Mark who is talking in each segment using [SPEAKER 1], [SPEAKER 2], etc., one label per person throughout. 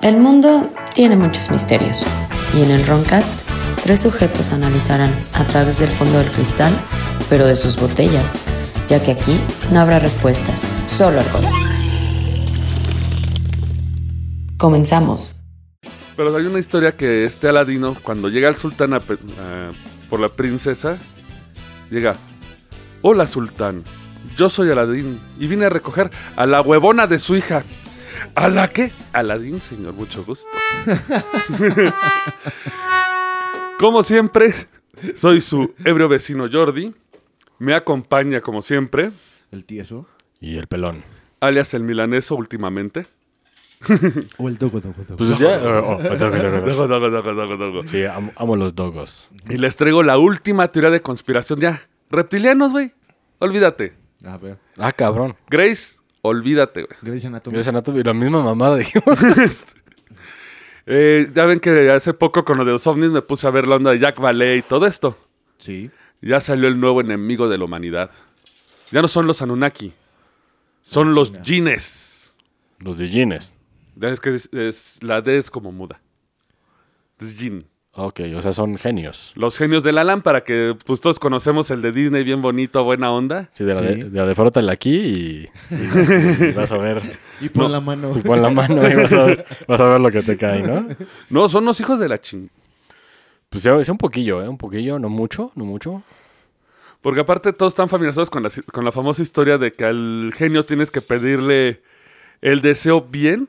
[SPEAKER 1] El mundo tiene muchos misterios y en el Roncast tres sujetos analizarán a través del fondo del cristal, pero de sus botellas, ya que aquí no habrá respuestas, solo alcohol. Comenzamos.
[SPEAKER 2] Pero hay una historia que este Aladino, cuando llega al sultán a pe- a- por la princesa, llega, hola sultán, yo soy Aladín y vine a recoger a la huevona de su hija. ¿A la qué? Aladín, señor, mucho gusto. como siempre, soy su ebrio vecino Jordi. Me acompaña, como siempre,
[SPEAKER 3] El tieso.
[SPEAKER 4] Y el pelón.
[SPEAKER 2] alias el milaneso últimamente.
[SPEAKER 3] O el dogo, dogo, dogo.
[SPEAKER 4] Pues ya. eh, oh, dogo, dogo, dogo.
[SPEAKER 2] Dogo, dogo, dogo, dogo, dogo.
[SPEAKER 4] Sí, am- amo los dogos.
[SPEAKER 2] Y les traigo la última teoría de conspiración ya. Reptilianos, güey. Olvídate.
[SPEAKER 3] A ver.
[SPEAKER 4] Ah, cabrón.
[SPEAKER 2] Grace, olvídate, güey.
[SPEAKER 3] Grey's Anatomy.
[SPEAKER 4] Gracias, Nato. Y la misma mamada dijimos.
[SPEAKER 2] Eh, ya ven que hace poco con lo de los ovnis me puse a ver la onda de Jack Valet y todo esto.
[SPEAKER 3] Sí.
[SPEAKER 2] Ya salió el nuevo enemigo de la humanidad. Ya no son los Anunnaki. Son los Jines.
[SPEAKER 4] Los de jeans.
[SPEAKER 2] Es que es- es- la D es como muda. Es Jin.
[SPEAKER 4] Ok, o sea, son genios.
[SPEAKER 2] Los genios de la lámpara, que pues todos conocemos el de Disney, bien bonito, buena onda.
[SPEAKER 4] Sí, de la,
[SPEAKER 3] Sí.
[SPEAKER 4] De, de la de frótala aquí y, y- y vas a ver.
[SPEAKER 3] Y pon la mano.
[SPEAKER 4] Y pon la mano y vas a, ver, vas a ver lo que te cae, ¿no?
[SPEAKER 2] No, son los hijos de la ching.
[SPEAKER 4] Pues sea, sea un poquillo, ¿eh? Un poquillo, no mucho, no mucho.
[SPEAKER 2] Porque aparte todos están familiarizados con la, con la famosa historia de que al genio tienes que pedirle el deseo bien.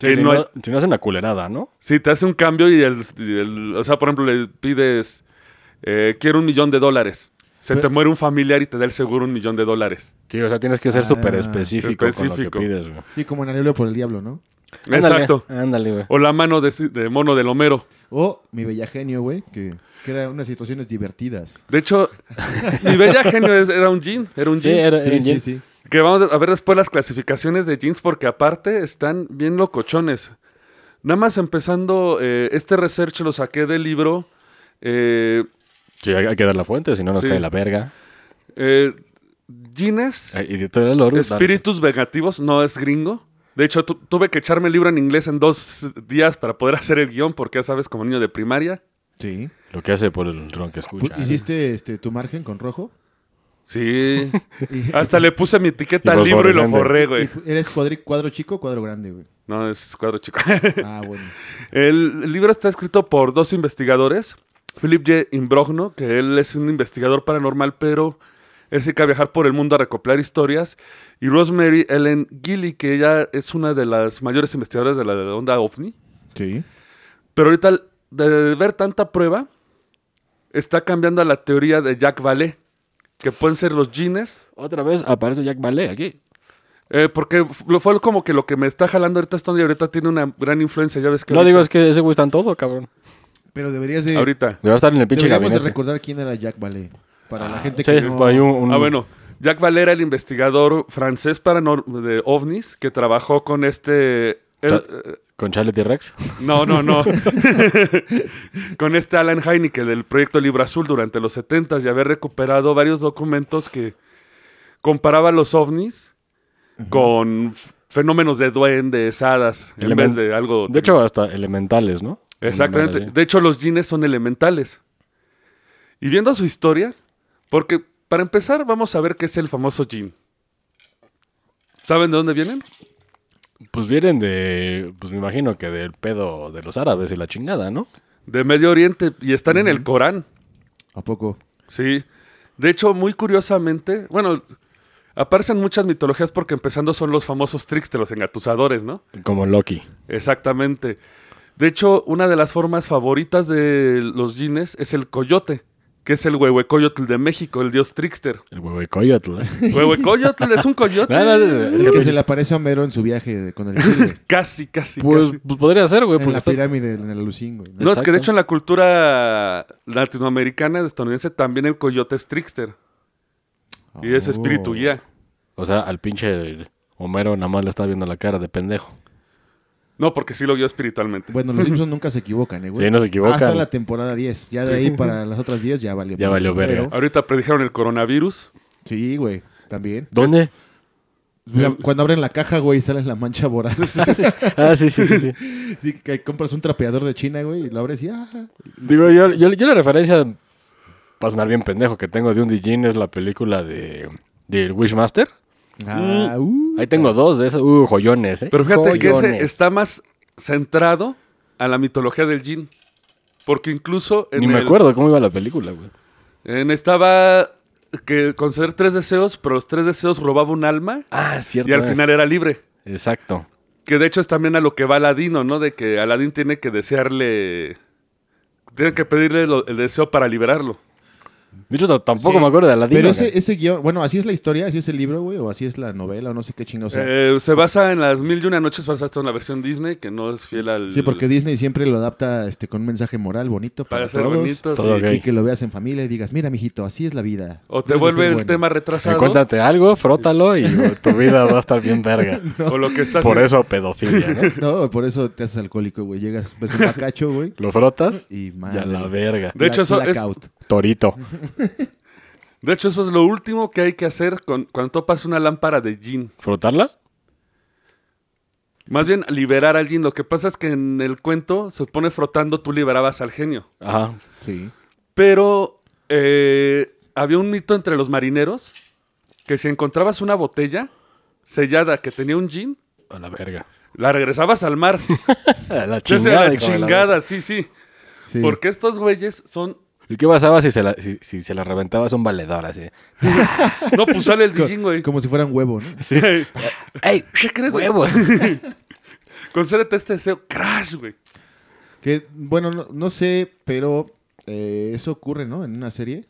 [SPEAKER 4] Sí,
[SPEAKER 2] que
[SPEAKER 4] si,
[SPEAKER 2] no
[SPEAKER 4] no,
[SPEAKER 2] hay-
[SPEAKER 4] si no es una culerada, ¿no?
[SPEAKER 2] si te hace un cambio y el, y el- O sea, por ejemplo, le pides... eh, quiero un millón de dólares. Se te
[SPEAKER 3] Pero-
[SPEAKER 2] muere un familiar y te da el seguro un millón de dólares.
[SPEAKER 4] Sí, o sea, tienes que ser súper
[SPEAKER 3] Ah,
[SPEAKER 4] específico, con lo
[SPEAKER 2] específico.
[SPEAKER 4] que pides, güey.
[SPEAKER 3] Sí, como en Alelo por el Diablo, ¿no?
[SPEAKER 4] Ándale, Ah.
[SPEAKER 2] Exacto.
[SPEAKER 4] Ándale, güey.
[SPEAKER 2] O la mano de, de mono del Homero.
[SPEAKER 3] O Mi Bella Genio, güey, que, que era unas situaciones divertidas.
[SPEAKER 2] De hecho, mi bella genio es- era un jean. Era un
[SPEAKER 4] Sí,
[SPEAKER 2] jean.
[SPEAKER 4] era,
[SPEAKER 3] Sí,
[SPEAKER 4] era
[SPEAKER 3] sí,
[SPEAKER 4] jean.
[SPEAKER 3] sí.
[SPEAKER 2] Que vamos a ver después las clasificaciones de jeans porque aparte están bien locochones. Nada más empezando, eh, este research lo saqué del libro. eh,
[SPEAKER 4] Sí, hay hay que dar la fuente, si no nos
[SPEAKER 2] Sí.
[SPEAKER 4] cae la verga.
[SPEAKER 2] eh, jeans,
[SPEAKER 4] Ay, Y de todo el oro,
[SPEAKER 2] espíritus vengativos, no es gringo. De hecho, tu- tuve que echarme el libro en inglés en dos días para poder hacer el guión porque ya sabes, como niño de primaria.
[SPEAKER 3] Sí.
[SPEAKER 4] darse. Lo que hace por el ron que
[SPEAKER 3] Pu-
[SPEAKER 4] escucha. ¿eh?
[SPEAKER 3] ¿Hiciste este, tu margen con rojo?
[SPEAKER 2] Sí. Hasta le puse mi etiqueta
[SPEAKER 4] Y
[SPEAKER 2] al libro y lo
[SPEAKER 4] fosforescente.
[SPEAKER 2] borré,
[SPEAKER 3] Y
[SPEAKER 2] güey.
[SPEAKER 3] pu- ¿Eres cuadri- cuadro chico o cuadro grande, güey?
[SPEAKER 2] No, es cuadro chico.
[SPEAKER 3] Ah, bueno.
[SPEAKER 2] El libro está escrito por dos investigadores. Philip J. Imbrogno, que él es un investigador paranormal, pero él se dedica a viajar por el mundo a recopilar historias. Y Rosemary Ellen Gilly, que ella es una de las mayores investigadoras de la onda OVNI.
[SPEAKER 3] Sí.
[SPEAKER 2] Pero ahorita, de ver tanta prueba, está cambiando a la teoría de Jack Vale, que pueden ser los jeans.
[SPEAKER 4] Otra vez aparece Jack Ballet aquí.
[SPEAKER 2] eh, porque lo fue como que lo que me está jalando ahorita esta onda y ahorita tiene una gran influencia, ya ves que...
[SPEAKER 4] No
[SPEAKER 2] ahorita-
[SPEAKER 4] digo, es que ese güey está en todo, cabrón.
[SPEAKER 3] Pero deberías de...
[SPEAKER 2] Ahorita.
[SPEAKER 4] Debe estar en el pinche
[SPEAKER 3] Deberíamos de
[SPEAKER 4] gabinete. Ah,
[SPEAKER 3] recordar quién era Jack Ballet. Para la gente
[SPEAKER 4] Sí,
[SPEAKER 3] que no...
[SPEAKER 4] hay un, un-
[SPEAKER 2] Ah, bueno. Jacques Valera, el investigador francés paranor- de ovnis, que trabajó con este... el- eh,
[SPEAKER 4] Con Charlie T-Rex.
[SPEAKER 2] no, no, no. con este Alan Heineken del proyecto Libro Azul durante los 70 y haber recuperado varios documentos que comparaba los ovnis con f- fenómenos de duendes, hadas, en
[SPEAKER 4] Element-
[SPEAKER 2] vez de algo...
[SPEAKER 4] De hecho, hasta elementales, ¿no?
[SPEAKER 2] Exactamente.
[SPEAKER 4] Elementales,
[SPEAKER 2] De hecho, los jeans son elementales. Y viendo su historia, porque para empezar vamos a ver qué es el famoso jean. ¿Saben de dónde vienen?
[SPEAKER 4] sí. Pues vienen de. Pues me imagino que del pedo de los árabes y la chingada, ¿no?
[SPEAKER 2] De Medio Oriente y están en el Corán.
[SPEAKER 3] ¿A poco?
[SPEAKER 2] Sí. De hecho, muy curiosamente, bueno, aparecen muchas mitologías porque empezando son los famosos tricks de los engatusadores, ¿no?
[SPEAKER 4] Como Loki.
[SPEAKER 2] Exactamente. De hecho, una de las formas favoritas de los jeans es el coyote, que es el huehuecoyotl de México, el dios trickster.
[SPEAKER 4] El huevo coyotl. ¿eh?
[SPEAKER 2] Huehuecoyotl es un coyote.
[SPEAKER 4] No, no, no, no.
[SPEAKER 3] El que se le aparece a Homero en su viaje con el chile.
[SPEAKER 2] Casi, casi,
[SPEAKER 4] Pues,
[SPEAKER 2] casi.
[SPEAKER 4] pues podría ser, güey.
[SPEAKER 3] en
[SPEAKER 4] Porque
[SPEAKER 3] la
[SPEAKER 4] está-
[SPEAKER 3] pirámide, en el Lucín, güey.
[SPEAKER 2] No, es que de
[SPEAKER 4] exacto.
[SPEAKER 2] hecho en la cultura latinoamericana, estadounidense, también el coyote es trickster. Y es
[SPEAKER 3] Oh.
[SPEAKER 2] espíritu guía.
[SPEAKER 4] O sea, al pinche Homero nada más le está viendo la cara de pendejo.
[SPEAKER 2] No, porque sí lo guió espiritualmente.
[SPEAKER 3] Bueno, los Simpsons nunca se equivocan, eh, güey.
[SPEAKER 4] Sí, no se equivocan.
[SPEAKER 3] Hasta la temporada 10. Ya de ahí para las otras 10 ya valió.
[SPEAKER 4] Ya valió verga.
[SPEAKER 3] Pero-
[SPEAKER 2] Ahorita predijeron el coronavirus.
[SPEAKER 3] Sí, güey, también.
[SPEAKER 4] ¿Dónde?
[SPEAKER 3] La- cuando abren la caja, güey, sale la mancha voraz.
[SPEAKER 4] Ah, sí, sí, sí. sí.
[SPEAKER 3] sí, que compras un trapeador de China, güey, y lo abres y ah.
[SPEAKER 4] Digo, yo, yo, yo la referencia para sonar bien pendejo que tengo de un Dijin es la película de, de El Wishmaster.
[SPEAKER 3] Ah,
[SPEAKER 2] Mm.
[SPEAKER 3] uh.
[SPEAKER 4] Ahí tengo dos de esas. Uh, joyones, ¿eh?
[SPEAKER 2] Pero fíjate que ese
[SPEAKER 4] Joyones.
[SPEAKER 2] está más centrado a la mitología del Jin. Porque incluso en
[SPEAKER 4] Ni me
[SPEAKER 2] el-
[SPEAKER 4] acuerdo cómo iba la película, güey.
[SPEAKER 2] En estaba que conceder tres deseos, pero los tres deseos robaba un alma
[SPEAKER 4] Ah, es cierto.
[SPEAKER 2] y al
[SPEAKER 4] es.
[SPEAKER 2] final era libre.
[SPEAKER 4] Exacto.
[SPEAKER 2] Que de hecho es también a lo que va Aladino, ¿no? De que Aladín tiene que desearle. Tiene que pedirle lo- el deseo para liberarlo.
[SPEAKER 4] De hecho, t- tampoco
[SPEAKER 3] Sí.
[SPEAKER 4] me acuerdo de Aladino.
[SPEAKER 3] Pero
[SPEAKER 4] güey.
[SPEAKER 3] ese, ese guión, bueno, así es la historia, así es el libro, güey, o así es la novela, o no sé qué chingados. sea.
[SPEAKER 2] Eh, se basa en las mil y una noches basadas en la versión Disney, que no es fiel al.
[SPEAKER 3] sí, porque Disney siempre lo adapta este, con un mensaje moral bonito para,
[SPEAKER 2] Para ser
[SPEAKER 3] todos.
[SPEAKER 2] bonito.
[SPEAKER 4] Todo
[SPEAKER 2] sí.
[SPEAKER 4] gay.
[SPEAKER 3] Y que lo veas en familia y digas, mira, mijito, así es la vida.
[SPEAKER 2] O te
[SPEAKER 3] Debes de
[SPEAKER 2] vuelve
[SPEAKER 3] ser
[SPEAKER 2] el
[SPEAKER 3] bueno".
[SPEAKER 2] tema
[SPEAKER 4] Eh,
[SPEAKER 2] retrasado.
[SPEAKER 4] Cuéntate algo, frótalo y güey, tu vida va a estar bien verga.
[SPEAKER 2] O lo que estás.
[SPEAKER 4] Por eso pedofilia, ¿no?
[SPEAKER 3] No, por eso te haces alcohólico, güey. Llegas, ves un macacho, güey,
[SPEAKER 4] Lo frotas y,
[SPEAKER 3] y madre.
[SPEAKER 4] a la verga.
[SPEAKER 2] De hecho, eso es-
[SPEAKER 3] blackout.
[SPEAKER 4] Torito.
[SPEAKER 2] De hecho, eso es lo último que hay que hacer con- cuando topas una lámpara de Jin.
[SPEAKER 4] ¿Frotarla?
[SPEAKER 2] Más bien liberar al Jin. Lo que pasa es que en el cuento se pone frotando, tú liberabas al genio.
[SPEAKER 4] Ajá.
[SPEAKER 3] Sí.
[SPEAKER 2] Pero eh, había un mito entre los marineros que si encontrabas una botella sellada que tenía un Jin,
[SPEAKER 4] A la verga.
[SPEAKER 2] la regresabas al mar.
[SPEAKER 4] A la
[SPEAKER 2] Ya sea
[SPEAKER 4] chingada.
[SPEAKER 2] la
[SPEAKER 4] hijo de la
[SPEAKER 2] chingada, sí, sí,
[SPEAKER 3] sí.
[SPEAKER 2] Porque estos güeyes son.
[SPEAKER 4] verga. ¿Y qué pasaba si se la, si, si se la reventabas un valedor así?
[SPEAKER 2] No, pues sale el
[SPEAKER 3] Co-
[SPEAKER 2] Jin, güey.
[SPEAKER 3] Como si fuera un huevo, ¿no?
[SPEAKER 4] ¡Ey! ¿Qué crees? ¡Huevos!
[SPEAKER 2] Concédete este deseo. Crash, güey.
[SPEAKER 3] Que, bueno, no, no sé, pero eh, eso ocurre, ¿no? En una serie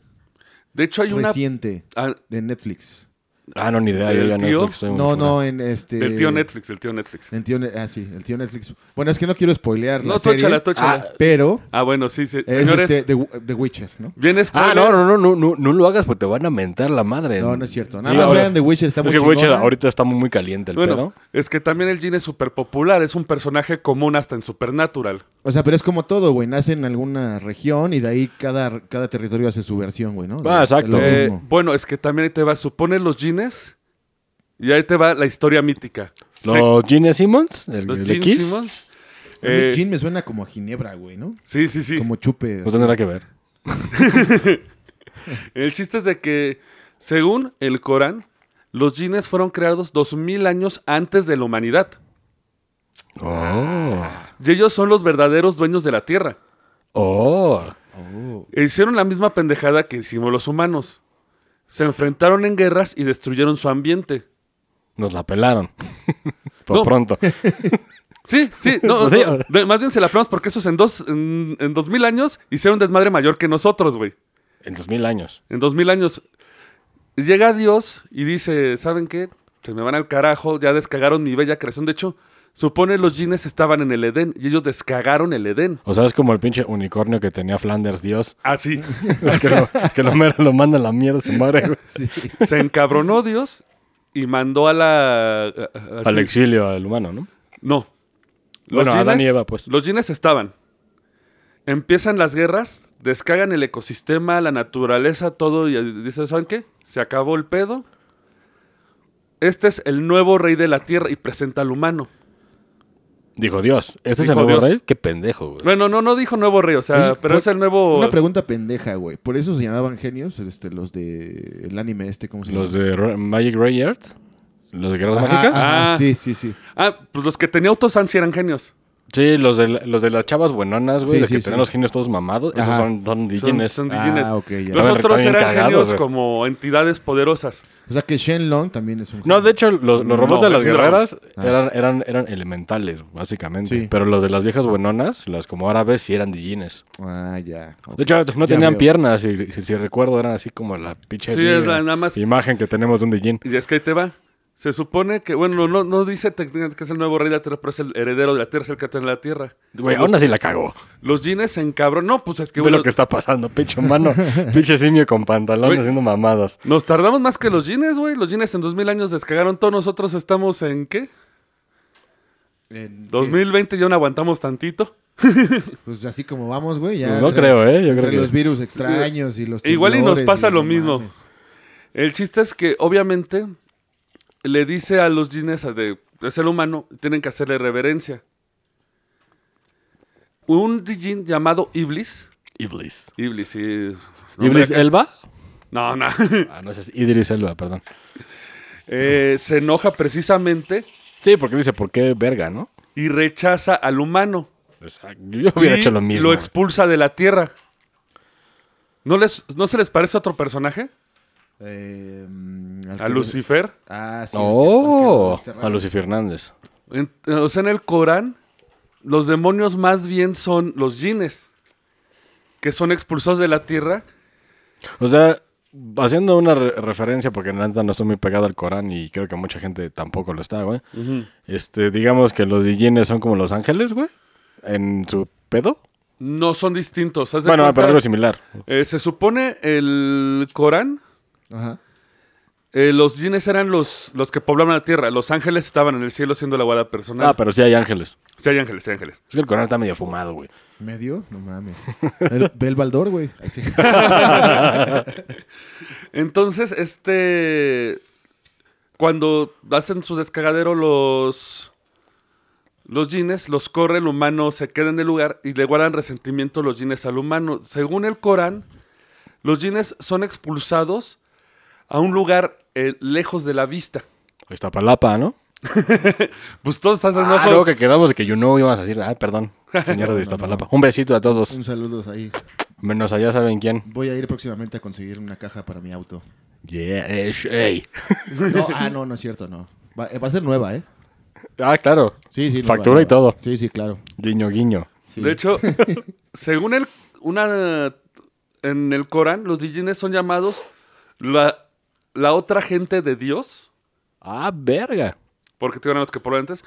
[SPEAKER 2] De hecho, hay una.
[SPEAKER 3] reciente
[SPEAKER 2] ah,
[SPEAKER 3] de Netflix.
[SPEAKER 4] Ah, no, ni idea. Yo
[SPEAKER 2] ¿El
[SPEAKER 4] ya no
[SPEAKER 2] tío?
[SPEAKER 4] soy- soy muy
[SPEAKER 3] No,
[SPEAKER 4] fuera.
[SPEAKER 3] no, en este...
[SPEAKER 2] del tío Netflix, del tío Netflix.
[SPEAKER 3] en tío Ne- ah, sí, el tío Netflix. Bueno, es que no quiero spoilear
[SPEAKER 2] No,
[SPEAKER 3] la serie,
[SPEAKER 2] tóchala, tóchala. Ah,
[SPEAKER 3] pero
[SPEAKER 2] bueno, sí, sí.
[SPEAKER 3] es
[SPEAKER 2] Señores,
[SPEAKER 3] este, The, Wi- The Witcher, ¿no?
[SPEAKER 2] vienes
[SPEAKER 4] Ah, no, no, no, no, no, no lo hagas porque te van a mentar la madre.
[SPEAKER 3] No, no es cierto. Nada
[SPEAKER 4] Sí,
[SPEAKER 3] más
[SPEAKER 4] ahora-
[SPEAKER 3] vean The Witcher, está muy
[SPEAKER 4] es que Witcher
[SPEAKER 3] chingona.
[SPEAKER 4] ahorita está muy caliente el
[SPEAKER 2] Bueno,
[SPEAKER 4] pedo.
[SPEAKER 2] es que también el Jin es súper popular, es un personaje común hasta en Supernatural.
[SPEAKER 3] O sea, pero es como todo, güey. Nace en alguna región y de ahí cada, cada territorio hace su versión, güey, ¿no? De-
[SPEAKER 4] Ah,
[SPEAKER 3] de
[SPEAKER 4] exacto.
[SPEAKER 3] lo
[SPEAKER 2] Eh,
[SPEAKER 3] mismo.
[SPEAKER 2] bueno, es que también ahí te va, supone los Jines y ahí te va la historia mítica. Se-
[SPEAKER 4] Los Gene Simmons, el,
[SPEAKER 2] los
[SPEAKER 4] el de
[SPEAKER 2] Gene
[SPEAKER 4] Kiss,
[SPEAKER 2] Simmons,
[SPEAKER 3] A mí
[SPEAKER 2] eh,
[SPEAKER 3] Gin me suena como a Ginebra, güey, ¿no?
[SPEAKER 2] sí, sí, sí.
[SPEAKER 3] Como chupe.
[SPEAKER 4] no tiene nada que ver.
[SPEAKER 2] El chiste es de que, según el Corán, los Jines fueron creados 2000 años antes de la humanidad.
[SPEAKER 4] Oh.
[SPEAKER 2] Y ellos son los verdaderos dueños de la Tierra.
[SPEAKER 4] Oh.
[SPEAKER 2] E hicieron la misma pendejada que hicimos los humanos. Se enfrentaron en guerras y destruyeron su ambiente.
[SPEAKER 4] Nos la pelaron. Por
[SPEAKER 2] No.
[SPEAKER 4] pronto.
[SPEAKER 2] Sí, sí, no,
[SPEAKER 4] Pues sí,
[SPEAKER 2] no,
[SPEAKER 4] o-
[SPEAKER 2] de- más bien se la probamos porque esos en dos, en, en dos mil años hicieron desmadre mayor que nosotros, güey.
[SPEAKER 4] En 2000 años.
[SPEAKER 2] En dos mil años. Llega Dios y dice, ¿saben qué? Se me van al carajo, ya descagaron mi bella creación. De hecho, supone los jeans estaban en el Edén y ellos descagaron el Edén.
[SPEAKER 4] O sea, es como el pinche unicornio que tenía Flanders Dios.
[SPEAKER 2] Así.
[SPEAKER 4] Que lo, que lo, mero- lo manda a la mierda su madre. güey.
[SPEAKER 3] Sí.
[SPEAKER 2] se encabronó Dios y mandó a la... a- a- así.
[SPEAKER 4] Al exilio, al humano, ¿no?
[SPEAKER 2] No.
[SPEAKER 4] Bueno,
[SPEAKER 2] jeans-
[SPEAKER 4] Adán y Eva, pues.
[SPEAKER 2] Los jeans estaban. Empiezan las guerras, descagan el ecosistema, la naturaleza, todo, y dicen, ¿saben qué? Se acabó el pedo. Este es el nuevo rey de la tierra y presenta al humano.
[SPEAKER 4] Dijo Dios. ¿Este es el
[SPEAKER 2] Dijo
[SPEAKER 4] nuevo
[SPEAKER 2] Dios.
[SPEAKER 4] rey? Qué pendejo, güey.
[SPEAKER 2] Bueno, no, no dijo nuevo rey, o sea,
[SPEAKER 3] Oye,
[SPEAKER 2] pero
[SPEAKER 4] pues,
[SPEAKER 3] por-
[SPEAKER 2] es el nuevo...
[SPEAKER 3] Una pregunta pendeja, güey. Por eso se llamaban genios, este, los de el anime este, ¿cómo se llama?
[SPEAKER 4] Los de Ra- Magic Ray Earth. Los de Guerras
[SPEAKER 3] Ajá,
[SPEAKER 4] Mágicas.
[SPEAKER 3] ajá,
[SPEAKER 2] Ah.
[SPEAKER 3] Sí, sí, sí.
[SPEAKER 2] Ah, pues los que tenía autosan sí eran genios.
[SPEAKER 4] Sí, los de, la- los de las chavas buenonas, güey.
[SPEAKER 3] Sí,
[SPEAKER 4] los
[SPEAKER 3] sí,
[SPEAKER 4] que
[SPEAKER 3] sí.
[SPEAKER 4] tenían los genios todos mamados. Esos
[SPEAKER 3] Ajá.
[SPEAKER 4] son, son
[SPEAKER 2] Son,
[SPEAKER 4] dijines.
[SPEAKER 2] son
[SPEAKER 3] Ah,
[SPEAKER 2] dijines.
[SPEAKER 3] ok, ya.
[SPEAKER 2] Los
[SPEAKER 4] Estaban-
[SPEAKER 2] otros
[SPEAKER 4] estaban
[SPEAKER 2] eran
[SPEAKER 4] cagados,
[SPEAKER 2] genios
[SPEAKER 4] güey.
[SPEAKER 2] como entidades poderosas.
[SPEAKER 3] O sea que Shenlong también es un genio.
[SPEAKER 4] No, de hecho, los, los robots
[SPEAKER 2] No,
[SPEAKER 4] de las
[SPEAKER 2] es un dragón.
[SPEAKER 4] guerreras
[SPEAKER 3] Ah.
[SPEAKER 4] eran, eran, eran elementales, básicamente.
[SPEAKER 3] Sí.
[SPEAKER 4] Pero los de las viejas buenonas, las como árabes, sí eran dijines.
[SPEAKER 3] Ah, ya. ok.
[SPEAKER 4] De hecho, no
[SPEAKER 3] Ya
[SPEAKER 4] tenían
[SPEAKER 3] veo.
[SPEAKER 4] piernas, si, si, si recuerdo, eran así como la pinche
[SPEAKER 2] Sí,
[SPEAKER 4] di-
[SPEAKER 2] es la- nada más-
[SPEAKER 4] imagen que tenemos de un dijin.
[SPEAKER 2] Y es que ahí te va. Se supone que, bueno, no, no dice técnicamente que es el nuevo rey de la tierra, pero es el heredero de la tierra, es el que tiene la tierra.
[SPEAKER 4] Güey, aún así la cagó.
[SPEAKER 2] Los jeans se encabron. No, pues es que,
[SPEAKER 4] Ve
[SPEAKER 2] bueno,
[SPEAKER 4] lo que está pasando, pinche mano. pinche simio con pantalón
[SPEAKER 2] Güey.
[SPEAKER 4] haciendo mamadas.
[SPEAKER 2] nos tardamos más que los jeans, güey. Los jeans en 2000 años descagaron todo. Nosotros estamos en qué?
[SPEAKER 3] En-
[SPEAKER 2] 2020 ya no aguantamos tantito.
[SPEAKER 3] que, Pues así como vamos, güey. ya
[SPEAKER 4] Pues no
[SPEAKER 3] entre-
[SPEAKER 4] creo, ¿eh? Yo
[SPEAKER 3] entre
[SPEAKER 4] creo que-
[SPEAKER 3] los virus extraños y los
[SPEAKER 2] Igual y nos
[SPEAKER 3] temblores
[SPEAKER 2] pasa lo
[SPEAKER 3] no
[SPEAKER 2] mismo.
[SPEAKER 3] mames.
[SPEAKER 2] El chiste es que, obviamente, le dice a los jeans de, de ser humano, tienen que hacerle reverencia. Un Dijin llamado Iblis.
[SPEAKER 4] Iblis.
[SPEAKER 2] Iblis, sí.
[SPEAKER 4] ¿Iblis
[SPEAKER 2] Nombre acá-
[SPEAKER 4] Elba?
[SPEAKER 2] No, no.
[SPEAKER 4] Ah, no, ese es Idris Elba, perdón.
[SPEAKER 2] Eh, se enoja precisamente
[SPEAKER 4] Sí, porque dice, ¿por qué verga, no?
[SPEAKER 2] y rechaza al humano.
[SPEAKER 4] Exacto. Yo hubiera
[SPEAKER 2] y
[SPEAKER 4] hecho lo mismo.
[SPEAKER 2] Lo expulsa de la tierra. ¿No, les, ¿No se les parece otro personaje?
[SPEAKER 3] Eh, mm, al
[SPEAKER 2] A
[SPEAKER 3] que-
[SPEAKER 2] Lucifer.
[SPEAKER 3] Ah, sí. al que- al
[SPEAKER 4] oh,
[SPEAKER 3] que lo
[SPEAKER 4] a
[SPEAKER 3] desterraron.
[SPEAKER 4] Lucy Fernández.
[SPEAKER 2] En- o sea, en el Corán, los demonios más bien son los jines, que son expulsados de la tierra.
[SPEAKER 4] O sea, haciendo una re- referencia, porque en neta no estoy muy pegado al Corán y creo que mucha gente tampoco lo está, güey. Este, digamos que los dijines son como los ángeles, güey. En su pedo.
[SPEAKER 2] No son distintos. haz de
[SPEAKER 4] Bueno, ah,
[SPEAKER 2] cuenta,
[SPEAKER 4] pero algo similar.
[SPEAKER 2] eh, se supone el Corán,
[SPEAKER 3] Ajá.
[SPEAKER 2] eh, los jines eran los, los que poblaban la tierra. Los ángeles estaban en el cielo siendo la guarda personal.
[SPEAKER 4] Ah, pero sí hay ángeles.
[SPEAKER 2] Sí hay ángeles, sí hay ángeles.
[SPEAKER 4] Es que el Corán está medio fumado, güey.
[SPEAKER 3] ¿Medio? No mames. El, ve el Baldor, güey. Ahí sí.
[SPEAKER 2] Entonces, este. Cuando hacen su descagadero los. Los jeans, los corre, el humano se queda en el lugar y le guardan resentimiento los jeans al humano. Según el Corán, los jeans son expulsados a un lugar eh, lejos de la vista.
[SPEAKER 4] Está palapa, ¿no?
[SPEAKER 2] Pues todos hacen
[SPEAKER 4] Ah,
[SPEAKER 2] ojos.
[SPEAKER 4] luego que quedamos de que yo no ibas a decir, ah, perdón, señora de Iztapalapa. Un besito a todos,
[SPEAKER 3] Un saludo ahí.
[SPEAKER 4] menos allá saben quién.
[SPEAKER 3] Voy a ir próximamente a conseguir una caja para mi auto.
[SPEAKER 4] Yeah, eh, sh- ey.
[SPEAKER 3] No, ah, no, no es cierto, no. Va, eh, va a ser nueva, ¿eh?
[SPEAKER 4] Ah, claro.
[SPEAKER 3] Sí, sí. nueva,
[SPEAKER 4] Factura y
[SPEAKER 3] nueva.
[SPEAKER 4] todo.
[SPEAKER 3] Sí, sí, claro.
[SPEAKER 4] Guiño, guiño.
[SPEAKER 3] Sí.
[SPEAKER 2] De hecho, según el, una, en el Corán, los jeans son llamados la, la otra gente de Dios.
[SPEAKER 4] Ah, verga.
[SPEAKER 2] porque te eran los que por antes.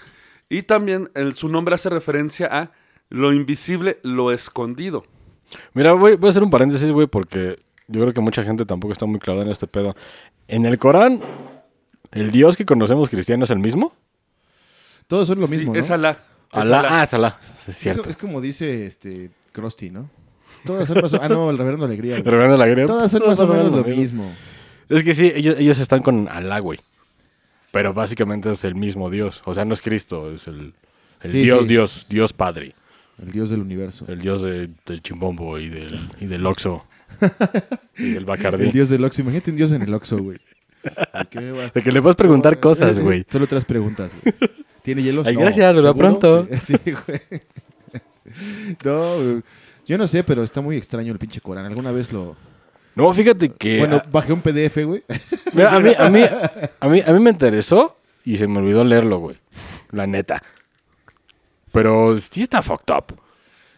[SPEAKER 2] Y también el- su nombre hace referencia a lo invisible, lo escondido.
[SPEAKER 4] Mira, voy, voy a hacer un paréntesis, güey, porque yo creo que mucha gente tampoco está muy clavada en este pedo. En el Corán, ¿el Dios que conocemos cristiano es el mismo?
[SPEAKER 3] Todos son lo
[SPEAKER 2] Sí,
[SPEAKER 3] mismo, ¿no?
[SPEAKER 2] Es Alá. Es
[SPEAKER 4] Alá,
[SPEAKER 2] Alá.
[SPEAKER 4] ah, es Alá, sí, es
[SPEAKER 3] Es co-
[SPEAKER 4] cierto.
[SPEAKER 3] Es como dice este Krusty, ¿no? Todas son más o- Ah, no, el reverendo Alegría. güey.
[SPEAKER 4] Reverendo la Griega.
[SPEAKER 3] Todas son más o menos lo mismo.
[SPEAKER 4] Es que sí, ellos, ellos están con Alá, güey. Pero básicamente es el mismo Dios. O sea, no es Cristo, es el, el
[SPEAKER 3] Sí,
[SPEAKER 4] Dios,
[SPEAKER 3] sí.
[SPEAKER 4] Dios, Dios Padre.
[SPEAKER 3] El dios del universo.
[SPEAKER 4] El dios de- del chimbombo y del, y del oxo. y del bacardí.
[SPEAKER 3] El dios del Oxxo. Imagínate un dios en el Oxxo, güey. Ay, qué va-
[SPEAKER 4] De que le puedes preguntar cosas, güey.
[SPEAKER 3] Solo tres preguntas, güey. ¿Tiene hielo?
[SPEAKER 4] Ay, gracias, hasta
[SPEAKER 3] ¿Seguro?
[SPEAKER 4] pronto.
[SPEAKER 3] Sí, güey. No, güey. yo no sé, pero está muy extraño el pinche Corán. Alguna vez lo...
[SPEAKER 4] No, fíjate que...
[SPEAKER 3] Bueno, bajé un PDF, güey.
[SPEAKER 4] Mira, a, mí, a, mí, a, mí, a mí me interesó y se me olvidó leerlo, güey. La neta. Pero sí está fucked up.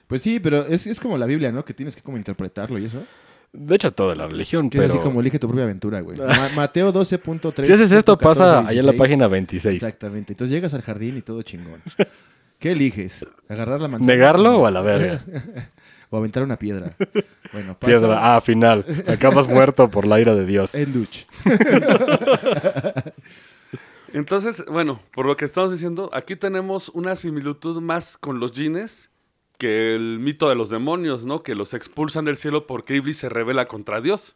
[SPEAKER 3] Pues sí, pero es, es como la Biblia, ¿no? Que tienes que como interpretarlo y eso.
[SPEAKER 4] De hecho, toda la religión,
[SPEAKER 3] Que
[SPEAKER 4] pero...
[SPEAKER 3] es así como elige tu propia aventura, güey. Ma- Mateo 12.3.
[SPEAKER 4] si haces esto,
[SPEAKER 3] 14,
[SPEAKER 4] pasa allá en la
[SPEAKER 3] 16.
[SPEAKER 4] página 26.
[SPEAKER 3] Exactamente. Entonces llegas al jardín y todo chingón. ¿Qué eliges? ¿Agarrar la manzana?
[SPEAKER 4] ¿Negarlo o a la verga?
[SPEAKER 3] O aventar una piedra. Bueno, pasa.
[SPEAKER 4] Piedra, ah, final. Acabas muerto por la ira de Dios.
[SPEAKER 3] Enduch.
[SPEAKER 2] Entonces, bueno, por lo que estamos diciendo, aquí tenemos una similitud más con los jeans que el mito de los demonios, ¿no? Que los expulsan del cielo porque Iblis se revela contra Dios.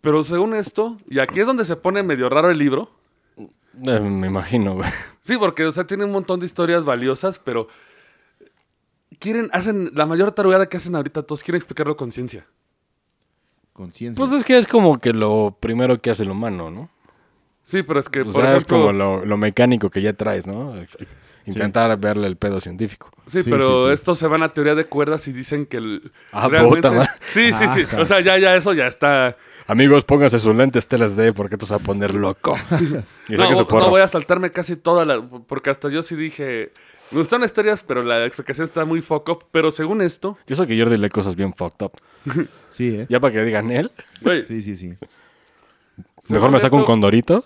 [SPEAKER 2] Pero según esto, y aquí es donde se pone medio raro el libro,
[SPEAKER 4] Eh, me imagino, güey.
[SPEAKER 2] Sí, porque, o sea, tiene un montón de historias valiosas, pero quieren, hacen la mayor tarugada que hacen ahorita todos, quieren explicarlo con ciencia.
[SPEAKER 3] Conciencia.
[SPEAKER 4] Pues es que es como que lo primero que hace el humano, ¿no?
[SPEAKER 2] Sí, pero es que,
[SPEAKER 4] O
[SPEAKER 2] Eh, por
[SPEAKER 4] sea, es
[SPEAKER 2] ejemplo,
[SPEAKER 4] como lo, lo mecánico que ya traes, ¿no? Intentar verle el pedo científico.
[SPEAKER 2] sí,
[SPEAKER 3] Sí,
[SPEAKER 2] pero
[SPEAKER 3] sí, sí.
[SPEAKER 2] estos se van a teoría de cuerdas y dicen que el,
[SPEAKER 4] Ah, puta madre. Ah,
[SPEAKER 2] sí, sí, sí, o sea, ya, ya, eso ya está.
[SPEAKER 4] Amigos, pónganse sus lentes telas D porque tú se va a poner loco. y
[SPEAKER 2] No,
[SPEAKER 4] saquen su
[SPEAKER 2] no
[SPEAKER 4] porro.
[SPEAKER 2] voy a saltarme casi toda la, porque hasta yo sí dije, me gustan las historias, pero la explicación está muy foco, pero según esto,
[SPEAKER 4] Yo sé que Jordi lee cosas bien fucked up.
[SPEAKER 3] Sí, ¿eh?
[SPEAKER 4] Ya para que digan él,
[SPEAKER 2] güey,
[SPEAKER 3] Sí, sí, sí.
[SPEAKER 4] mejor me saco un
[SPEAKER 2] esto-
[SPEAKER 4] condorito.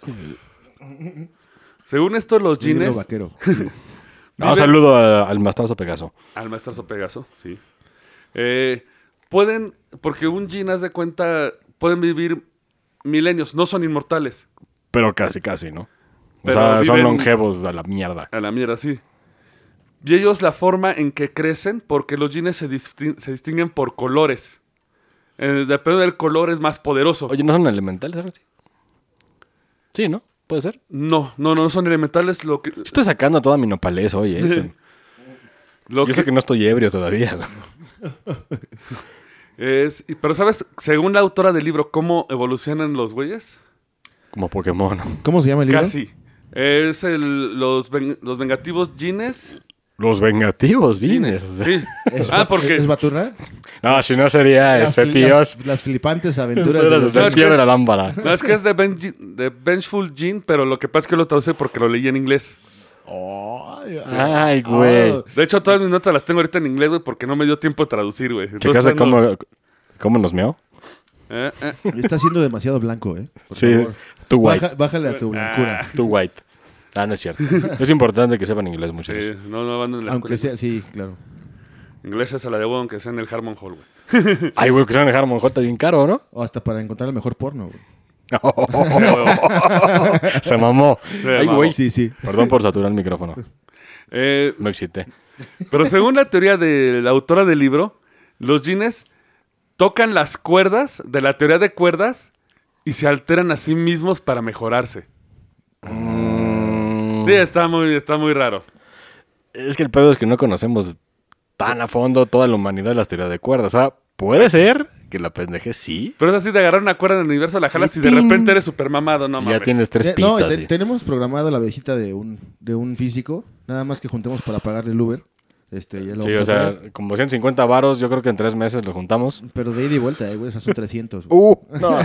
[SPEAKER 2] según esto los
[SPEAKER 3] Un libro
[SPEAKER 2] jeans,
[SPEAKER 3] vaquero.
[SPEAKER 4] No,
[SPEAKER 2] Vive-
[SPEAKER 4] saludo a- al mastazo Pegaso.
[SPEAKER 2] Al maestrazo Pegaso, sí. Eh, pueden, porque un Jin, haz de cuenta, pueden vivir milenios, no son inmortales.
[SPEAKER 4] Pero casi, casi, ¿no? O
[SPEAKER 2] Pero
[SPEAKER 4] sea, son
[SPEAKER 2] viven-
[SPEAKER 4] longevos a la mierda.
[SPEAKER 2] A la mierda, sí. Y ellos la forma en que crecen, porque los jeans se, distin- se distinguen por colores. Eh, depende del color, es más poderoso.
[SPEAKER 4] Oye, ¿no son elementales? algo así? Sí, ¿no? ¿Puede ser?
[SPEAKER 2] No, no, no son elementales. Lo que.
[SPEAKER 4] Estoy sacando toda mi nopalez hoy, ¿eh?
[SPEAKER 2] Lo
[SPEAKER 4] Yo sé que no estoy ebrio todavía. güey.
[SPEAKER 2] es, y- pero, ¿sabes? Según la autora del libro, ¿cómo evolucionan los güeyes?
[SPEAKER 4] Como Pokémon.
[SPEAKER 3] ¿Cómo se llama el libro?
[SPEAKER 2] Casi. Es el, los, ven- los vengativos jeans.
[SPEAKER 4] Los vengativos, dines.
[SPEAKER 2] Sí.
[SPEAKER 3] ¿Es
[SPEAKER 2] ah,
[SPEAKER 3] Bat-
[SPEAKER 2] porque.
[SPEAKER 3] ¿Es Baturra?
[SPEAKER 4] No, si no sería
[SPEAKER 3] Las,
[SPEAKER 4] este tío.
[SPEAKER 3] las- las flipantes aventuras de los-
[SPEAKER 2] Seth-
[SPEAKER 4] de Pues la lámpara.
[SPEAKER 2] No, es que es de, Benji- de Vengeful Jean, pero lo que pasa es que lo traduce porque lo leí en inglés.
[SPEAKER 3] Ay,
[SPEAKER 4] Ay, güey.
[SPEAKER 3] Ah,
[SPEAKER 2] De hecho, todas mis notas las tengo ahorita en inglés, güey, porque no me dio tiempo de traducir, güey. Entonces,
[SPEAKER 4] ¿Checaste
[SPEAKER 2] no-
[SPEAKER 4] cómo, cómo nos meó?
[SPEAKER 2] Eh, eh.
[SPEAKER 3] Está siendo demasiado blanco, ¿eh? Por
[SPEAKER 4] Sí.
[SPEAKER 3] favor.
[SPEAKER 4] Too white.
[SPEAKER 3] Baja- bájale a tu blancura.
[SPEAKER 4] Too white. Ah, no es cierto. es importante que sepan inglés, muchachos.
[SPEAKER 2] Sí, no, no van en la
[SPEAKER 3] Aunque
[SPEAKER 2] escuela.
[SPEAKER 3] sea, sí, claro.
[SPEAKER 2] Inglesa se la debo, aunque sea en el Harmon Hall, güey.
[SPEAKER 4] Ay, güey, que se van a dejar monjota bien caro, ¿no?
[SPEAKER 3] O hasta para encontrar el mejor porno, güey.
[SPEAKER 4] se mamó.
[SPEAKER 2] Se
[SPEAKER 4] Ay,
[SPEAKER 2] mamó.
[SPEAKER 4] güey.
[SPEAKER 3] Sí, sí.
[SPEAKER 4] Perdón por saturar el micrófono.
[SPEAKER 2] Eh,
[SPEAKER 4] Me excité.
[SPEAKER 2] pero según la teoría de la autora del libro, los jeans tocan las cuerdas de la teoría de cuerdas y se alteran a sí mismos para mejorarse.
[SPEAKER 3] Mm.
[SPEAKER 2] Sí, está muy, está muy raro.
[SPEAKER 4] Es que el pedo es que no conocemos tan a fondo toda la humanidad de las teorías de cuerdas. O sea, puede ser que la pendeje sí.
[SPEAKER 2] Pero es así de agarrar una cuerda del universo, la jalas y,
[SPEAKER 4] Y
[SPEAKER 2] de
[SPEAKER 4] ¡ting!
[SPEAKER 2] repente eres super mamado, no
[SPEAKER 4] y
[SPEAKER 2] mames.
[SPEAKER 4] ya tienes tres
[SPEAKER 3] Eh,
[SPEAKER 4] pitas.
[SPEAKER 3] no, te-
[SPEAKER 4] sí.
[SPEAKER 3] tenemos programado la visita de un, de un físico. Nada más que juntemos para pagarle el Uber. Este, ya lo
[SPEAKER 4] Sí,
[SPEAKER 3] vamos
[SPEAKER 4] o
[SPEAKER 3] a
[SPEAKER 4] sea,
[SPEAKER 3] traer.
[SPEAKER 4] como 150 varos, yo creo que en tres meses lo juntamos.
[SPEAKER 3] Pero de ida y vuelta, eh, güey. Esas son 300. güey.
[SPEAKER 4] Uh, no.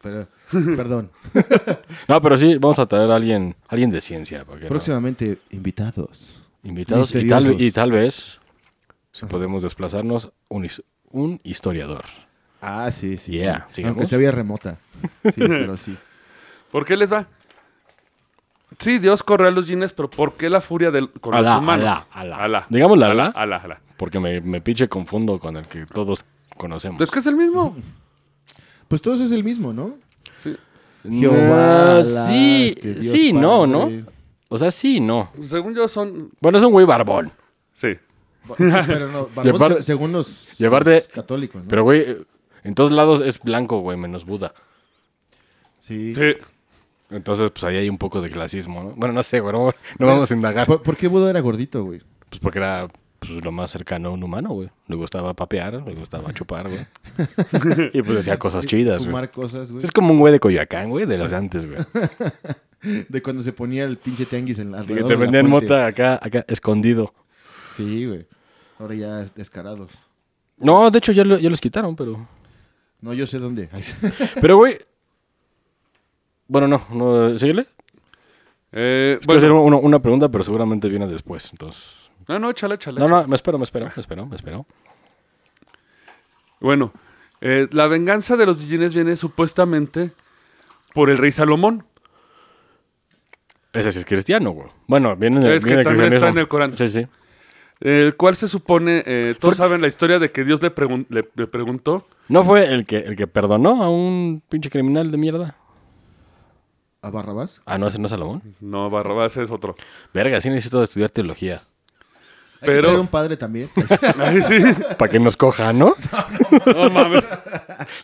[SPEAKER 3] Pero, perdón.
[SPEAKER 4] no, pero sí, vamos a traer a alguien, alguien de ciencia. ¿por qué no?
[SPEAKER 3] Próximamente, invitados.
[SPEAKER 4] Invitados y tal,
[SPEAKER 3] Misteriosos.
[SPEAKER 4] y tal vez, si podemos desplazarnos, un, his- un historiador.
[SPEAKER 3] Ah, sí, sí.
[SPEAKER 4] Yeah,
[SPEAKER 3] sí.
[SPEAKER 4] sigamos.
[SPEAKER 3] Aunque se veía remota. Sí, pero sí.
[SPEAKER 2] ¿Por qué les va? Sí, Dios corre a los jeans, pero ¿por qué la furia del, con
[SPEAKER 4] Alá,
[SPEAKER 2] los humanos?
[SPEAKER 4] alá, alá. Digámosle alá.
[SPEAKER 2] Alá, alá.
[SPEAKER 4] Porque me, me pinche confundo con el que todos conocemos.
[SPEAKER 2] Es que es el mismo.
[SPEAKER 3] Pues todos es el mismo, ¿no?
[SPEAKER 2] Sí.
[SPEAKER 3] Jehová,
[SPEAKER 4] Ah,
[SPEAKER 3] Alá,
[SPEAKER 4] sí,
[SPEAKER 3] este, Dios
[SPEAKER 4] sí, no, ¿no?
[SPEAKER 3] Padre.
[SPEAKER 4] O sea, sí, no.
[SPEAKER 2] Según yo son...
[SPEAKER 4] Bueno, es un güey barbón.
[SPEAKER 2] Sí.
[SPEAKER 3] Pero no, barbón,
[SPEAKER 4] Llevar-
[SPEAKER 3] se- según los,
[SPEAKER 4] llevar
[SPEAKER 3] los
[SPEAKER 4] de-
[SPEAKER 3] católicos, ¿no?
[SPEAKER 4] Pero, güey, eh, en todos lados es blanco, güey, menos Buda.
[SPEAKER 3] Sí.
[SPEAKER 2] Sí.
[SPEAKER 4] Entonces, pues ahí hay un poco de clasismo, ¿no? Bueno, no sé, güey, no, no vamos a indagar.
[SPEAKER 3] ¿Por, por qué Buda era gordito, güey?
[SPEAKER 4] Pues porque era pues, lo más cercano a un humano, güey. Le gustaba papear, le gustaba chupar, güey. y pues decía cosas chidas, güey. Pues,
[SPEAKER 3] Fumar cosas, güey.
[SPEAKER 4] Es como un güey de Coyoacán, güey, de las de antes, güey.
[SPEAKER 3] De cuando se ponía el pinche tianguis en la
[SPEAKER 4] De que
[SPEAKER 3] alrededor
[SPEAKER 4] te
[SPEAKER 3] de la
[SPEAKER 4] vendían
[SPEAKER 3] fuente.
[SPEAKER 4] mota acá, acá, escondido.
[SPEAKER 3] Sí, güey. Ahora ya descarados.
[SPEAKER 4] No, de hecho ya, lo- ya los quitaron, pero...
[SPEAKER 3] No, yo sé dónde. Ay, sí.
[SPEAKER 4] Pero, güey... Bueno, no, no síguele.
[SPEAKER 2] Eh,
[SPEAKER 4] Quiero hacer
[SPEAKER 2] bueno,
[SPEAKER 4] una, una pregunta, pero seguramente viene después, entonces...
[SPEAKER 2] no, no, chala, chala.
[SPEAKER 4] No, no, me espero, me espero, me espero, me espero.
[SPEAKER 2] Bueno, eh, la venganza de los jeans viene supuestamente por el rey Salomón.
[SPEAKER 4] Ese sí es cristiano, güey. Bueno, viene del-
[SPEAKER 2] Es que
[SPEAKER 4] viene del
[SPEAKER 2] también está
[SPEAKER 4] cristianismo.
[SPEAKER 2] en el Corán.
[SPEAKER 4] Sí, sí.
[SPEAKER 2] El cual se supone, eh, todos saben la historia de que Dios le, pregun- le- le preguntó.
[SPEAKER 4] ¿No fue el que, el que perdonó a un pinche criminal de mierda?
[SPEAKER 3] ¿A Barrabás?
[SPEAKER 4] Ah, no, ese no es Salomón.
[SPEAKER 2] No, Barrabás es otro.
[SPEAKER 4] Verga, sí necesito estudiar teología.
[SPEAKER 3] Hay que
[SPEAKER 2] Pero-
[SPEAKER 3] traer un padre también. Ay, sí.
[SPEAKER 2] Ay, sí.
[SPEAKER 4] Para que nos coja, ¿no?
[SPEAKER 2] No mames.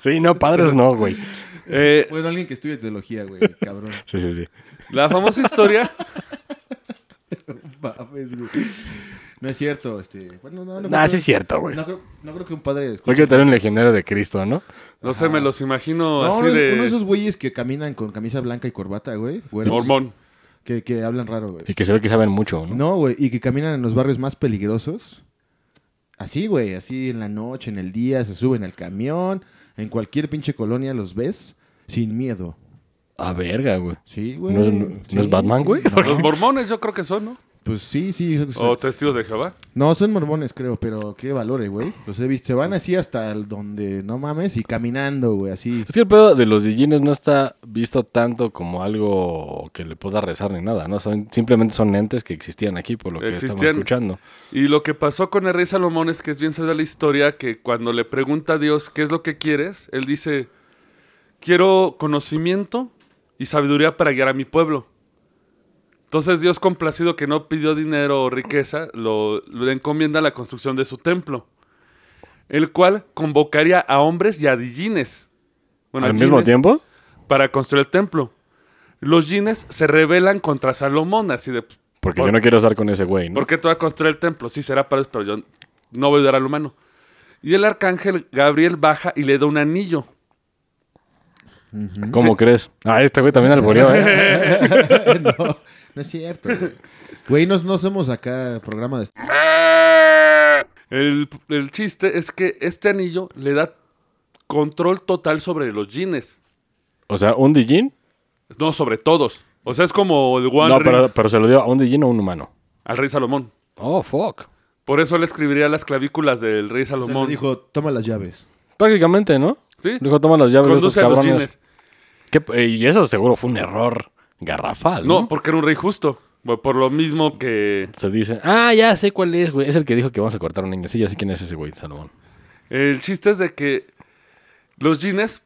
[SPEAKER 4] Sí, no, padres no, güey.
[SPEAKER 2] Eh,
[SPEAKER 3] Bueno, alguien que estudie teología, güey, cabrón.
[SPEAKER 4] Sí, sí, sí.
[SPEAKER 2] la famosa historia.
[SPEAKER 3] Mames, güey. No es cierto, este. Bueno, no, no.
[SPEAKER 4] Nah,
[SPEAKER 3] creo-
[SPEAKER 4] sí es cierto, güey.
[SPEAKER 3] No creo, no creo que un padre
[SPEAKER 4] Hay
[SPEAKER 3] escuche.
[SPEAKER 4] que tener un legionario de Cristo, ¿no?
[SPEAKER 2] No sé, me los imagino
[SPEAKER 3] No,
[SPEAKER 2] así
[SPEAKER 3] uno,
[SPEAKER 2] de.
[SPEAKER 3] uno de esos güeyes que caminan con camisa blanca y corbata, güey. güeros,
[SPEAKER 2] Mormón.
[SPEAKER 3] Que, que hablan raro, güey.
[SPEAKER 4] Y que se ve que saben mucho, ¿no?
[SPEAKER 3] No, güey, y que caminan en los barrios más peligrosos. Así, güey, así en la noche, en el día, se suben al camión, en cualquier pinche colonia los ves sin miedo.
[SPEAKER 4] Ah, verga, güey.
[SPEAKER 3] Sí, güey.
[SPEAKER 4] ¿No es- no-
[SPEAKER 3] Sí,
[SPEAKER 4] no es Batman,
[SPEAKER 3] sí.
[SPEAKER 4] güey?
[SPEAKER 2] Los mormones yo creo que son, ¿no?
[SPEAKER 3] Pues sí, sí. o sea,
[SPEAKER 2] O testigos de Jehová.
[SPEAKER 3] No, son mormones, creo, pero qué valores, güey. Los he visto, se van así hasta el donde no mames y caminando, güey, así.
[SPEAKER 4] Es que el pedo de los DJs no está visto tanto como algo que le pueda rezar ni nada, ¿no? Son, simplemente son entes que existían aquí, por lo que
[SPEAKER 2] Existían.
[SPEAKER 4] estamos escuchando.
[SPEAKER 2] Y lo que pasó con el rey Salomón es que es bien sabida la historia que cuando le pregunta a Dios qué es lo que quieres, él dice, quiero conocimiento y sabiduría para guiar a mi pueblo. Entonces Dios, complacido que no pidió dinero o riqueza, lo, lo encomienda la construcción de su templo. el cual convocaría a hombres y a dijines. Bueno,
[SPEAKER 4] ¿Al
[SPEAKER 2] a
[SPEAKER 4] mismo
[SPEAKER 2] jines,
[SPEAKER 4] tiempo?
[SPEAKER 2] Para construir el templo. Los jines se rebelan contra Salomón, así de...
[SPEAKER 4] Porque
[SPEAKER 2] ¿por-
[SPEAKER 4] yo no quiero estar con ese güey, ¿no?
[SPEAKER 2] ¿Por qué tú vas a construir el templo? Sí, será para ellos, pero yo no voy a ayudar al humano. Y el arcángel Gabriel baja y le da un anillo.
[SPEAKER 4] ¿Cómo crees? Ah, este güey también alboreó, ¿eh?
[SPEAKER 3] no, no es cierto. Güey, Güey, no, no somos acá programa de...
[SPEAKER 2] El, el chiste es que este anillo le da control total sobre los jeans.
[SPEAKER 4] O sea, un Dijin.
[SPEAKER 2] No, sobre todos. O sea, es como el One
[SPEAKER 4] No,
[SPEAKER 2] Ring
[SPEAKER 4] pero, pero se lo dio a un Dijin o a un humano.
[SPEAKER 2] al rey Salomón.
[SPEAKER 4] Oh, fuck.
[SPEAKER 2] Por eso le escribiría las clavículas del rey
[SPEAKER 3] O sea,
[SPEAKER 2] Salomón.
[SPEAKER 3] le dijo, toma las llaves.
[SPEAKER 4] Prácticamente, ¿no?
[SPEAKER 2] Sí.
[SPEAKER 4] Dijo, toma las llaves de estos
[SPEAKER 2] Conduce a los jeans.
[SPEAKER 4] cabrones. ¿Qué p- eh, y eso seguro fue un error garrafal, ¿no?
[SPEAKER 2] No, porque era un rey justo. Bueno, Por lo mismo que
[SPEAKER 4] Se dice, ah, ya sé cuál es, güey. Es el que dijo que vamos a cortar a un niño. Sí, ya sé quién es ese güey, Salomón.
[SPEAKER 2] El chiste es de que los jeans,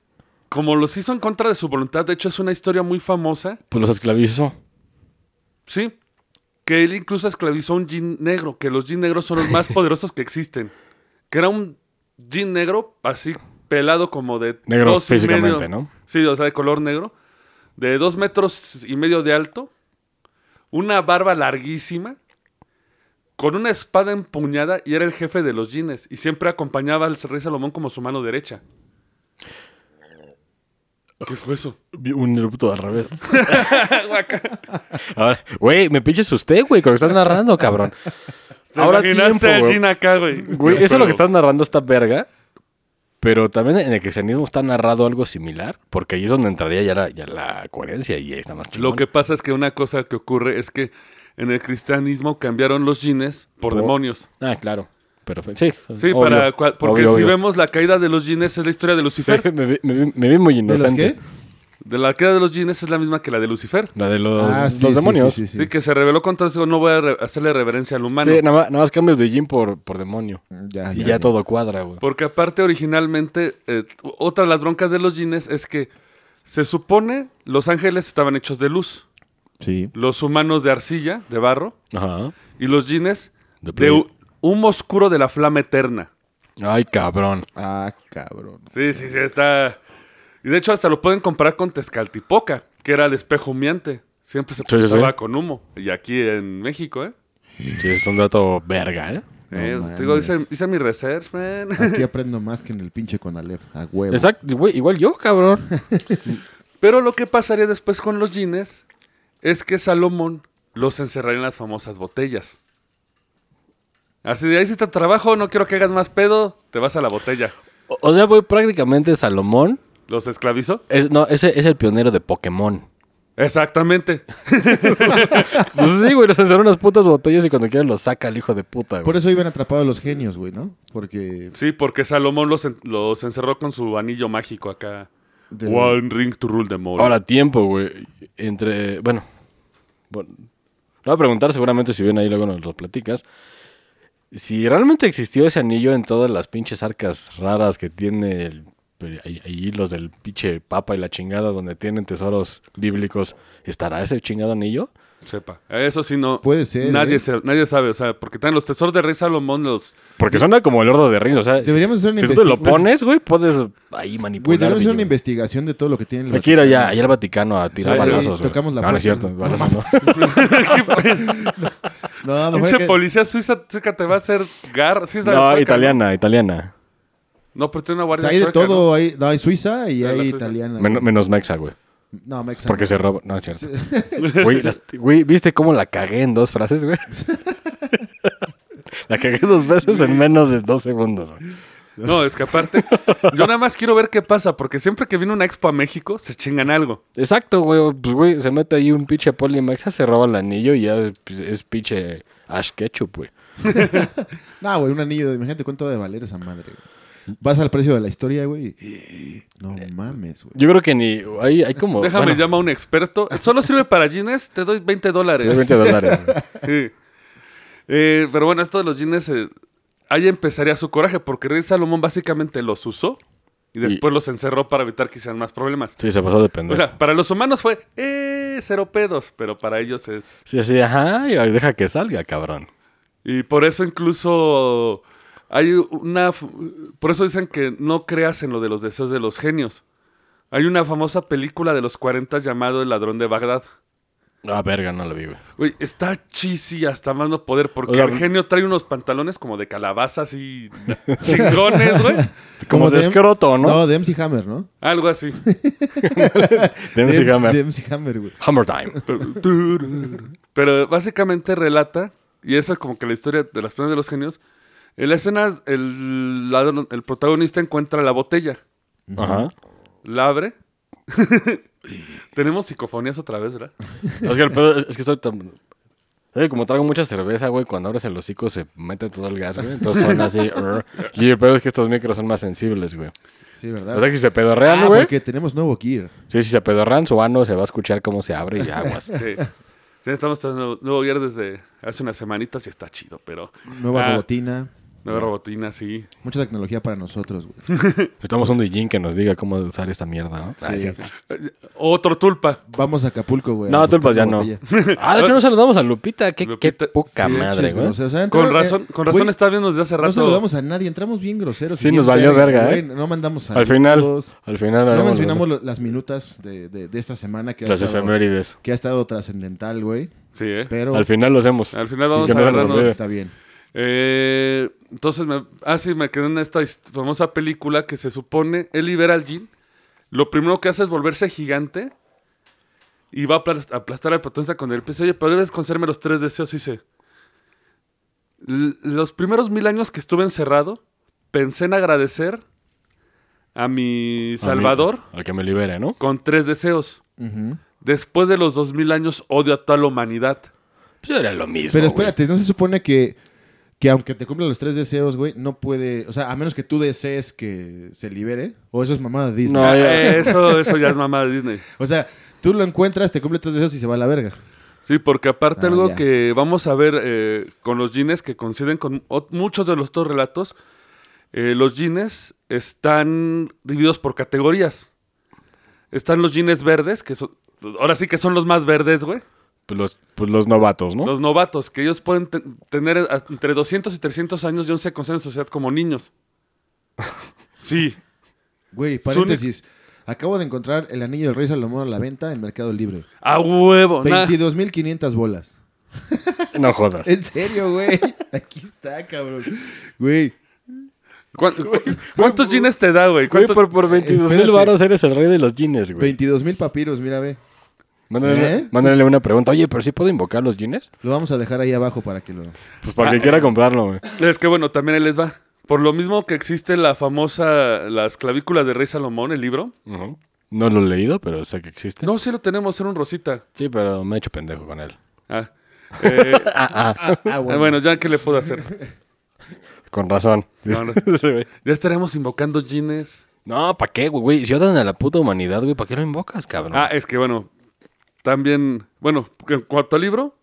[SPEAKER 2] como los hizo en contra de su voluntad, de hecho es una historia muy famosa,
[SPEAKER 4] Pues los esclavizó.
[SPEAKER 2] ¿sí? Que él incluso esclavizó a un jean negro, que los jean negros son los más poderosos que existen. Que era un jean negro, así pelado como de...
[SPEAKER 4] Negro
[SPEAKER 2] dos y
[SPEAKER 4] físicamente,
[SPEAKER 2] medio-
[SPEAKER 4] ¿no?
[SPEAKER 2] Sí, o sea, de color negro. De dos metros y medio de alto. Una barba larguísima. Con una espada empuñada y era el jefe de los jeans. Y siempre acompañaba al rey Salomón como su mano derecha. ¿Qué fue eso?
[SPEAKER 4] Vi Un erupto al revés. Ahora, güey, me pinches usted, güey, con lo que estás narrando, cabrón.
[SPEAKER 2] ¿Te
[SPEAKER 4] Ahora
[SPEAKER 2] imaginaste
[SPEAKER 4] tiempo,
[SPEAKER 2] al
[SPEAKER 4] güey.
[SPEAKER 2] jean acá, güey.
[SPEAKER 4] Güey, eso es lo que
[SPEAKER 2] Pero-
[SPEAKER 4] estás narrando está verga. Pero también en el cristianismo está narrado algo similar, porque ahí es donde entraría ya la, ya la coherencia y ahí está más chingón.
[SPEAKER 2] Lo que pasa es que una cosa que ocurre es que en el cristianismo cambiaron los jeans por
[SPEAKER 4] Por-
[SPEAKER 2] demonios.
[SPEAKER 4] Ah, claro. Pero sí.
[SPEAKER 2] Sí,
[SPEAKER 4] obvio,
[SPEAKER 2] para cua- porque
[SPEAKER 4] obvio,
[SPEAKER 2] si
[SPEAKER 4] obvio.
[SPEAKER 2] vemos la caída de los jeans es la historia de Lucifer.
[SPEAKER 4] me, vi- me vi- me vi muy
[SPEAKER 3] ¿De los
[SPEAKER 4] inocente.
[SPEAKER 3] qué?
[SPEAKER 2] De la caída de los jeans es la misma que la de Lucifer.
[SPEAKER 4] La de los,
[SPEAKER 3] Ah, sí,
[SPEAKER 4] los
[SPEAKER 3] sí,
[SPEAKER 4] demonios.
[SPEAKER 3] sí,
[SPEAKER 4] Sí,
[SPEAKER 3] sí, sí.
[SPEAKER 2] Sí, que se reveló contra eso, no voy a re- hacerle reverencia al humano.
[SPEAKER 4] nada, más, nada más cambias de Jim por, por demonio.
[SPEAKER 3] Ah, Ya,
[SPEAKER 4] y ya todo cuadra, güey.
[SPEAKER 2] Porque aparte originalmente, eh, otra de las broncas de los jeans es que se supone los ángeles estaban hechos de luz,
[SPEAKER 3] Sí.
[SPEAKER 2] los humanos de arcilla, de barro,
[SPEAKER 4] Ajá.
[SPEAKER 2] y los jeans
[SPEAKER 4] De
[SPEAKER 2] de,
[SPEAKER 4] plomo.
[SPEAKER 2] hu- humo oscuro de la flama eterna.
[SPEAKER 4] Ay, cabrón.
[SPEAKER 3] Ah, cabrón.
[SPEAKER 2] Sí, sí, sí, está... Y de hecho hasta lo pueden comparar con Tezcaltipoca, que era el espejo humeante. Siempre se
[SPEAKER 4] Sí, sí,
[SPEAKER 2] presentaba
[SPEAKER 4] sí.
[SPEAKER 2] con humo. Y aquí en México, ¿eh?
[SPEAKER 4] Sí, es un dato verga, ¿eh?
[SPEAKER 3] No
[SPEAKER 2] Eh, os
[SPEAKER 3] mames.
[SPEAKER 2] digo, hice, hice mi research, man.
[SPEAKER 3] Aquí aprendo más que en el pinche Conalep. A huevo.
[SPEAKER 4] Exacto, güey, igual yo, cabrón.
[SPEAKER 2] Pero lo que pasaría después con los jeans es que Salomón los encerraría en las famosas botellas. Así de ahí si te trabajo, no quiero que hagas más pedo, te vas a la botella.
[SPEAKER 4] O, o sea, güey, prácticamente Salomón
[SPEAKER 2] ¿Los esclavizó?
[SPEAKER 4] es, no, ese es el pionero de Pokémon.
[SPEAKER 2] Exactamente.
[SPEAKER 4] Pues sí, güey, los encerró en unas putas botellas y cuando quieran los saca el hijo de puta, güey.
[SPEAKER 3] Por eso iban atrapados los genios, güey, ¿no? Porque...
[SPEAKER 2] Sí, porque Salomón los, en- los encerró con su anillo mágico acá.
[SPEAKER 3] de-
[SPEAKER 2] One ring to rule the mall.
[SPEAKER 4] Ahora, tiempo, güey. Entre. Bueno. bueno lo voy a preguntar, seguramente si viene ahí luego nos lo platicas. Si realmente existió ese anillo en todas las pinches arcas raras que tiene el. Ahí, ahí los del pinche papa y la chingada donde tienen tesoros bíblicos, ¿estará ese chingado anillo?
[SPEAKER 2] sepa. Eso sí no.
[SPEAKER 3] Puede ser,
[SPEAKER 2] Nadie,
[SPEAKER 3] ¿eh?
[SPEAKER 2] se- nadie sabe, o sea, porque están los tesoros de rey Salomón, los...
[SPEAKER 4] Porque suena como el orden de rings, o sea,
[SPEAKER 3] Deberíamos hacer una
[SPEAKER 4] si tú te lo
[SPEAKER 3] investigación.
[SPEAKER 4] pones, güey, puedes ahí manipular.
[SPEAKER 3] Güey, debemos hacer una
[SPEAKER 4] billo.
[SPEAKER 3] investigación de todo lo que tienen
[SPEAKER 4] Me quiero ya, allá al Vaticano a tirar
[SPEAKER 3] Sí,
[SPEAKER 4] balazos. güey.
[SPEAKER 3] tocamos la
[SPEAKER 4] no, no es
[SPEAKER 3] puerta.
[SPEAKER 4] cierto,
[SPEAKER 3] No
[SPEAKER 4] balazos no.
[SPEAKER 3] No, a lo mejor
[SPEAKER 2] Pinche
[SPEAKER 3] que-
[SPEAKER 2] policía suiza chica, te va a hacer gar... Sí, es la
[SPEAKER 4] No,
[SPEAKER 2] sueca,
[SPEAKER 4] italiana, italiana.
[SPEAKER 2] No, pero tiene una
[SPEAKER 3] o sea,
[SPEAKER 2] guardia
[SPEAKER 3] hay Pues de
[SPEAKER 2] sueca, ¿no?
[SPEAKER 3] todo. Hay, no, hay suiza y
[SPEAKER 2] Ah, la
[SPEAKER 3] hay
[SPEAKER 2] suiza.
[SPEAKER 3] italiana.
[SPEAKER 4] Men- menos Mexa, güey.
[SPEAKER 3] No, Mexa.
[SPEAKER 4] Porque se roba. No, es cierto. Güey, las- güey, ¿viste cómo la cagué en dos frases, güey? la cagué dos veces en menos de dos segundos, güey.
[SPEAKER 2] No, es que aparte, yo nada más quiero ver qué pasa, porque siempre que viene una expo a México, se chingan algo.
[SPEAKER 4] Exacto, güey. Pues, güey, se mete ahí un pinche poli Mexa, se roba el anillo y ya es, es pinche Ash Ketchup, güey.
[SPEAKER 3] No, güey, un anillo. de- Imagínate cuánto de valer esa madre, güey. Vas al precio de la historia, güey. y- No
[SPEAKER 2] Eh,
[SPEAKER 3] mames, güey.
[SPEAKER 4] Yo creo que ni. Hay, hay como.
[SPEAKER 2] Déjame,
[SPEAKER 4] Oh, bueno,
[SPEAKER 2] llama a un experto. Solo sirve para jeans, te doy 20
[SPEAKER 4] es
[SPEAKER 2] dólares.
[SPEAKER 4] 20 dólares. güey.
[SPEAKER 2] Sí. Eh, pero bueno, esto de los jeans, eh, ahí empezaría su coraje, porque Rey Salomón básicamente los usó y después los encerró para evitar que hicieran más problemas.
[SPEAKER 4] Sí, se pasó de pendejo.
[SPEAKER 2] O sea, para los humanos fue, eh, cero pedos, pero para ellos es...
[SPEAKER 4] sí, así, ajá, y deja que salga, cabrón.
[SPEAKER 2] Y por eso incluso Hay una. f- Por eso dicen que no creas en lo de los deseos de los genios. Hay una famosa película de los 40 llamado El ladrón de Bagdad.
[SPEAKER 4] Ah, verga, no lo vi, güey.
[SPEAKER 2] Güey, está chisi hasta más no poder porque
[SPEAKER 4] Oiga,
[SPEAKER 2] el genio trae unos pantalones como de calabazas y chingones, güey.
[SPEAKER 4] Como de
[SPEAKER 3] Dem-
[SPEAKER 4] escroto, ¿no?
[SPEAKER 3] No, de MC Hammer, ¿no?
[SPEAKER 2] Algo así.
[SPEAKER 4] De MC Hammer.
[SPEAKER 3] De MC Hammer, güey.
[SPEAKER 4] Hammer Time.
[SPEAKER 2] Pero básicamente relata, y esa es como que la historia de las planas de los genios. En la escena, el, ladrón- el protagonista encuentra la botella,
[SPEAKER 4] Ajá.
[SPEAKER 2] la abre. Tenemos psicofonías otra vez, ¿verdad?
[SPEAKER 4] Es que el pedo es es que estoy tan... Eh, como trago mucha cerveza, güey, cuando abres el hocico se mete todo el gas, güey. Entonces suena así. "Rrr". y el pedo es que estos micros son más sensibles, güey.
[SPEAKER 3] Sí, ¿verdad?
[SPEAKER 4] O sea, que si se
[SPEAKER 3] ah,
[SPEAKER 4] pedorrean, güey.
[SPEAKER 3] porque tenemos nuevo gear.
[SPEAKER 4] Sí, si se pedorrean, su ano se va a escuchar cómo se abre y aguas.
[SPEAKER 2] Sí. Ya estamos tras nuevo, nuevo guiar desde hace unas semanitas y está chido, pero.
[SPEAKER 3] Nueva
[SPEAKER 2] Ah,
[SPEAKER 3] robotina.
[SPEAKER 2] Nueva robotina, sí.
[SPEAKER 3] Mucha tecnología para nosotros, güey.
[SPEAKER 4] Necesitamos un DJ que nos diga cómo usar esta mierda, ¿no? Ah,
[SPEAKER 3] Sí.
[SPEAKER 4] sí.
[SPEAKER 2] Otro tulpa.
[SPEAKER 3] Vamos a Acapulco, güey. a
[SPEAKER 4] No,
[SPEAKER 3] buscar
[SPEAKER 4] tulpas ya
[SPEAKER 3] una
[SPEAKER 4] no.
[SPEAKER 3] botella.
[SPEAKER 4] Ah, de hecho no saludamos a Lupita. Qué,
[SPEAKER 2] Lupita,
[SPEAKER 4] qué poca
[SPEAKER 2] sí,
[SPEAKER 4] madre,
[SPEAKER 3] Pinches
[SPEAKER 4] güey.
[SPEAKER 3] groseros. O sea,
[SPEAKER 2] Con
[SPEAKER 3] entraron-
[SPEAKER 2] razón,
[SPEAKER 3] eh,
[SPEAKER 2] con razón
[SPEAKER 3] güey,
[SPEAKER 2] está viendo desde hace
[SPEAKER 3] No
[SPEAKER 2] rato.
[SPEAKER 3] saludamos a nadie, entramos bien groseros. y
[SPEAKER 4] Sí,
[SPEAKER 3] bien
[SPEAKER 4] nos valió
[SPEAKER 3] verga,
[SPEAKER 4] verga,
[SPEAKER 3] güey,
[SPEAKER 4] ¿eh?
[SPEAKER 3] No mandamos
[SPEAKER 4] Al
[SPEAKER 3] saludos.
[SPEAKER 4] final, al final...
[SPEAKER 3] No
[SPEAKER 4] haremos
[SPEAKER 3] mencionamos lo- las minutas de, de- de esta semana que ha
[SPEAKER 4] Las
[SPEAKER 3] estado,
[SPEAKER 4] efemérides.
[SPEAKER 3] que ha estado trascendental, güey.
[SPEAKER 2] Sí, ¿eh?
[SPEAKER 3] Pero pues,
[SPEAKER 4] Al final lo hacemos.
[SPEAKER 2] Al final vamos
[SPEAKER 4] que
[SPEAKER 2] a
[SPEAKER 4] no se nos
[SPEAKER 2] agarrarnos-
[SPEAKER 4] olvide.
[SPEAKER 3] está bien.
[SPEAKER 2] Eh, entonces, me, ah, sí, me quedé en esta hist- famosa película que se supone él libera al Jin. Lo primero que hace es volverse gigante y va a aplas- a aplastar al protagonista con el piso. Oye, pero debes concederme los tres deseos. Y dice: "L- Los primeros mil años que estuve encerrado, pensé en agradecer a mi
[SPEAKER 4] A mí,
[SPEAKER 2] Salvador
[SPEAKER 4] Al que me libere, ¿no?
[SPEAKER 2] con tres deseos.
[SPEAKER 3] Ujú.
[SPEAKER 2] Después de los dos mil años, odio a toda la humanidad.
[SPEAKER 4] Pues era lo mismo.
[SPEAKER 3] Pero
[SPEAKER 4] güey.
[SPEAKER 3] espérate, ¿no se supone que, que aunque te cumpla los tres deseos, güey, no puede... O sea, a menos que tú desees que se libere. O eso es mamada de Disney.
[SPEAKER 4] No,
[SPEAKER 2] Ah,
[SPEAKER 4] ya.
[SPEAKER 2] eh, eso, eso ya es mamá de Disney.
[SPEAKER 3] O sea, tú lo encuentras, te cumple tres deseos y se va a la verga.
[SPEAKER 2] Sí, porque aparte
[SPEAKER 3] Ah,
[SPEAKER 2] algo
[SPEAKER 3] ya.
[SPEAKER 2] que vamos a ver eh, con los jeans que coinciden con ot- muchos de los otros relatos, eh, los jeans están divididos por categorías. Están los jeans verdes, que son, ahora sí que son los más verdes, güey.
[SPEAKER 4] Pues los, pues los novatos, ¿no?
[SPEAKER 2] Los novatos, que ellos pueden te- tener a- entre 200 y 300 años y aún se consideran en sociedad como niños. Sí.
[SPEAKER 3] Güey, paréntesis. Acabo de encontrar el anillo del rey Salomón a la venta en Mercado Libre.
[SPEAKER 2] A huevo. nah.
[SPEAKER 3] 22.500 bolas.
[SPEAKER 4] No jodas.
[SPEAKER 3] En serio, güey. Aquí está, cabrón. Güey,
[SPEAKER 2] ¿Cuán- ¿Cuántos jeans te da, güey?
[SPEAKER 4] Güey,
[SPEAKER 2] ¿Cuántos-
[SPEAKER 4] por, por 22 mil
[SPEAKER 3] Espérate.
[SPEAKER 4] baros eres el rey de los jeans, güey.
[SPEAKER 3] 22.000 papiros, mira, ve.
[SPEAKER 4] Mándale,
[SPEAKER 3] ¿Eh?
[SPEAKER 4] mándale una pregunta. Oye, ¿pero sí puedo invocar los jeans?
[SPEAKER 3] Lo vamos a dejar ahí abajo para que lo...
[SPEAKER 4] Pues
[SPEAKER 2] Ah,
[SPEAKER 4] para que
[SPEAKER 2] eh.
[SPEAKER 4] quiera comprarlo, güey.
[SPEAKER 2] Es que bueno, también ahí les va. Por lo mismo que existe la famosa Las clavículas de Rey Salomón, el libro.
[SPEAKER 4] Ujú. No lo he leído, pero sé que existe.
[SPEAKER 2] No, sí lo tenemos, era un rosita.
[SPEAKER 4] Sí, pero me he hecho pendejo con él.
[SPEAKER 2] Ah. Eh,
[SPEAKER 3] Ah,
[SPEAKER 2] ah, bueno, ya qué le puedo hacer.
[SPEAKER 4] Con razón.
[SPEAKER 2] No, no.
[SPEAKER 4] Sí, güey.
[SPEAKER 2] Ya estaremos invocando jeans.
[SPEAKER 4] no, ¿para qué, güey, güey? Si odian a la puta humanidad, güey, ¿para qué lo invocas, cabrón?
[SPEAKER 2] Ah, es que bueno, también, bueno, en cuanto al libro,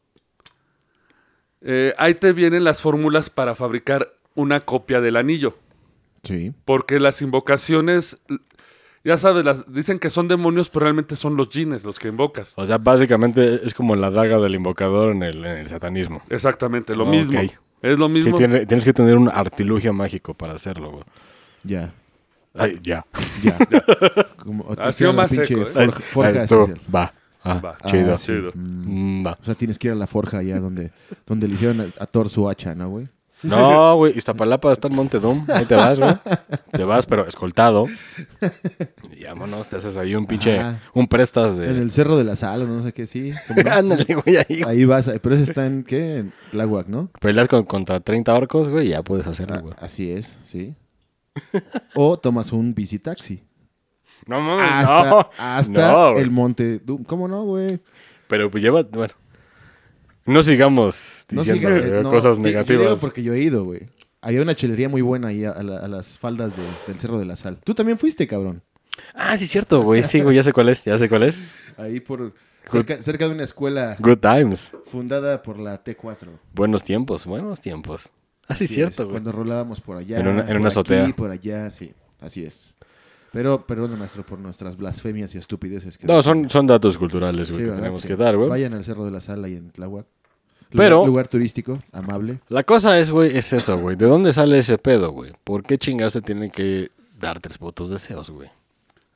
[SPEAKER 2] eh, ahí te vienen las fórmulas para fabricar una copia del anillo.
[SPEAKER 3] Sí.
[SPEAKER 2] Porque las invocaciones, ya sabes, las, dicen que son demonios, pero realmente son los jeans los que invocas.
[SPEAKER 4] O sea, básicamente es como la daga del invocador en el, en el satanismo.
[SPEAKER 2] Exactamente, lo
[SPEAKER 4] Ah,
[SPEAKER 2] mismo.
[SPEAKER 4] ok.
[SPEAKER 2] Es lo
[SPEAKER 4] Sí,
[SPEAKER 2] mismo.
[SPEAKER 4] tiene- tienes que tener un artilugio mágico para hacerlo, güey.
[SPEAKER 3] Ya.
[SPEAKER 4] Ay, ya.
[SPEAKER 3] Ya. Como, o te
[SPEAKER 2] Ha sido
[SPEAKER 3] hicieron la
[SPEAKER 2] más
[SPEAKER 3] pinche
[SPEAKER 2] seco, ¿eh?
[SPEAKER 3] forja, forja
[SPEAKER 4] Ay, tú,
[SPEAKER 3] especial.
[SPEAKER 4] Va. Ah,
[SPEAKER 2] Va.
[SPEAKER 3] Ah,
[SPEAKER 4] Chido.
[SPEAKER 3] sí.
[SPEAKER 2] Chido.
[SPEAKER 3] Mm.
[SPEAKER 4] Mm, va.
[SPEAKER 3] O sea, tienes que ir a la forja allá donde, donde le hicieron a, a Thor su hacha, ¿no, güey?
[SPEAKER 4] No, güey, Iztapalapa está en Monte Doom. Ahí te vas, güey. Te vas, pero escoltado. Y vámonos, te haces ahí un pinche.
[SPEAKER 3] Ajá.
[SPEAKER 4] Un prestas de.
[SPEAKER 3] En el Cerro de la Sal o no sé qué, sí. ¿cómo no?
[SPEAKER 4] Ándale, güey, ahí. güey.
[SPEAKER 3] Ahí vas, eh, pero ese está en, ¿qué? En Tláhuac, ¿no?
[SPEAKER 4] Peleas con, contra 30 orcos, güey, y ya puedes hacerlo,
[SPEAKER 3] Ah,
[SPEAKER 4] güey.
[SPEAKER 3] así es, sí. O tomas un bici taxi.
[SPEAKER 4] No mames,
[SPEAKER 3] Hasta,
[SPEAKER 4] no.
[SPEAKER 3] hasta
[SPEAKER 4] No, güey.
[SPEAKER 3] el monte. Doom. ¿Cómo no, güey?
[SPEAKER 4] Pero pues lleva. Bueno. No sigamos
[SPEAKER 3] No
[SPEAKER 4] diciendo
[SPEAKER 3] sigas,
[SPEAKER 4] güey,
[SPEAKER 3] no,
[SPEAKER 4] cosas
[SPEAKER 3] te- Yo
[SPEAKER 4] negativas.
[SPEAKER 3] digo porque yo he ido, güey. Había una chelería muy buena ahí a, a la- a las faldas de- del Cerro de la Sal. Tú también fuiste, cabrón.
[SPEAKER 4] Ah, sí, cierto, güey. Sí, güey, ya sé cuál es. Ya sé cuál es.
[SPEAKER 3] Ahí por cerca, cerca de una escuela
[SPEAKER 4] Good times.
[SPEAKER 3] fundada por la T4.
[SPEAKER 4] Buenos tiempos, buenos tiempos. Ah, sí,
[SPEAKER 3] Así
[SPEAKER 4] cierto,
[SPEAKER 3] es,
[SPEAKER 4] güey.
[SPEAKER 3] Cuando rolábamos por allá.
[SPEAKER 4] En una- en
[SPEAKER 3] por
[SPEAKER 4] una azotea.
[SPEAKER 3] Aquí, por allá, sí. Así es. Pero, perdón, maestro, por nuestras blasfemias y estupideces. Que
[SPEAKER 4] No, son, son datos culturales, güey,
[SPEAKER 3] Sí,
[SPEAKER 4] que
[SPEAKER 3] ¿verdad?
[SPEAKER 4] tenemos
[SPEAKER 3] Sí.
[SPEAKER 4] que dar, güey.
[SPEAKER 3] Vayan al Cerro de la Sal ahí en Tláhuac.
[SPEAKER 4] Pero-
[SPEAKER 3] Lugar turístico, amable.
[SPEAKER 4] La cosa es, güey, es eso, güey. ¿De dónde sale ese pedo, güey? ¿Por qué chingados te tienen que dar tres putos deseos, güey?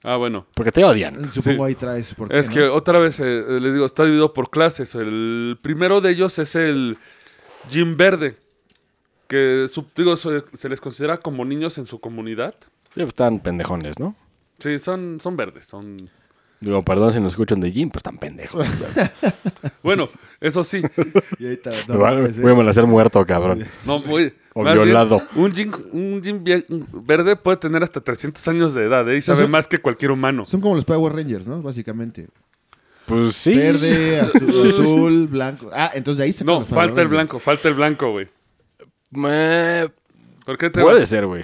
[SPEAKER 2] Ah, bueno.
[SPEAKER 4] Porque te odian.
[SPEAKER 3] Supongo
[SPEAKER 2] Sí.
[SPEAKER 3] ahí traes. ¿por qué
[SPEAKER 2] Es
[SPEAKER 3] no?
[SPEAKER 2] que otra vez eh, les digo, está dividido por clases. El primero de ellos es el Jim Verde, que su- digo, se se les considera como niños en su comunidad.
[SPEAKER 4] Sí, pues, Están pendejones, ¿no?
[SPEAKER 2] Sí, son, son verdes, son...
[SPEAKER 4] Digo, perdón si nos escuchan de Jim, pues están pendejos.
[SPEAKER 2] Bueno, eso sí.
[SPEAKER 3] Y ahí está, no
[SPEAKER 4] Me va-
[SPEAKER 3] mames, eh.
[SPEAKER 4] Voy a amanecer muerto, cabrón.
[SPEAKER 2] No, muy-
[SPEAKER 4] O
[SPEAKER 2] más bien,
[SPEAKER 4] violado.
[SPEAKER 2] un jean, un jean vie- verde puede tener hasta 300 años de edad, ¿eh? y sabe
[SPEAKER 3] Eso-
[SPEAKER 2] más que cualquier humano.
[SPEAKER 3] Son como los Power Rangers, ¿no? Básicamente.
[SPEAKER 4] Pues sí.
[SPEAKER 3] Verde, azul, azul, blanco. Ah, entonces de ahí se
[SPEAKER 2] No, falta el blanco, falta el blanco, güey.
[SPEAKER 4] Me-
[SPEAKER 2] ¿Por qué te
[SPEAKER 4] Eh, Puede ser, güey.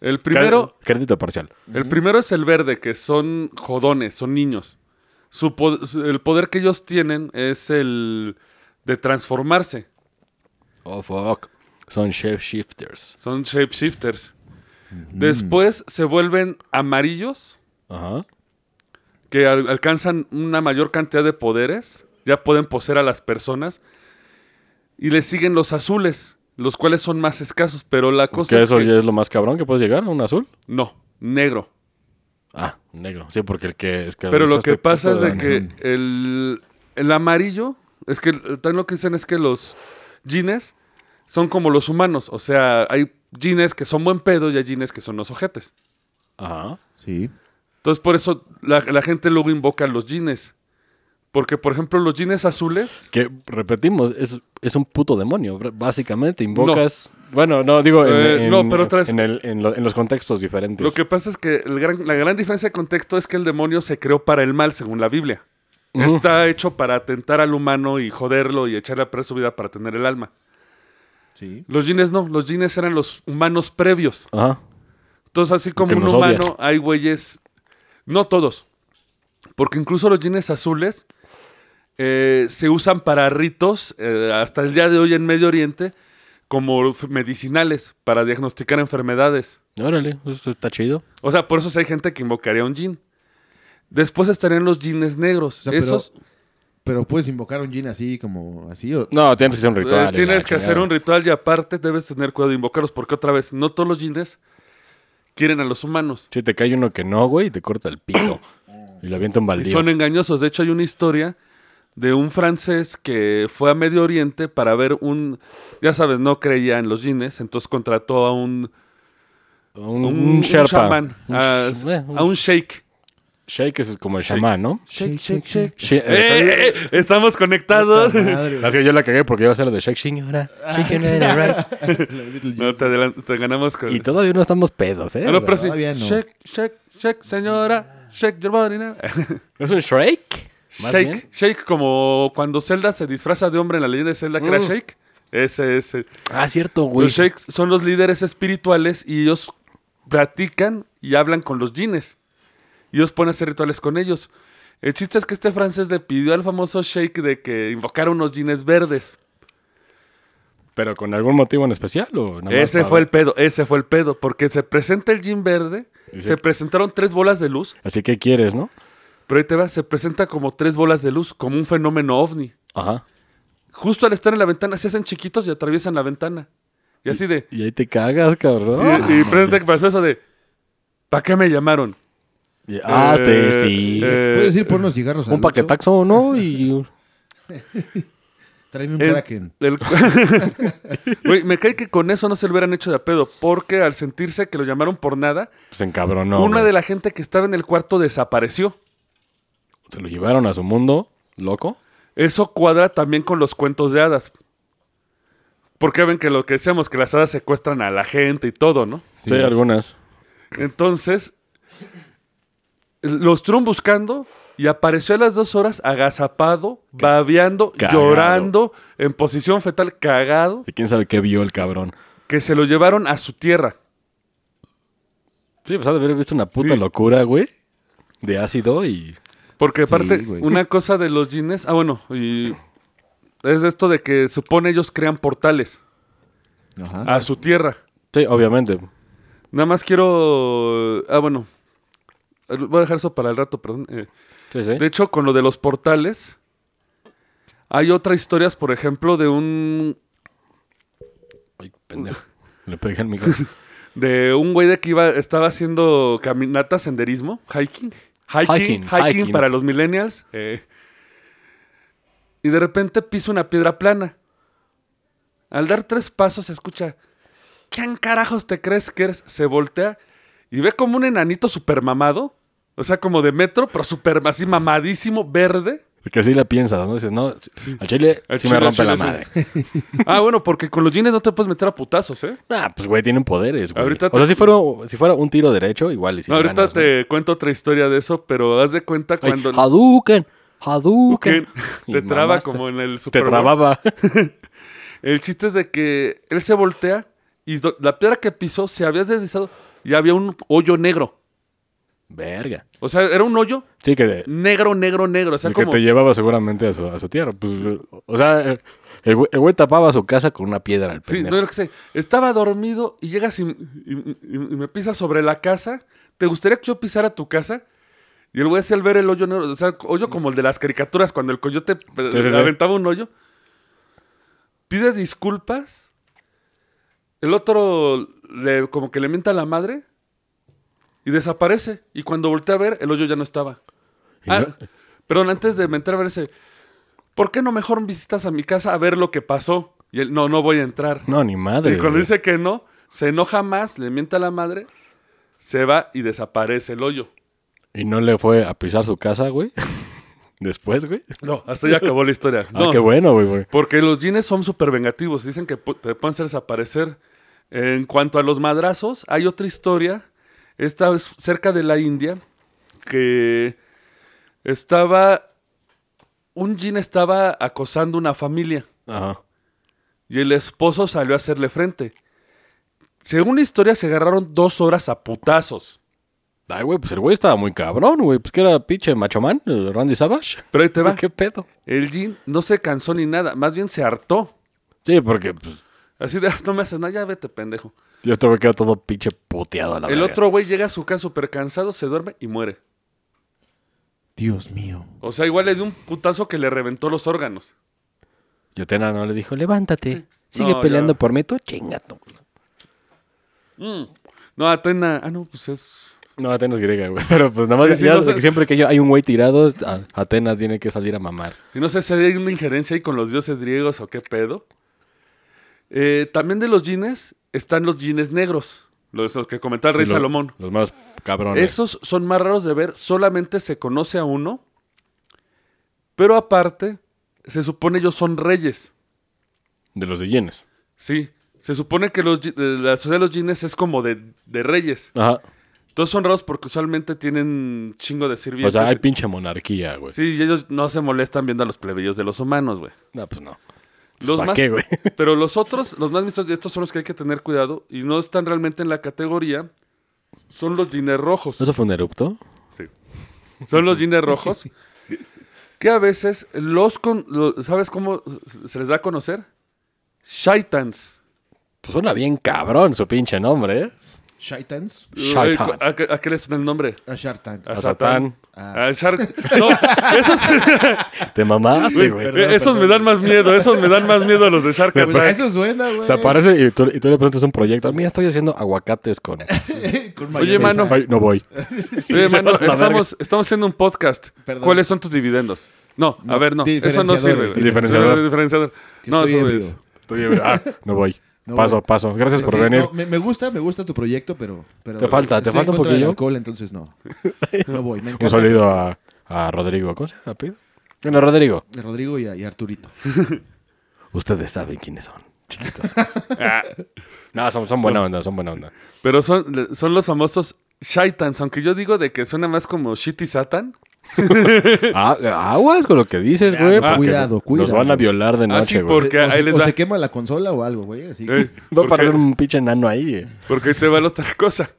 [SPEAKER 2] El primero,
[SPEAKER 4] Cre- Crédito parcial.
[SPEAKER 2] el primero es el verde, que son jodones, son niños. Su po- su- el poder que ellos tienen es el de transformarse.
[SPEAKER 4] Oh, fuck. Son shape shifters.
[SPEAKER 2] Son shapeshifters. Después se vuelven amarillos,
[SPEAKER 4] Ajá.
[SPEAKER 2] que al- alcanzan una mayor cantidad de poderes, ya pueden poseer a las personas, y le siguen los azules, los cuales son más escasos, pero la cosa es
[SPEAKER 4] Que eso
[SPEAKER 2] que-
[SPEAKER 4] ya es lo más cabrón que puedes llegar, un azul.
[SPEAKER 2] No, negro.
[SPEAKER 4] Ah, un negro. Sí, porque el que es que
[SPEAKER 2] Pero lo
[SPEAKER 4] usaste
[SPEAKER 2] que pasa es
[SPEAKER 4] puto
[SPEAKER 2] de que el, el amarillo, es que eh, también lo que dicen es que los jeans son como los humanos, o sea, hay jeans que son buen pedo y hay jeans que son los ojetes.
[SPEAKER 4] Ajá.
[SPEAKER 3] Sí.
[SPEAKER 2] Entonces, por eso la, la gente luego invoca a los jeans. Porque, por ejemplo, los jeans azules.
[SPEAKER 4] Que repetimos, es, es un puto demonio. br- Básicamente, invocas. Bueno, no, digo, en,
[SPEAKER 2] Eh,
[SPEAKER 4] en-
[SPEAKER 2] no, pero otra vez-
[SPEAKER 4] en, el- en lo- en los contextos diferentes.
[SPEAKER 2] Lo que pasa es que el gran- la gran diferencia de contexto es que el demonio se creó para el mal, según la Biblia.
[SPEAKER 4] Ujú.
[SPEAKER 2] Está hecho para atentar al humano y joderlo y echarle a perder su vida para tener el alma.
[SPEAKER 3] Sí.
[SPEAKER 2] Los jeans no, los jeans eran los humanos previos.
[SPEAKER 4] Ajá.
[SPEAKER 2] Entonces, así
[SPEAKER 4] Que
[SPEAKER 2] como un
[SPEAKER 4] nos
[SPEAKER 2] humano,
[SPEAKER 4] odian.
[SPEAKER 2] hay güeyes. No todos. Porque incluso los jeans azules eh, se usan para ritos, eh, hasta el día de hoy en Medio Oriente, como f- medicinales para diagnosticar enfermedades.
[SPEAKER 4] Órale, eso está chido.
[SPEAKER 2] O sea, por eso sí hay gente que invocaría un jean. Después estarían los jeans negros.
[SPEAKER 3] O sea,
[SPEAKER 2] Esos eh,
[SPEAKER 3] Pero puedes invocar un jean así, como así. O...
[SPEAKER 4] No, tienes que hacer un
[SPEAKER 2] eh,
[SPEAKER 4] ritual. y la
[SPEAKER 2] tienes que hacer
[SPEAKER 4] chingada.
[SPEAKER 2] un ritual y aparte debes tener cuidado de invocarlos, porque otra vez, no todos los jeans quieren a los humanos.
[SPEAKER 4] Si te cae uno que no, güey, y te corta el pito. y lo avienta un
[SPEAKER 2] Y
[SPEAKER 4] baldío.
[SPEAKER 2] son engañosos. De hecho, hay una historia de un francés que fue a Medio Oriente para ver un. Ya sabes, no creía en los jeans, entonces contrató a un.
[SPEAKER 4] un,
[SPEAKER 2] Un,
[SPEAKER 4] un
[SPEAKER 2] un
[SPEAKER 4] sherpa.
[SPEAKER 2] chamán,
[SPEAKER 4] Un
[SPEAKER 2] a,
[SPEAKER 4] sh- eh, un
[SPEAKER 2] a un sheik.
[SPEAKER 4] Sheik es como el chamán, ¿no?
[SPEAKER 2] Shake, shake, shake.
[SPEAKER 4] She- eh,
[SPEAKER 2] ¡Eh, eh, eh! Estamos conectados.
[SPEAKER 3] Puta madre.
[SPEAKER 4] Así que yo la cagué porque iba a ser la de Sheik Shingura.
[SPEAKER 2] Ah, No, te, adelan- te ganamos con.
[SPEAKER 4] Y todavía no estamos pedos, ¿eh?
[SPEAKER 2] Ah, no, pero sí.
[SPEAKER 3] Todavía no.
[SPEAKER 2] Shake, shake, shake, señora. Shake your body now.
[SPEAKER 4] ¿Es un Shrek? Más
[SPEAKER 2] shake,
[SPEAKER 4] bien.
[SPEAKER 2] shake, como cuando Zelda se disfraza de hombre en la leyenda de Zelda, que era
[SPEAKER 4] Mm.
[SPEAKER 2] Shake. Ese es. el-
[SPEAKER 4] Ah, cierto, güey.
[SPEAKER 2] Los sheiks son los líderes espirituales y ellos platican y hablan con los jeans. Y ellos ponen a hacer rituales con ellos. El chiste es que este francés le pidió al famoso sheik de que invocara unos jeans verdes.
[SPEAKER 4] ¿Pero con algún motivo en especial o nada más
[SPEAKER 2] ese
[SPEAKER 4] para-
[SPEAKER 2] fue el pedo, ese fue el pedo. Porque se presenta el jean verde,
[SPEAKER 4] Y
[SPEAKER 2] se
[SPEAKER 4] se-
[SPEAKER 2] presentaron tres bolas de luz,
[SPEAKER 4] Así que quieres, ¿no?
[SPEAKER 2] pero ahí te va, se presenta como tres bolas de luz, como un fenómeno ovni.
[SPEAKER 4] Ajá.
[SPEAKER 2] Justo al estar en la ventana, se hacen chiquitos y atraviesan la ventana. Y así de...
[SPEAKER 4] Y ahí te cagas, cabrón.
[SPEAKER 2] Y, y presenta que pasó eso de... ¿Para qué me llamaron?
[SPEAKER 4] Y- ah,
[SPEAKER 2] Eh,
[SPEAKER 4] te sí.
[SPEAKER 2] eh,
[SPEAKER 3] Puedes ir por unos cigarros al
[SPEAKER 4] Un
[SPEAKER 3] Oxxo,
[SPEAKER 4] paquetaxo, ¿no? Y
[SPEAKER 3] Tráeme un
[SPEAKER 4] eh,
[SPEAKER 2] El-
[SPEAKER 3] Kraken.
[SPEAKER 2] el- Güey, me cae que con eso no se lo hubieran hecho de a pedo, porque al sentirse que lo llamaron por nada,
[SPEAKER 4] pues encabronó.
[SPEAKER 2] una
[SPEAKER 4] güey.
[SPEAKER 2] de la gente que estaba en el cuarto desapareció.
[SPEAKER 4] Se lo llevaron a su mundo, loco.
[SPEAKER 2] Eso cuadra también con los cuentos de hadas. Porque ven que lo que decíamos, que las hadas secuestran a la gente y todo, ¿no?
[SPEAKER 4] Sí, algunas.
[SPEAKER 2] Entonces, lo estuvieron buscando y apareció a las dos horas agazapado, babeando,
[SPEAKER 4] Cagado.
[SPEAKER 2] llorando, en posición fetal, cagado,
[SPEAKER 4] Y quién sabe qué vio el cabrón.
[SPEAKER 2] que se lo llevaron a su tierra.
[SPEAKER 4] Sí, pues ha de haber visto una puta
[SPEAKER 2] Sí.
[SPEAKER 4] locura, güey. De ácido y.
[SPEAKER 2] Porque aparte,
[SPEAKER 3] güey.
[SPEAKER 2] una cosa de los jeans, ah, bueno, y es esto de que supone ellos crean portales
[SPEAKER 3] Ajá.
[SPEAKER 4] ah.
[SPEAKER 2] a su tierra.
[SPEAKER 4] Sí, obviamente.
[SPEAKER 2] Nada más quiero, ah, bueno, voy a dejar eso para el rato, perdón. Eh,
[SPEAKER 4] Sí, sí.
[SPEAKER 2] De hecho, con lo de los portales, Hay otras historias, por ejemplo, de un
[SPEAKER 4] Ay, pendejo. Le pegué al micrófono.
[SPEAKER 2] de un güey de que iba, estaba haciendo caminata, senderismo, hiking. Hiking, hiking,
[SPEAKER 4] Hiking, hiking.
[SPEAKER 2] para los millennials. eh, y de repente pisa una piedra plana. Al dar tres pasos se escucha, ¿quién carajos te crees que eres? Se voltea y ve como un enanito super mamado. O sea, como de metro, pero super así mamadísimo, verde.
[SPEAKER 4] Porque así la piensas, ¿no? Dices, no, al chile
[SPEAKER 2] Al
[SPEAKER 4] sí
[SPEAKER 2] chile,
[SPEAKER 4] me rompe
[SPEAKER 2] al
[SPEAKER 4] la
[SPEAKER 2] chile,
[SPEAKER 4] madre.
[SPEAKER 2] Ah, bueno, porque con los jeans no te puedes meter a putazos, ¿eh?
[SPEAKER 4] Ah, pues güey, tienen poderes, güey.
[SPEAKER 2] Ahorita
[SPEAKER 4] O sea,
[SPEAKER 2] te-
[SPEAKER 4] si fuera, si fuera un tiro derecho, igual. Y si
[SPEAKER 2] No, ahorita
[SPEAKER 4] ganas, ¿no?
[SPEAKER 2] te cuento otra historia de eso, pero haz de cuenta
[SPEAKER 4] Ay,
[SPEAKER 2] cuando...
[SPEAKER 4] Hadouken, Hadouken.
[SPEAKER 2] Hadouken.
[SPEAKER 4] Y
[SPEAKER 2] Te traba
[SPEAKER 4] mamaste.
[SPEAKER 2] como este en el Super
[SPEAKER 4] Te
[SPEAKER 2] Bowl.
[SPEAKER 4] trababa.
[SPEAKER 2] El chiste es de que él se voltea y do- la piedra que pisó se había deslizado y había un hoyo negro.
[SPEAKER 4] Verga.
[SPEAKER 2] O sea, era un hoyo
[SPEAKER 4] Sí, que, el
[SPEAKER 2] negro, negro, negro. O sea,
[SPEAKER 4] que
[SPEAKER 2] como...
[SPEAKER 4] te llevaba seguramente a su, a su tierra. Pues, o sea, el, el güey, el güey tapaba su casa con una piedra al
[SPEAKER 2] Sí,
[SPEAKER 4] pendejo.
[SPEAKER 2] no es lo que sé. Estaba dormido y llegas y, y- y- y me pisas sobre la casa. ¿Te gustaría que yo pisara tu casa? Y el güey hacía al ver el hoyo negro, o sea, hoyo como el de las caricaturas, cuando el coyote eh,
[SPEAKER 4] Sí, sí, sí.
[SPEAKER 2] aventaba un hoyo. Pide disculpas. El otro le, como que le mienta a la madre y desaparece. Y cuando volteé a ver, el hoyo ya no estaba.
[SPEAKER 4] Y
[SPEAKER 2] Ah,
[SPEAKER 4] no-
[SPEAKER 2] perdón, antes de mentar a ver ese. ¿Por qué no mejor visitas a mi casa a ver lo que pasó? Y él, no, no voy a entrar.
[SPEAKER 4] no, ni madre.
[SPEAKER 2] Y cuando
[SPEAKER 4] güey.
[SPEAKER 2] dice que no, se enoja más, le mienta a la madre, se va y desaparece el hoyo.
[SPEAKER 4] Y no le fue a pisar su casa, güey. Después, güey.
[SPEAKER 2] No, hasta ya acabó la historia.
[SPEAKER 4] Ah,
[SPEAKER 2] No,
[SPEAKER 4] qué bueno, güey. güey.
[SPEAKER 2] porque los jeans son súper vengativos, dicen que pu- te pueden hacer desaparecer. En cuanto a los madrazos, hay otra historia, esta es cerca de la India, que estaba, un jean estaba acosando una familia.
[SPEAKER 4] Ajá.
[SPEAKER 2] y el esposo salió a hacerle frente. Según la historia, se agarraron dos horas a putazos.
[SPEAKER 4] Ay, güey, pues el güey estaba muy cabrón, güey. Pues que era pinche machoman, Randy Savage.
[SPEAKER 2] Pero ahí te va.
[SPEAKER 4] ¿Qué pedo?
[SPEAKER 2] El Jin no se cansó ni nada, más bien se hartó.
[SPEAKER 4] Sí, porque pues,
[SPEAKER 2] Así de, "Ah, no me haces nada, ya vete, pendejo.
[SPEAKER 4] yo este güey quedó todo pinche puteado a la
[SPEAKER 2] el
[SPEAKER 4] verga.
[SPEAKER 2] otro güey llega a su casa súper cansado, se duerme y muere.
[SPEAKER 3] Dios mío.
[SPEAKER 2] O sea, igual le dio un putazo que le reventó los órganos.
[SPEAKER 4] Yotena no le dijo, levántate. Sigue
[SPEAKER 2] No,
[SPEAKER 4] peleando
[SPEAKER 2] ya.
[SPEAKER 4] por mí, tú chingato.
[SPEAKER 2] Mm. No, Atena, ah, no, pues es...
[SPEAKER 4] No, Atenas griega, güey. Pero pues nada más
[SPEAKER 2] Sí, sí,
[SPEAKER 4] ya
[SPEAKER 2] no
[SPEAKER 4] sé
[SPEAKER 2] sé.
[SPEAKER 4] que siempre que yo- hay un güey tirado, a- Atenas tiene que salir a mamar.
[SPEAKER 2] Y no sé si hay una injerencia ahí con los dioses griegos o qué pedo. Eh, también de los jeans están los jeans negros, los, los que comentaba el rey
[SPEAKER 4] Sí, lo-
[SPEAKER 2] Salomón.
[SPEAKER 4] Los más cabrones.
[SPEAKER 2] Esos son más raros de ver, solamente se conoce a uno. Pero aparte, se supone ellos son reyes.
[SPEAKER 4] De los de yenes.
[SPEAKER 2] Sí, se supone que los, yi- eh, la sociedad de los jeans es como de, de reyes.
[SPEAKER 4] Ajá.
[SPEAKER 2] Todos son raros porque usualmente tienen chingo de
[SPEAKER 4] O
[SPEAKER 2] sirvientes.
[SPEAKER 4] sea, hay pinche monarquía, güey.
[SPEAKER 2] sí, y ellos no se molestan viendo a los plebeyos de los humanos, güey.
[SPEAKER 4] No, pues no.
[SPEAKER 2] Los
[SPEAKER 4] ¿pa'
[SPEAKER 2] más,
[SPEAKER 4] qué, güey?
[SPEAKER 2] Pero los otros, los más vistos, y estos son los que hay que tener cuidado y no están realmente en la categoría, son los jeans rojos.
[SPEAKER 4] ¿Eso fue un erupto?
[SPEAKER 2] Sí. Son los jeans rojos. Que a veces los, con, lo- ¿sabes cómo se les da a conocer? Shaitans.
[SPEAKER 4] Pues suena bien cabrón su pinche nombre, ¿eh?
[SPEAKER 3] Shaitans.
[SPEAKER 4] Shaitan.
[SPEAKER 2] Ay, Eh, ¿A, qué- a qué le suena el nombre?
[SPEAKER 3] A Shartan.
[SPEAKER 2] A,
[SPEAKER 4] A
[SPEAKER 2] Satán.
[SPEAKER 4] Satán.
[SPEAKER 2] A Shark. No, esos,
[SPEAKER 4] Te mamaste, güey.
[SPEAKER 3] Perdón,
[SPEAKER 2] esos me
[SPEAKER 3] perdón.
[SPEAKER 2] dan más miedo, esos me dan más miedo a los de Shark
[SPEAKER 3] Güey,
[SPEAKER 2] Attack.
[SPEAKER 3] eso suena, güey.
[SPEAKER 4] Se aparece y tú, y tú le presentas un proyecto. Mira, estoy haciendo aguacates con...
[SPEAKER 3] Con
[SPEAKER 2] Oye,
[SPEAKER 3] mayonesa.
[SPEAKER 2] mano.
[SPEAKER 4] Ay, Ah, no voy.
[SPEAKER 2] Oye, mano,
[SPEAKER 4] se van a la
[SPEAKER 2] estamos, estamos haciendo un podcast.
[SPEAKER 3] Perdón.
[SPEAKER 2] ¿Cuáles son tus dividendos? No, a
[SPEAKER 3] No,
[SPEAKER 2] ver, no. Eso no sirve.
[SPEAKER 3] diferenciadores,
[SPEAKER 2] güey.
[SPEAKER 4] diferenciador.
[SPEAKER 2] Diferenciador.
[SPEAKER 3] Que
[SPEAKER 2] No,
[SPEAKER 3] estoy
[SPEAKER 2] eso
[SPEAKER 3] ebrio.
[SPEAKER 2] es.
[SPEAKER 4] Estoy- ah, no voy. Pues
[SPEAKER 3] No
[SPEAKER 4] paso,
[SPEAKER 3] voy.
[SPEAKER 4] paso. Gracias por
[SPEAKER 3] Sí,
[SPEAKER 4] venir.
[SPEAKER 3] Este, no, me, me gusta, me gusta tu proyecto, pero... pero
[SPEAKER 4] Te falta, te
[SPEAKER 3] estoy en
[SPEAKER 4] falta un
[SPEAKER 3] contra del
[SPEAKER 4] poquillo.
[SPEAKER 3] alcohol, entonces no. No voy, me
[SPEAKER 4] Un
[SPEAKER 3] encanta.
[SPEAKER 4] saludo a, a Rodrigo. ¿Cómo se llama? Pido? Bueno, Rodrigo.
[SPEAKER 3] De Rodrigo y, a- y Arturito.
[SPEAKER 4] Ustedes saben quiénes son, chiquitos. no, son, son buena onda, son buena onda.
[SPEAKER 2] Ah, Pero son, son los famosos shaitans, aunque yo digo de que suena más como shitty satan.
[SPEAKER 4] Ah, aguas con lo que dices, güey.
[SPEAKER 3] no,
[SPEAKER 4] porque
[SPEAKER 3] cuidado,
[SPEAKER 4] Nos
[SPEAKER 3] cuidado.
[SPEAKER 4] van a violar de noche,
[SPEAKER 2] Así
[SPEAKER 4] güey.
[SPEAKER 2] por- Porque
[SPEAKER 3] o
[SPEAKER 2] ahí
[SPEAKER 3] se,
[SPEAKER 2] les
[SPEAKER 3] o
[SPEAKER 2] da.
[SPEAKER 3] se quema la consola o algo, güey. así.
[SPEAKER 2] Eh,
[SPEAKER 4] Va a
[SPEAKER 2] porque,
[SPEAKER 4] parar un pinche enano ahí. eh.
[SPEAKER 2] porque ahí te va la otra cosa.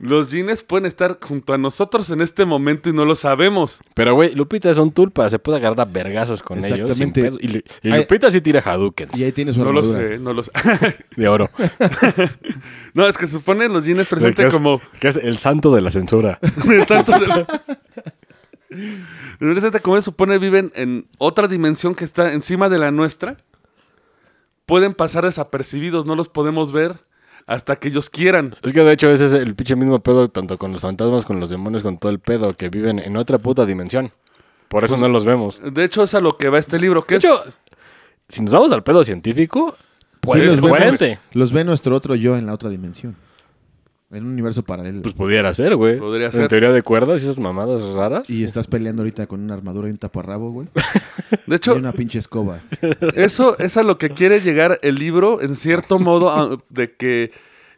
[SPEAKER 2] Los jeans pueden estar junto a nosotros en este momento y no lo sabemos.
[SPEAKER 4] Pero, güey, Lupita es un tulpa. Se puede agarrar a vergazos con ellos. sin
[SPEAKER 3] Exactamente.
[SPEAKER 4] pedo. Y, Lu- y
[SPEAKER 3] Ay.
[SPEAKER 4] Lupita sí tira Hadouken
[SPEAKER 3] Y ahí tienes su
[SPEAKER 2] No lo
[SPEAKER 3] armadura.
[SPEAKER 2] sé, no lo sé.
[SPEAKER 4] de oro.
[SPEAKER 2] no, es que se supone los jeans
[SPEAKER 4] Que
[SPEAKER 2] presentes
[SPEAKER 4] es-
[SPEAKER 2] como
[SPEAKER 4] que es el santo de la censura.
[SPEAKER 2] el santo de la- Los seres como se supone viven en otra dimensión que está encima de la nuestra. Pueden pasar desapercibidos, no los podemos ver hasta que ellos quieran.
[SPEAKER 4] Es que de hecho ese es el pinche mismo pedo tanto con los fantasmas, con los demonios, con todo el pedo que viven en otra puta dimensión. Por eso no los vemos.
[SPEAKER 2] De hecho, es a lo que va este libro, que
[SPEAKER 4] De
[SPEAKER 2] es...
[SPEAKER 4] hecho, si nos vamos al pedo científico, puede
[SPEAKER 3] Sí,
[SPEAKER 4] ser
[SPEAKER 3] los, ve,
[SPEAKER 4] coherente.
[SPEAKER 3] los ve nuestro otro yo en la otra dimensión. En un universo paralelo.
[SPEAKER 4] Pues pudiera ser, güey.
[SPEAKER 2] Podría
[SPEAKER 4] en
[SPEAKER 2] ser.
[SPEAKER 4] teoría de cuerdas y esas mamadas raras.
[SPEAKER 3] y estás peleando ahorita con una armadura y un taparrabo, güey.
[SPEAKER 2] De
[SPEAKER 3] Y
[SPEAKER 2] hecho,
[SPEAKER 3] una pinche escoba.
[SPEAKER 2] Eso es a lo que quiere llegar el libro, en cierto modo, a- de que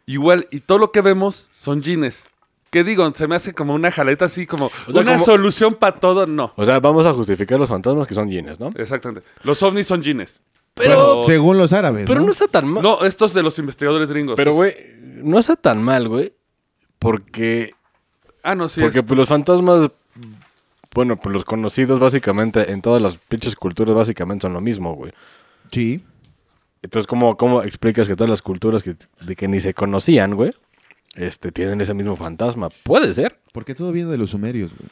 [SPEAKER 2] igual, y todo lo que vemos son jeans. ¿Qué digo? Se me hace como una jaleta así, como
[SPEAKER 4] sea,
[SPEAKER 2] una
[SPEAKER 4] como-
[SPEAKER 2] solución para todo, no.
[SPEAKER 4] O sea, vamos a justificar los fantasmas que son jeans, ¿no?
[SPEAKER 2] Exactamente. Los ovnis son jeans.
[SPEAKER 3] Pero, según los árabes.
[SPEAKER 4] Pero
[SPEAKER 3] ¿no?
[SPEAKER 4] no está tan mal.
[SPEAKER 2] pues, No, estos de los investigadores gringos.
[SPEAKER 4] Pero, güey, no está tan mal, güey. Porque
[SPEAKER 2] Ah, no, sí.
[SPEAKER 4] Porque
[SPEAKER 2] es-
[SPEAKER 4] pues, los fantasmas, bueno, pues los conocidos básicamente en todas las pinches culturas básicamente son lo mismo, güey.
[SPEAKER 3] Sí.
[SPEAKER 4] Entonces, ¿cómo, cómo explicas que todas las culturas que, de que ni se conocían, güey, este, tienen ese mismo fantasma? Puede ser.
[SPEAKER 3] Porque todo viene de los sumerios, güey.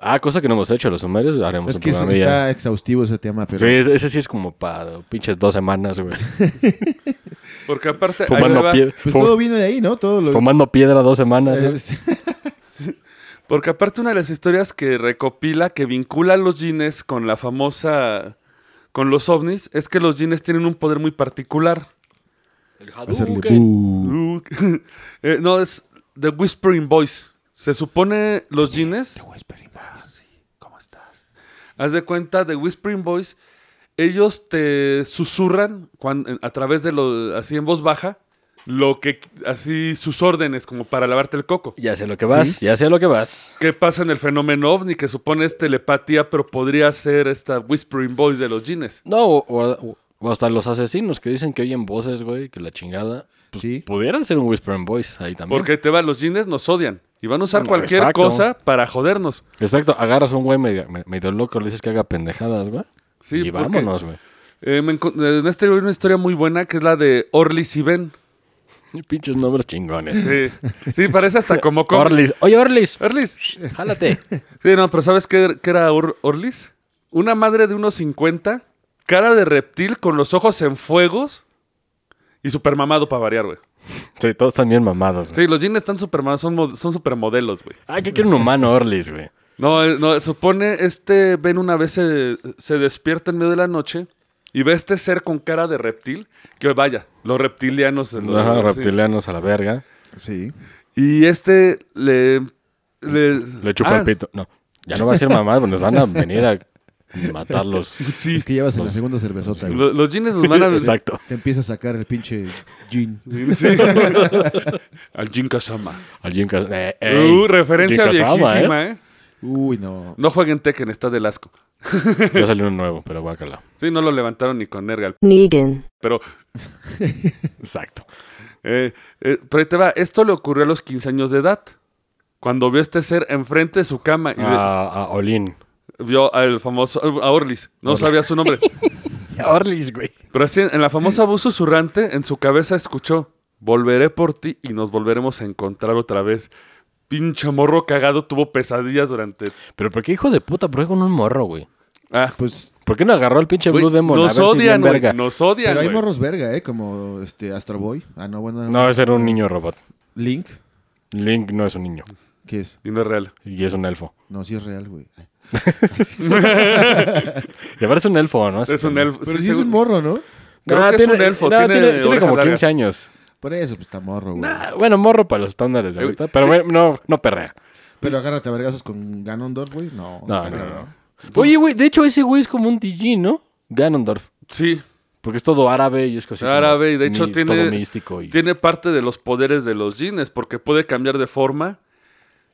[SPEAKER 4] Ah, cosa que no hemos hecho los sumerios, haremos
[SPEAKER 3] Es
[SPEAKER 4] un
[SPEAKER 3] que es-
[SPEAKER 4] programa ya.
[SPEAKER 3] está exhaustivo ese tema, pero...
[SPEAKER 4] Sí, ese, ese sí es como para pinches dos semanas, güey.
[SPEAKER 2] Porque aparte... ahí te
[SPEAKER 4] Fumando,
[SPEAKER 2] va.
[SPEAKER 4] pie-
[SPEAKER 3] Pues
[SPEAKER 4] fu-
[SPEAKER 3] todo viene de ahí, ¿no? Todo lo... eh,
[SPEAKER 4] fumando piedra dos semanas, güey.
[SPEAKER 2] Porque aparte una de las historias que recopila, que vincula a los jeans con la famosa... con los ovnis, es que los jeans tienen un poder muy particular.
[SPEAKER 3] Hacerle bu.
[SPEAKER 2] Uh, eh, no, es The Whispering Voice. Se supone los jeans. The Whispering Voice. ¿Cómo estás? Haz de cuenta, The Whispering Voice. Ellos te susurran cuan- en- a través de lo. así en voz baja. Lo que. así sus órdenes, como para lavarte el coco.
[SPEAKER 4] Ya sé lo que vas, ya sé lo que vas.
[SPEAKER 2] ¿Qué pasa en el fenómeno ovni? Que supone es telepatía, pero podría ser esta Whispering Voice de los jeans.
[SPEAKER 4] No, o, o- o hasta los asesinos que dicen que oyen voces, güey, que la chingada.
[SPEAKER 3] Sí.
[SPEAKER 4] Pudieran ser un Whispering Voice ahí también.
[SPEAKER 2] Porque ahí te va, los jeans nos odian. Y van a usar
[SPEAKER 4] Bueno,
[SPEAKER 2] cualquier
[SPEAKER 4] exacto.
[SPEAKER 2] cosa para jodernos.
[SPEAKER 4] Exacto, agarras a un güey medio, me- medio loco, le dices que haga pendejadas, güey.
[SPEAKER 2] Sí,
[SPEAKER 4] y
[SPEAKER 2] porque-
[SPEAKER 4] vámonos, güey.
[SPEAKER 2] Eh, me encon- en este libro hay una historia muy buena que es la de Orlis y Ben.
[SPEAKER 4] Y Pinches nombres chingones.
[SPEAKER 2] Sí, sí parece hasta como cómic.
[SPEAKER 4] Orlis. Oye, Orlis,
[SPEAKER 2] Orlis.
[SPEAKER 4] jálate.
[SPEAKER 2] Sí, no, pero ¿sabes qué, qué era Or- Orlis? Una madre de unos 50, cara de reptil con los ojos en fuegos y super mamado para variar, güey.
[SPEAKER 4] sí, todos están bien mamados, güey.
[SPEAKER 2] Sí, los jeans están super mamados, son, mo- son supermodelos, güey.
[SPEAKER 4] Ah, que quiere un humano Orlis, güey.
[SPEAKER 2] No, eh, no, supone este Ben una vez se, se despierta en medio de la noche y ve a este ser con cara de reptil, que vaya, los reptilianos. los-
[SPEAKER 4] Ajá,
[SPEAKER 2] sí.
[SPEAKER 4] reptilianos a la verga.
[SPEAKER 3] Sí.
[SPEAKER 2] Y este le. Le,
[SPEAKER 4] Le chupa
[SPEAKER 2] Ah,
[SPEAKER 4] el pito. No, ya no va a ser mamadas, güey, nos van a venir a matarlos.
[SPEAKER 2] Sí.
[SPEAKER 3] Es que llevas en la segunda cervezota, güey.
[SPEAKER 2] Lo- los jeans nos van a.
[SPEAKER 4] Exacto.
[SPEAKER 3] Te empieza a sacar el pinche jean.
[SPEAKER 2] Sí. Al Jin Kazama.
[SPEAKER 4] Alguien que. eh, ey,
[SPEAKER 2] Uh, referencia
[SPEAKER 4] Jin Kazama,
[SPEAKER 2] viejísima, ¿eh?
[SPEAKER 3] Uy, no.
[SPEAKER 2] No jueguen Tekken, está del asco.
[SPEAKER 4] Ya salió uno nuevo, pero guácala.
[SPEAKER 2] Sí, no lo levantaron ni con Nergal.
[SPEAKER 1] Negan.
[SPEAKER 2] Pero,
[SPEAKER 4] Exacto.
[SPEAKER 2] eh, eh, pero ahí te va. Esto le ocurrió a los 15 años de edad. Cuando vio a este ser enfrente de su cama y
[SPEAKER 4] A, a Olin.
[SPEAKER 2] ve- vio al famoso. A Orlis. No sabía su nombre.
[SPEAKER 4] Orlis, güey.
[SPEAKER 2] Pero así, en la famosa voz susurrante, en su cabeza escuchó: Volveré por ti y nos volveremos a encontrar otra vez. Pinche morro cagado tuvo pesadillas durante.
[SPEAKER 4] Pero ¿por qué hijo de puta? ¿Por qué con un morro, güey?
[SPEAKER 2] Ah,
[SPEAKER 3] Pues,
[SPEAKER 4] ¿Por qué no agarró al pinche
[SPEAKER 2] güey,
[SPEAKER 4] Blue Demon? a ver
[SPEAKER 2] nos,
[SPEAKER 4] si
[SPEAKER 2] odian,
[SPEAKER 4] bien
[SPEAKER 2] güey,
[SPEAKER 4] verga?
[SPEAKER 2] nos odian,
[SPEAKER 3] pero hay
[SPEAKER 2] güey.
[SPEAKER 3] morros verga, ¿eh? Como este Astro Boy. Ah, no, bueno.
[SPEAKER 4] No, ese era un niño robot.
[SPEAKER 3] Link,
[SPEAKER 4] Link no es un niño.
[SPEAKER 3] que es...
[SPEAKER 2] Y no es real.
[SPEAKER 4] Y es un elfo.
[SPEAKER 3] No, sí es real, güey. Ay.
[SPEAKER 4] Y ahora es un elfo, ¿no?
[SPEAKER 2] Es un elfo.
[SPEAKER 3] Pero
[SPEAKER 2] sí,
[SPEAKER 3] sí, es
[SPEAKER 2] seguro.
[SPEAKER 3] un morro, ¿no?
[SPEAKER 2] Creo
[SPEAKER 4] Ah,
[SPEAKER 2] que es un elfo.
[SPEAKER 4] no,
[SPEAKER 2] tiene,
[SPEAKER 4] tiene, tiene
[SPEAKER 2] orejas
[SPEAKER 4] como 15
[SPEAKER 2] largas.
[SPEAKER 4] años.
[SPEAKER 3] Por eso, pues está morro, güey.
[SPEAKER 4] Nah, bueno, morro para los estándares de
[SPEAKER 2] Eh,
[SPEAKER 4] ahorita. Pero bueno, no, no perrea.
[SPEAKER 3] Pero agárrate a vergazos con Ganondorf, güey. No,
[SPEAKER 4] No,
[SPEAKER 3] está
[SPEAKER 4] no,
[SPEAKER 3] cabrón.
[SPEAKER 4] no. Oye, güey, de hecho ese güey es como un DJ, ¿no? Ganondorf.
[SPEAKER 2] Sí,
[SPEAKER 4] Porque es todo árabe y es casi como
[SPEAKER 2] árabe. Y de hecho
[SPEAKER 4] mi-
[SPEAKER 2] tiene,
[SPEAKER 4] Todo místico. Y...
[SPEAKER 2] tiene parte de los poderes de los jeans, porque puede cambiar de forma.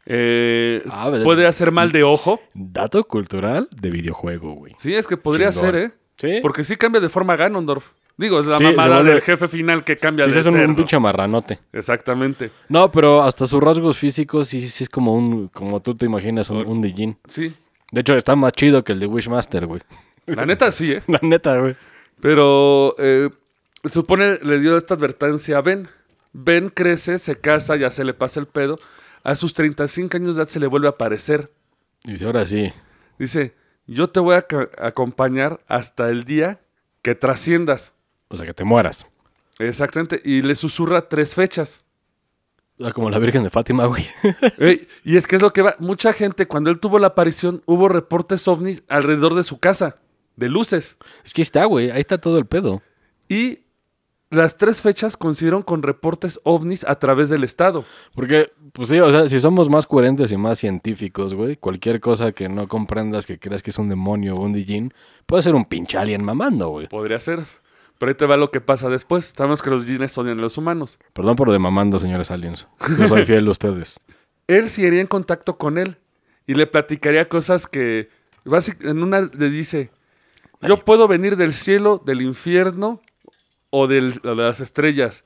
[SPEAKER 2] eh,
[SPEAKER 4] Ah, ¿verdad?
[SPEAKER 2] puede hacer mal de ojo.
[SPEAKER 4] Dato cultural de videojuego, güey.
[SPEAKER 2] Sí, es que podría
[SPEAKER 4] Chingón.
[SPEAKER 2] ser, ¿eh?
[SPEAKER 4] Sí.
[SPEAKER 2] Porque sí cambia de forma Ganondorf. Digo, es la
[SPEAKER 4] Sí, se
[SPEAKER 2] mamada
[SPEAKER 4] vuelve-
[SPEAKER 2] del jefe final que cambia
[SPEAKER 4] Sí,
[SPEAKER 2] de
[SPEAKER 4] es un,
[SPEAKER 2] ser,
[SPEAKER 4] un
[SPEAKER 2] ¿no?
[SPEAKER 4] pinche marranote.
[SPEAKER 2] Exactamente.
[SPEAKER 4] No, pero hasta sus rasgos físicos sí, sí es como un, como tú te imaginas, un, un DJ.
[SPEAKER 2] Sí.
[SPEAKER 4] De hecho, está más chido que el de Wishmaster, güey.
[SPEAKER 2] La neta sí, ¿eh?
[SPEAKER 4] La neta, güey.
[SPEAKER 2] Pero eh, supone le dio esta advertencia a Ben. Ben crece, se casa, ya se le pasa el pedo. A sus 35 años de edad se le vuelve a aparecer.
[SPEAKER 4] Dice, ahora sí.
[SPEAKER 2] Dice, yo te voy a ca- acompañar hasta el día que trasciendas.
[SPEAKER 4] O sea, que te mueras.
[SPEAKER 2] Exactamente. Y le susurra tres fechas.
[SPEAKER 4] O sea, como la Virgen de Fátima, güey.
[SPEAKER 2] Ey, y es que es lo que va. Mucha gente, cuando él tuvo la aparición, hubo reportes ovnis alrededor de su casa, de luces.
[SPEAKER 4] es que ahí está, güey. Ahí está todo el pedo.
[SPEAKER 2] Y las tres fechas coincidieron con reportes ovnis a través del Estado.
[SPEAKER 4] Porque, pues sí, o sea, si somos más coherentes y más científicos, güey, cualquier cosa que no comprendas, que creas que es un demonio o un dijin, puede ser un pinche alien mamando, güey.
[SPEAKER 2] Podría ser. Pero ahí te va lo que pasa después. Sabemos que los jeans odian a los humanos.
[SPEAKER 4] Perdón por lo de mamando, señores aliens. No soy fiel a ustedes.
[SPEAKER 2] Él seguiría en contacto con él y le platicaría cosas que. basic- En una le dice: Yo puedo venir del cielo, del infierno o, del- o de las estrellas.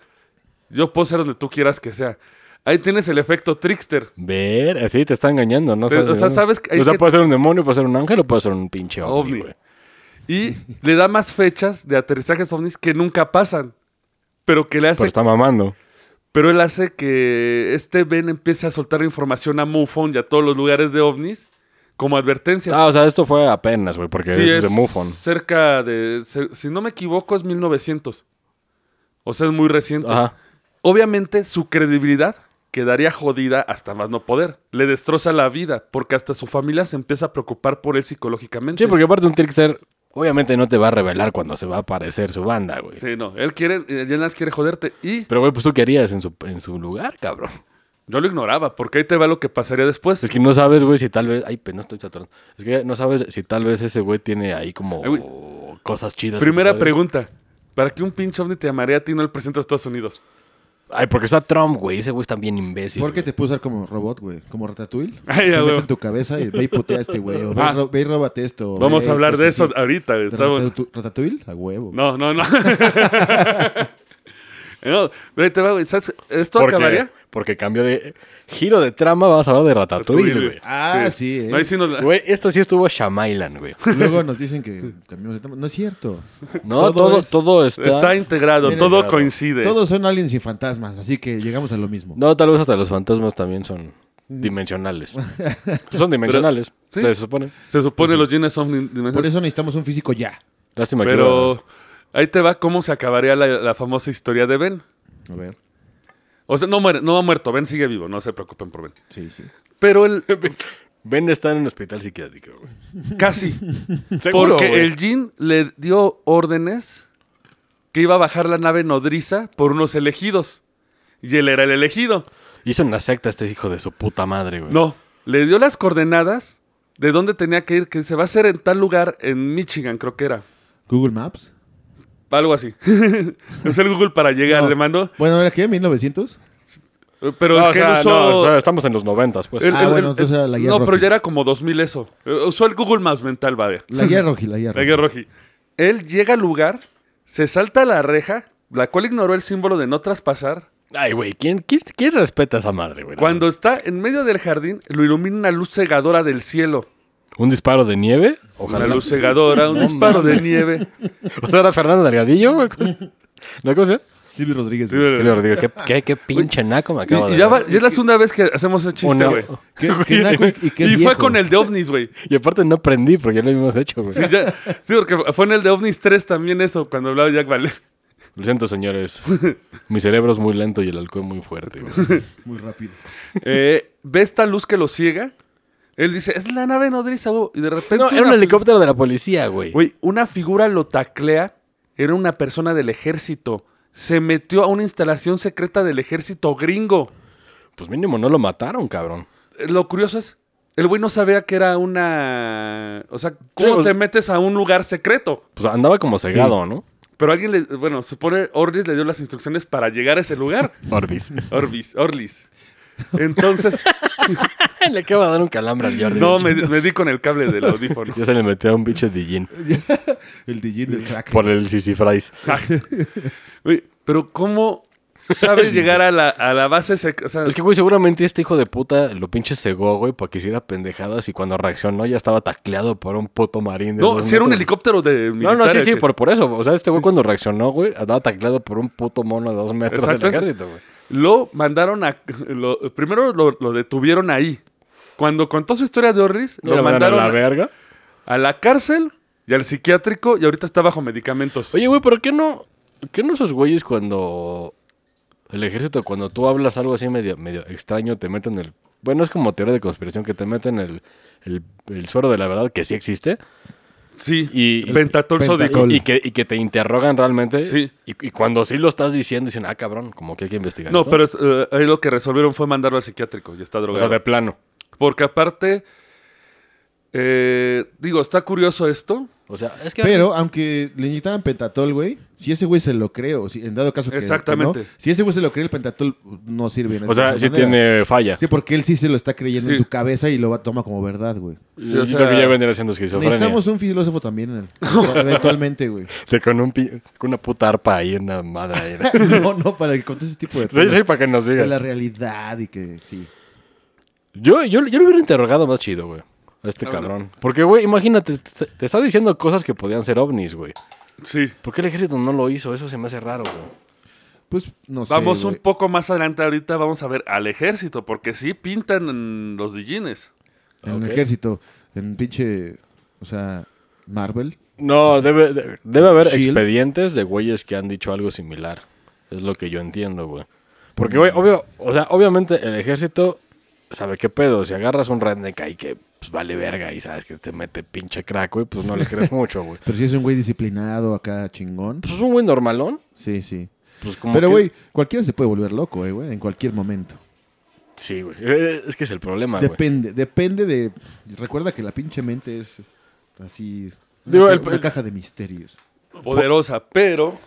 [SPEAKER 2] Yo puedo ser donde tú quieras que sea. Ahí tienes el efecto trickster.
[SPEAKER 4] Ver, así te está engañando, ¿no?
[SPEAKER 2] Pero, o sea, sabes que-
[SPEAKER 4] O sea,
[SPEAKER 2] que-
[SPEAKER 4] puede ser un demonio, puede ser un ángel o puede ser un pinche ovni,
[SPEAKER 2] Ovni.
[SPEAKER 4] güey.
[SPEAKER 2] Y le da más fechas de aterrizajes ovnis que nunca pasan. Pero que le hace
[SPEAKER 4] Pero está mamando.
[SPEAKER 2] Pero él hace que este Ben empiece a soltar información a MUFON y a todos los lugares de ovnis como advertencias.
[SPEAKER 4] Ah, o sea, esto fue apenas, güey, porque
[SPEAKER 2] Sí,
[SPEAKER 4] es, de MUFON.
[SPEAKER 2] Cerca de, se- si no me equivoco, es 1900. O sea, es muy reciente.
[SPEAKER 4] Ajá.
[SPEAKER 2] Obviamente su credibilidad quedaría jodida hasta más no poder. Le destroza la vida porque hasta su familia se empieza a preocupar por él psicológicamente.
[SPEAKER 4] Sí, porque aparte un trickster, obviamente no te va a revelar cuando se va a aparecer su banda, güey.
[SPEAKER 2] Sí, no, él quiere, él nada más quiere joderte y
[SPEAKER 4] Pero, güey, pues tú querías en su, en su lugar, cabrón.
[SPEAKER 2] yo lo ignoraba porque ahí te va lo que pasaría después.
[SPEAKER 4] Es que no sabes, güey, si tal vez. Ay, pero no estoy saturando. Es que no sabes si tal vez ese güey tiene ahí como
[SPEAKER 2] Ay, güey.
[SPEAKER 4] cosas chidas. que
[SPEAKER 2] Primera
[SPEAKER 4] te pueden-
[SPEAKER 2] pregunta. ¿Para qué un pinche ovni te llamaría a ti no el presidente de Estados Unidos?
[SPEAKER 4] Ay, porque está Trump, güey. Ese güey está bien imbécil.
[SPEAKER 3] ¿Por qué
[SPEAKER 4] güey.
[SPEAKER 3] te puedo usar como robot, güey? Como ratatouille.
[SPEAKER 2] Ay,
[SPEAKER 3] Se
[SPEAKER 2] ya,
[SPEAKER 3] mete
[SPEAKER 2] güey.
[SPEAKER 3] en tu cabeza y ve y putea a este güey. O ve, y
[SPEAKER 2] Ah.
[SPEAKER 3] ro- ve y róbate esto. o
[SPEAKER 2] Vamos
[SPEAKER 3] ve
[SPEAKER 2] a hablar
[SPEAKER 4] pues
[SPEAKER 2] de
[SPEAKER 3] cosas
[SPEAKER 2] eso
[SPEAKER 3] así.
[SPEAKER 2] ahorita.
[SPEAKER 3] ¿De
[SPEAKER 2] estamos-
[SPEAKER 3] ratatu- ¿Ratatouille? A huevo.
[SPEAKER 2] No, no, no. no pero ahí te va, güey. ¿Sabes? ¿Esto
[SPEAKER 4] Porque-
[SPEAKER 2] acabaría?
[SPEAKER 4] Porque cambio de. Giro de trama, vamos a hablar de Ratatouille,
[SPEAKER 2] Ratatouille.
[SPEAKER 4] güey.
[SPEAKER 3] Ah, sí, eh.
[SPEAKER 2] No, ahí Pues sí nos la-
[SPEAKER 4] Güey, esto sí estuvo Shyamalan, güey.
[SPEAKER 3] Luego nos dicen que cambiamos de tema. No es cierto.
[SPEAKER 4] No, todo, todo,
[SPEAKER 3] es-
[SPEAKER 4] está.
[SPEAKER 2] Está integrado,
[SPEAKER 3] Bien
[SPEAKER 2] todo
[SPEAKER 4] integrado.
[SPEAKER 2] coincide.
[SPEAKER 3] Todos son aliens y fantasmas, así que llegamos a lo mismo.
[SPEAKER 4] No, tal vez hasta los fantasmas también son dimensionales. son dimensionales.
[SPEAKER 2] sí.
[SPEAKER 4] Se supone.
[SPEAKER 2] Se supone los jeans son nin-
[SPEAKER 3] Por
[SPEAKER 2] dimensiones.
[SPEAKER 3] eso necesitamos un físico ya.
[SPEAKER 4] Lástima que.
[SPEAKER 2] Pero ahí te va cómo se acabaría la, la famosa historia de Ben.
[SPEAKER 3] A ver.
[SPEAKER 2] O sea, no, muere, no ha muerto, Ben sigue vivo, no se preocupen por Ben.
[SPEAKER 3] Sí, sí.
[SPEAKER 2] Pero él
[SPEAKER 4] Ben está en un hospital psiquiátrico, güey.
[SPEAKER 2] casi.
[SPEAKER 4] Seguro,
[SPEAKER 2] Porque
[SPEAKER 4] güey.
[SPEAKER 2] el Jin le dio órdenes que iba a bajar la nave nodriza por unos elegidos. Y él era el elegido.
[SPEAKER 4] Hizo una secta este hijo de su puta madre, güey.
[SPEAKER 2] No, le dio las coordenadas de dónde tenía que ir, que se va a hacer en tal lugar en Michigan, creo que era.
[SPEAKER 3] Google Maps.
[SPEAKER 2] Algo así. Usé el Google para llegar,
[SPEAKER 3] No.
[SPEAKER 2] le mando.
[SPEAKER 3] Ah, Bueno, ¿era qué? ¿1900?
[SPEAKER 2] Pero
[SPEAKER 4] No,
[SPEAKER 2] es que
[SPEAKER 4] o sea,
[SPEAKER 2] él usó...
[SPEAKER 4] no, o sea, estamos en los noventas, pues.
[SPEAKER 2] él-
[SPEAKER 3] Ah,
[SPEAKER 2] él-
[SPEAKER 3] bueno,
[SPEAKER 2] él-
[SPEAKER 3] entonces era la guía
[SPEAKER 2] No, pero
[SPEAKER 3] roji.
[SPEAKER 2] ya era como 2000 eso. Usó el Google más mental, vale.
[SPEAKER 3] La guía roji, la guía
[SPEAKER 2] La
[SPEAKER 3] roji.
[SPEAKER 2] guía roji. Él llega al lugar, se salta a la reja, la cual ignoró el símbolo de no traspasar.
[SPEAKER 4] Ay, güey, ¿quién, quién, quién respeta a esa madre, güey?
[SPEAKER 2] Cuando está en medio del jardín, lo ilumina una luz cegadora del cielo.
[SPEAKER 4] ¿Un disparo de nieve? Ojalá.
[SPEAKER 2] Una luz cegadora, un disparo de nieve.
[SPEAKER 4] O sea, era Fernando Delgadillo, güey. ¿No cosa?
[SPEAKER 3] Silvio Rodríguez.
[SPEAKER 2] Sí,
[SPEAKER 3] güey.
[SPEAKER 4] Sí, le digo, ¿qué, qué, qué pinche naco me
[SPEAKER 2] Y,
[SPEAKER 4] acabo
[SPEAKER 2] y
[SPEAKER 4] de
[SPEAKER 2] ya,
[SPEAKER 4] ver.
[SPEAKER 2] va- ya es la segunda vez que hacemos ese chiste,
[SPEAKER 4] Una-
[SPEAKER 2] güey.
[SPEAKER 3] ¿Qué- qué naco y qué
[SPEAKER 2] Y fue
[SPEAKER 3] viejo?
[SPEAKER 2] con el de OVNIs, güey.
[SPEAKER 4] Y aparte no aprendí porque ya lo habíamos hecho, güey.
[SPEAKER 2] Sí, ya- sí, porque fue en el de OVNIs 3 también eso, cuando hablaba Jack Vale.
[SPEAKER 4] Lo siento, señores. Mi cerebro es muy lento y el alcohol muy fuerte, güey.
[SPEAKER 3] Muy rápido.
[SPEAKER 2] Eh, ve esta luz que lo ciega. Él dice, es la nave nodriza, güey. Y de repente...
[SPEAKER 4] No, era un
[SPEAKER 2] una-
[SPEAKER 4] helicóptero de la policía, güey.
[SPEAKER 2] Güey, una figura lo taclea. Era una persona del ejército. Se metió a una instalación secreta del ejército gringo.
[SPEAKER 4] Pues mínimo no lo mataron, cabrón.
[SPEAKER 2] Eh, Lo curioso es, el güey no sabía que era una... O sea, ¿cómo
[SPEAKER 4] o-
[SPEAKER 2] te metes a un lugar secreto?
[SPEAKER 4] Pues andaba como cegado, ¿no?
[SPEAKER 2] Pero alguien le... Bueno, supone Orlis le dio las instrucciones para llegar a ese lugar.
[SPEAKER 4] Orbis.
[SPEAKER 2] Orbis, Orlis. Entonces,
[SPEAKER 4] le acaba de dar un calambre al Jordi.
[SPEAKER 2] no, me, me di con el cable del audífono.
[SPEAKER 4] Ya se le metió un pinche Dijin
[SPEAKER 3] El DJ del crack.
[SPEAKER 4] por el Sisi Fries.
[SPEAKER 2] Güey, Pero ¿cómo sabes llegar a la, a la base? sec- o sea,
[SPEAKER 4] Es que, güey, seguramente este hijo de puta lo pinche cegó, güey, para que hiciera pendejadas y cuando reaccionó ya estaba tacleado por un puto marín. de
[SPEAKER 2] no,
[SPEAKER 4] dos
[SPEAKER 2] si era un
[SPEAKER 4] metros.
[SPEAKER 2] helicóptero de
[SPEAKER 4] No,
[SPEAKER 2] militar.
[SPEAKER 4] no, sí,
[SPEAKER 2] eh,
[SPEAKER 4] sí,
[SPEAKER 2] que-
[SPEAKER 4] por, por eso. O sea, este güey cuando reaccionó, güey, andaba tacleado por un puto mono de dos metros del
[SPEAKER 2] Exacto.
[SPEAKER 4] ejército, güey.
[SPEAKER 2] Lo mandaron a... lo- primero lo, lo detuvieron ahí. Cuando contó su historia de Orris,
[SPEAKER 4] Lo
[SPEAKER 2] lo mandaron
[SPEAKER 4] a la
[SPEAKER 2] a,
[SPEAKER 4] verga.
[SPEAKER 2] la cárcel y al psiquiátrico y ahorita está bajo medicamentos.
[SPEAKER 4] Oye, güey, ¿pero qué no? ¿Qué no esos güeyes cuando el ejército, cuando tú hablas algo así medio, medio extraño, te meten el. Bueno, es como teoría de conspiración que te meten el, el, el suero de la verdad que sí existe
[SPEAKER 2] sí,
[SPEAKER 4] y-
[SPEAKER 2] pentatol sódico.
[SPEAKER 3] Pentacol.
[SPEAKER 4] y que, y que te interrogan realmente.
[SPEAKER 2] Sí.
[SPEAKER 4] Y, y cuando sí lo estás diciendo, dicen, ah, cabrón, como que hay que investigar.
[SPEAKER 2] No,
[SPEAKER 4] esto".
[SPEAKER 2] pero es, eh, ahí lo que resolvieron fue mandarlo al psiquiátrico y está
[SPEAKER 4] O
[SPEAKER 2] drogado.
[SPEAKER 4] sea, de plano.
[SPEAKER 2] Porque aparte, eh, digo, está curioso esto.
[SPEAKER 4] O sea, es que.
[SPEAKER 3] Pero aunque le inyectaran pentatol, güey, si ese güey se lo cree, o si, en dado caso que, que
[SPEAKER 2] Exactamente.
[SPEAKER 3] no, si ese güey se lo cree, el pentatol no sirve. en
[SPEAKER 4] o
[SPEAKER 3] esa-
[SPEAKER 4] sea,
[SPEAKER 3] esa
[SPEAKER 4] sí
[SPEAKER 3] manera.
[SPEAKER 4] tiene falla.
[SPEAKER 3] Sí, porque él sí se lo está creyendo en
[SPEAKER 2] Sí.
[SPEAKER 3] su cabeza y lo va, toma como verdad, güey.
[SPEAKER 2] Sí,
[SPEAKER 4] Yo
[SPEAKER 2] o sea,
[SPEAKER 4] creo que ya vendría siendo esquizofrenia.
[SPEAKER 3] Necesitamos un filósofo también, en el- eventualmente, güey.
[SPEAKER 4] De con, un pi- con una puta arpa ahí, una madre ahí. sí,
[SPEAKER 3] No, no, para que conte ese tipo de cosas.
[SPEAKER 4] sí, para que nos
[SPEAKER 3] de la
[SPEAKER 4] digas.
[SPEAKER 3] realidad y que sí.
[SPEAKER 4] Yo, yo, yo lo hubiera interrogado más chido, güey. A este
[SPEAKER 2] Ah, bueno.
[SPEAKER 4] cabrón. Porque, güey, imagínate, te, te está diciendo cosas que podían ser ovnis, güey.
[SPEAKER 2] Sí.
[SPEAKER 4] ¿Por qué el ejército no lo hizo? Eso se me hace raro, güey.
[SPEAKER 3] Pues no sé.
[SPEAKER 2] Vamos un
[SPEAKER 3] güey.
[SPEAKER 2] poco más adelante ahorita, vamos a ver al ejército, porque sí pintan en los dijines.
[SPEAKER 3] En un
[SPEAKER 4] Ok.
[SPEAKER 3] ejército, en pinche. O sea, Marvel.
[SPEAKER 4] No, debe, de- debe haber
[SPEAKER 3] Shield.
[SPEAKER 4] expedientes de güeyes que han dicho algo similar. Es lo que yo entiendo, güey. Porque, güey, obvio, o sea, obviamente el ejército sabe qué pedo. Si agarras un redneck ahí que pues, vale verga y sabes que te mete pinche crack, güey, pues no le crees mucho, güey.
[SPEAKER 3] Pero si es un güey disciplinado acá, chingón.
[SPEAKER 4] Pues es un güey normalón.
[SPEAKER 3] Sí, sí.
[SPEAKER 4] Pues como
[SPEAKER 3] Pero,
[SPEAKER 4] que-
[SPEAKER 3] güey, cualquiera se puede volver loco, eh, güey, en cualquier momento.
[SPEAKER 4] Sí, güey. Eh, Es que es el problema, güey.
[SPEAKER 3] depende, depende de. Recuerda que la pinche mente es así. Una,
[SPEAKER 4] Digo,
[SPEAKER 3] ca-
[SPEAKER 4] el-
[SPEAKER 3] una
[SPEAKER 4] el-
[SPEAKER 3] caja de misterios.
[SPEAKER 2] Poderosa, pero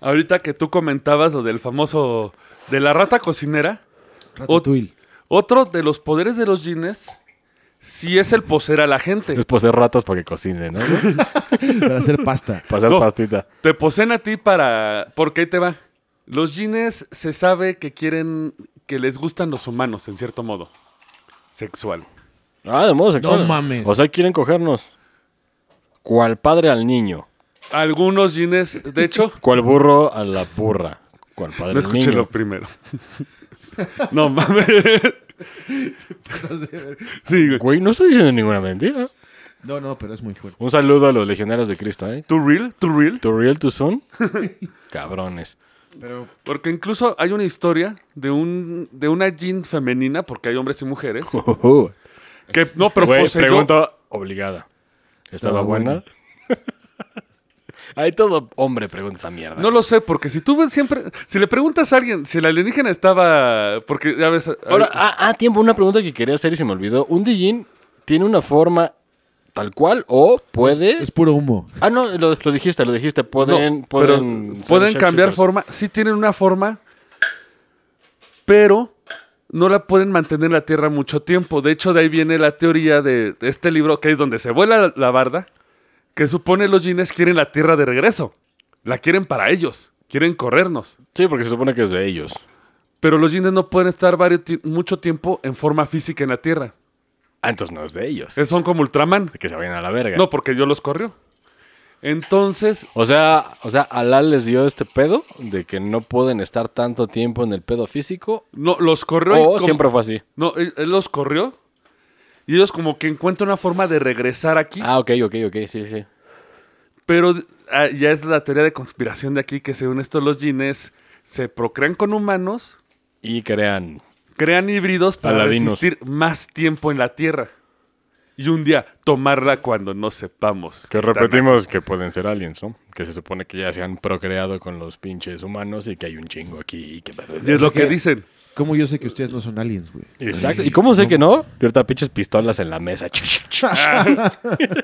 [SPEAKER 2] ahorita que tú comentabas lo del famoso de la rata cocinera,
[SPEAKER 3] Ratatouille.
[SPEAKER 2] otro de los poderes de los jeans sí es el poseer a la gente.
[SPEAKER 4] Es poseer ratas para que cocine, ¿no? güey?
[SPEAKER 3] Para hacer pasta.
[SPEAKER 4] Para hacer
[SPEAKER 2] No.
[SPEAKER 4] pastita.
[SPEAKER 2] Te poseen a ti para... Porque ahí te va. Los jeans se sabe que quieren, que les gustan los humanos, en cierto modo. Sexual.
[SPEAKER 4] Ah, de modo sexual.
[SPEAKER 3] No mames.
[SPEAKER 4] O sea, quieren cogernos. Cual padre al niño.
[SPEAKER 2] Algunos jeans, de hecho,
[SPEAKER 4] Cual burro a la burra. Cual padre
[SPEAKER 2] no
[SPEAKER 4] al
[SPEAKER 2] escuché
[SPEAKER 4] niño.
[SPEAKER 2] lo primero. no mames. sí, güey.
[SPEAKER 4] Güey, no estoy diciendo ninguna mentira.
[SPEAKER 3] No, no, pero es muy fuerte.
[SPEAKER 4] Un saludo a los legionarios de Cristo, ¿eh?
[SPEAKER 2] ¿Tú real? ¿Tú real?
[SPEAKER 4] ¿To real, to soon? Cabrones.
[SPEAKER 3] Pero
[SPEAKER 2] Porque incluso hay una historia de un de una jean femenina, porque hay hombres y mujeres, que no, pero
[SPEAKER 4] Güey,
[SPEAKER 2] poseyó-
[SPEAKER 4] pregunta obligada. ¿Estaba
[SPEAKER 3] pues, Estaba
[SPEAKER 4] buena?
[SPEAKER 3] buena.
[SPEAKER 4] Ahí todo hombre pregunta esa mierda.
[SPEAKER 2] No lo sé, porque si tú ves siempre, si le preguntas a alguien si el alienígena estaba, porque ya ves,
[SPEAKER 4] Ahora, ah, ah, tiempo, una pregunta que quería hacer y se me olvidó. ¿Un Dijin tiene una forma tal cual o puede...?
[SPEAKER 3] es puro humo.
[SPEAKER 4] Ah, no, lo, lo dijiste, lo dijiste.
[SPEAKER 2] no,
[SPEAKER 4] Pueden...
[SPEAKER 2] pero
[SPEAKER 4] pueden, ser
[SPEAKER 2] pueden cambiar
[SPEAKER 4] shapeshifters.
[SPEAKER 2] forma, sí tienen una forma, pero no la pueden mantener en la Tierra mucho tiempo. De hecho, de ahí viene la teoría de, de este libro, que es donde se vuela la, la barda, que supone los jeans quieren la Tierra de regreso. La quieren para ellos, quieren corrernos.
[SPEAKER 4] Sí, porque se supone que es de ellos.
[SPEAKER 2] Pero los jeans no pueden estar varios ti- mucho tiempo en forma física en la Tierra.
[SPEAKER 4] Ah, entonces no es de ellos.
[SPEAKER 2] Eh, Son como Ultraman.
[SPEAKER 4] Que se vayan a la verga.
[SPEAKER 2] No, porque yo los corrió. Entonces,
[SPEAKER 4] O sea, o sea, Alá les dio este pedo de que no pueden estar tanto tiempo en el pedo físico.
[SPEAKER 2] no, los corrió. y
[SPEAKER 4] O
[SPEAKER 2] como-
[SPEAKER 4] siempre fue así.
[SPEAKER 2] No, él, él los corrió. Y ellos como que encuentran una forma de regresar aquí.
[SPEAKER 4] Ah, ok, ok, ok, sí, sí.
[SPEAKER 2] Pero ah, ya es la teoría de conspiración de aquí que según esto los jeans se procrean con humanos,
[SPEAKER 4] Y crean.
[SPEAKER 2] crean híbridos para
[SPEAKER 4] Paladinos.
[SPEAKER 2] resistir más tiempo en la Tierra. Y un día tomarla cuando no sepamos.
[SPEAKER 4] Que
[SPEAKER 2] están
[SPEAKER 4] repetimos que pueden ser aliens, ¿no? Que se supone que ya se han procreado con los pinches humanos y que hay un chingo aquí. y que-
[SPEAKER 2] aquí. Y es lo que
[SPEAKER 3] que-
[SPEAKER 2] dicen.
[SPEAKER 3] ¿Cómo yo sé que ustedes no son aliens, güey?
[SPEAKER 4] Exacto. ¿Y cómo sé que Mm. no? Y ahorita pinches pistolas en la mesa. Ah.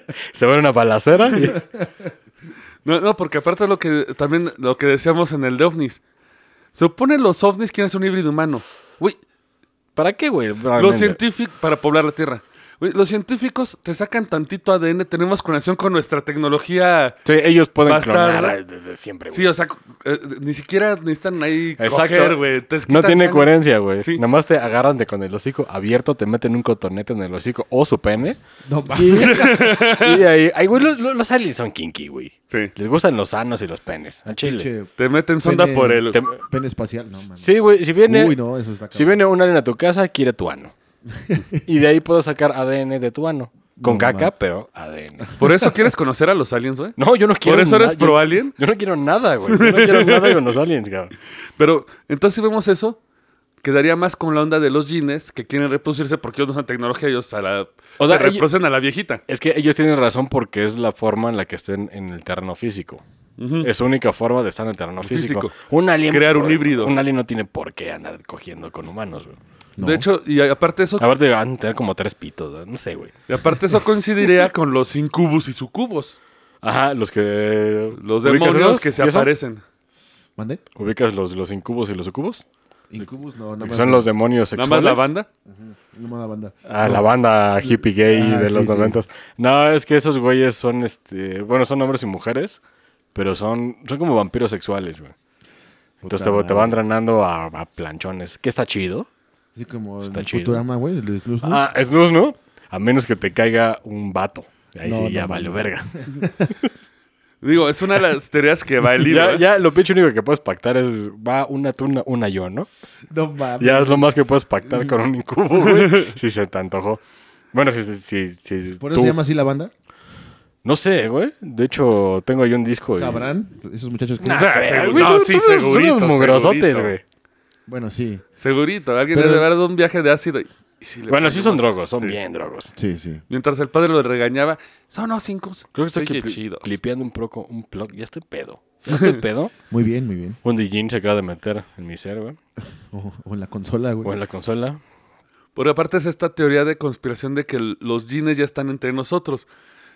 [SPEAKER 4] se ve una balacera. y-
[SPEAKER 2] No, no, porque aparte de lo que también lo que decíamos en el de ovnis. Se supone los ovnis quieren ser un híbrido humano. Güey,
[SPEAKER 4] ¿Para qué, güey?
[SPEAKER 2] Los
[SPEAKER 4] Realmente.
[SPEAKER 2] científicos, para poblar la Tierra. Güey, los científicos te sacan tantito ADN, tenemos conexión con nuestra tecnología.
[SPEAKER 4] Sí, ellos pueden
[SPEAKER 2] Bastardo.
[SPEAKER 4] clonar desde siempre, güey.
[SPEAKER 2] Sí, o sea, cu- eh, ni siquiera necesitan ahí
[SPEAKER 4] Exacto.
[SPEAKER 2] coger, güey. te quitan
[SPEAKER 4] No tiene
[SPEAKER 2] sangre.
[SPEAKER 4] coherencia, güey.
[SPEAKER 2] Sí.
[SPEAKER 4] Nada más te agarran de con el hocico abierto, te meten un cotonete en el hocico o su pene.
[SPEAKER 3] No mames.
[SPEAKER 4] Y, y de ahí. Ay, güey, los, los- los aliens son kinky, güey.
[SPEAKER 2] Sí.
[SPEAKER 4] Les gustan los sanos y los penes. Al chile.
[SPEAKER 3] Pinche
[SPEAKER 2] Te meten sonda
[SPEAKER 3] Pene.
[SPEAKER 2] por el...
[SPEAKER 4] Te-
[SPEAKER 3] pene espacial. No mames.
[SPEAKER 4] Sí, güey. Si viene,
[SPEAKER 3] Uy, no, eso está
[SPEAKER 4] si
[SPEAKER 3] cabrón.
[SPEAKER 4] viene un alien a tu casa, quiere tu ano. Y de ahí puedo sacar ADN de tu ano. Con
[SPEAKER 3] No,
[SPEAKER 4] caca,
[SPEAKER 3] man.
[SPEAKER 4] pero ADN.
[SPEAKER 2] ¿Por eso quieres conocer a los aliens, güey?
[SPEAKER 4] No, yo no quiero.
[SPEAKER 2] ¿Por eso eres
[SPEAKER 4] na- yo-
[SPEAKER 2] pro alien?
[SPEAKER 4] Yo no quiero nada, güey. Yo no quiero nada con los aliens, cabrón.
[SPEAKER 2] Pero entonces si vemos eso, quedaría más con la onda de los jeans que quieren reproducirse porque ellos no usan tecnología, ellos a la,
[SPEAKER 4] O
[SPEAKER 2] se
[SPEAKER 4] sea, ellos-
[SPEAKER 2] reproducen a la viejita.
[SPEAKER 4] Es que ellos tienen razón porque es la forma en la que estén en el terreno físico. Es su única forma de estar en el terreno físico.
[SPEAKER 2] Físico.
[SPEAKER 4] Un alien.
[SPEAKER 2] Crear un híbrido.
[SPEAKER 4] Un alien no tiene por qué andar cogiendo con humanos, güey.
[SPEAKER 3] No.
[SPEAKER 2] De hecho, y aparte eso,
[SPEAKER 4] Aparte van a tener como tres pitos, güey. no sé, güey.
[SPEAKER 2] y aparte eso coincidiría con los incubus y sucubos,
[SPEAKER 4] Ajá, los que.
[SPEAKER 2] los
[SPEAKER 4] ¿ubicas
[SPEAKER 2] demonios
[SPEAKER 4] esos?
[SPEAKER 2] que se
[SPEAKER 4] ¿Y eso?
[SPEAKER 2] aparecen.
[SPEAKER 3] ¿Mande?
[SPEAKER 4] ¿Ubicas los, los incubos y los sucubos?
[SPEAKER 3] Incubus, no, nada
[SPEAKER 4] Que
[SPEAKER 3] más.
[SPEAKER 4] son los demonios
[SPEAKER 2] Nada más
[SPEAKER 4] sexuales.
[SPEAKER 2] la banda.
[SPEAKER 3] No me da banda.
[SPEAKER 4] Ah, la banda hippie gay
[SPEAKER 3] Ah,
[SPEAKER 4] de
[SPEAKER 3] sí,
[SPEAKER 4] los
[SPEAKER 3] sí.
[SPEAKER 4] noventas. No, es que esos güeyes son, este, bueno, son hombres y mujeres, pero son, son como vampiros sexuales, güey. Entonces te,
[SPEAKER 3] Puta
[SPEAKER 4] te van
[SPEAKER 3] madre.
[SPEAKER 4] drenando a, a planchones, que está chido.
[SPEAKER 3] Así como
[SPEAKER 4] Está
[SPEAKER 3] en
[SPEAKER 4] chido.
[SPEAKER 3] Futurama, güey, el de Snooze, ¿no?
[SPEAKER 4] Ah, es luz, ¿no? A menos que te caiga un vato. Ahí
[SPEAKER 3] No,
[SPEAKER 4] sí,
[SPEAKER 3] no,
[SPEAKER 4] ya
[SPEAKER 3] no,
[SPEAKER 4] valió
[SPEAKER 3] no.
[SPEAKER 4] verga.
[SPEAKER 2] Digo, es una de las teorías que va el
[SPEAKER 4] ya,
[SPEAKER 2] libro. ¿eh?
[SPEAKER 4] ya lo pinche único que puedes pactar es, va una tú, una, una yo, ¿no?
[SPEAKER 3] No mames.
[SPEAKER 4] Ya es lo más que puedes pactar con un incubo, güey. si se te antojó. Bueno, si, si, si, si
[SPEAKER 3] ¿Por eso
[SPEAKER 4] tú-
[SPEAKER 3] se llama así la banda?
[SPEAKER 4] No sé, güey. De hecho, tengo ahí un disco. y-
[SPEAKER 3] ¿Sabrán? Esos muchachos que...
[SPEAKER 2] Nah.
[SPEAKER 4] Ah,
[SPEAKER 2] Ah,
[SPEAKER 4] güey,
[SPEAKER 2] segu-
[SPEAKER 4] güey,
[SPEAKER 2] no,
[SPEAKER 4] son-
[SPEAKER 2] sí,
[SPEAKER 4] son unos-
[SPEAKER 2] segurito,
[SPEAKER 4] Son unos mugrosotes,
[SPEAKER 2] segurito.
[SPEAKER 4] güey.
[SPEAKER 3] Bueno, sí.
[SPEAKER 2] Segurito, alguien
[SPEAKER 3] Pero-
[SPEAKER 2] le debe haber dado un viaje de ácido. y- y sí le
[SPEAKER 4] Bueno, sí son
[SPEAKER 2] ponemos-
[SPEAKER 4] drogos, son
[SPEAKER 2] sí.
[SPEAKER 4] bien drogos.
[SPEAKER 3] Sí, sí.
[SPEAKER 2] Mientras el padre lo regañaba, son los incubus.
[SPEAKER 4] Creo que estoy
[SPEAKER 2] Oye,
[SPEAKER 4] cli-
[SPEAKER 2] chido.
[SPEAKER 4] clipeando un poco un plug. Ya estoy pedo. Ya estoy pedo.
[SPEAKER 3] Muy bien, muy bien.
[SPEAKER 4] Un DJ se acaba de meter en mi cerebro
[SPEAKER 3] O, o en la consola, güey.
[SPEAKER 4] o en la consola.
[SPEAKER 2] Porque aparte es esta teoría de conspiración de que el- los jeans ya están entre nosotros.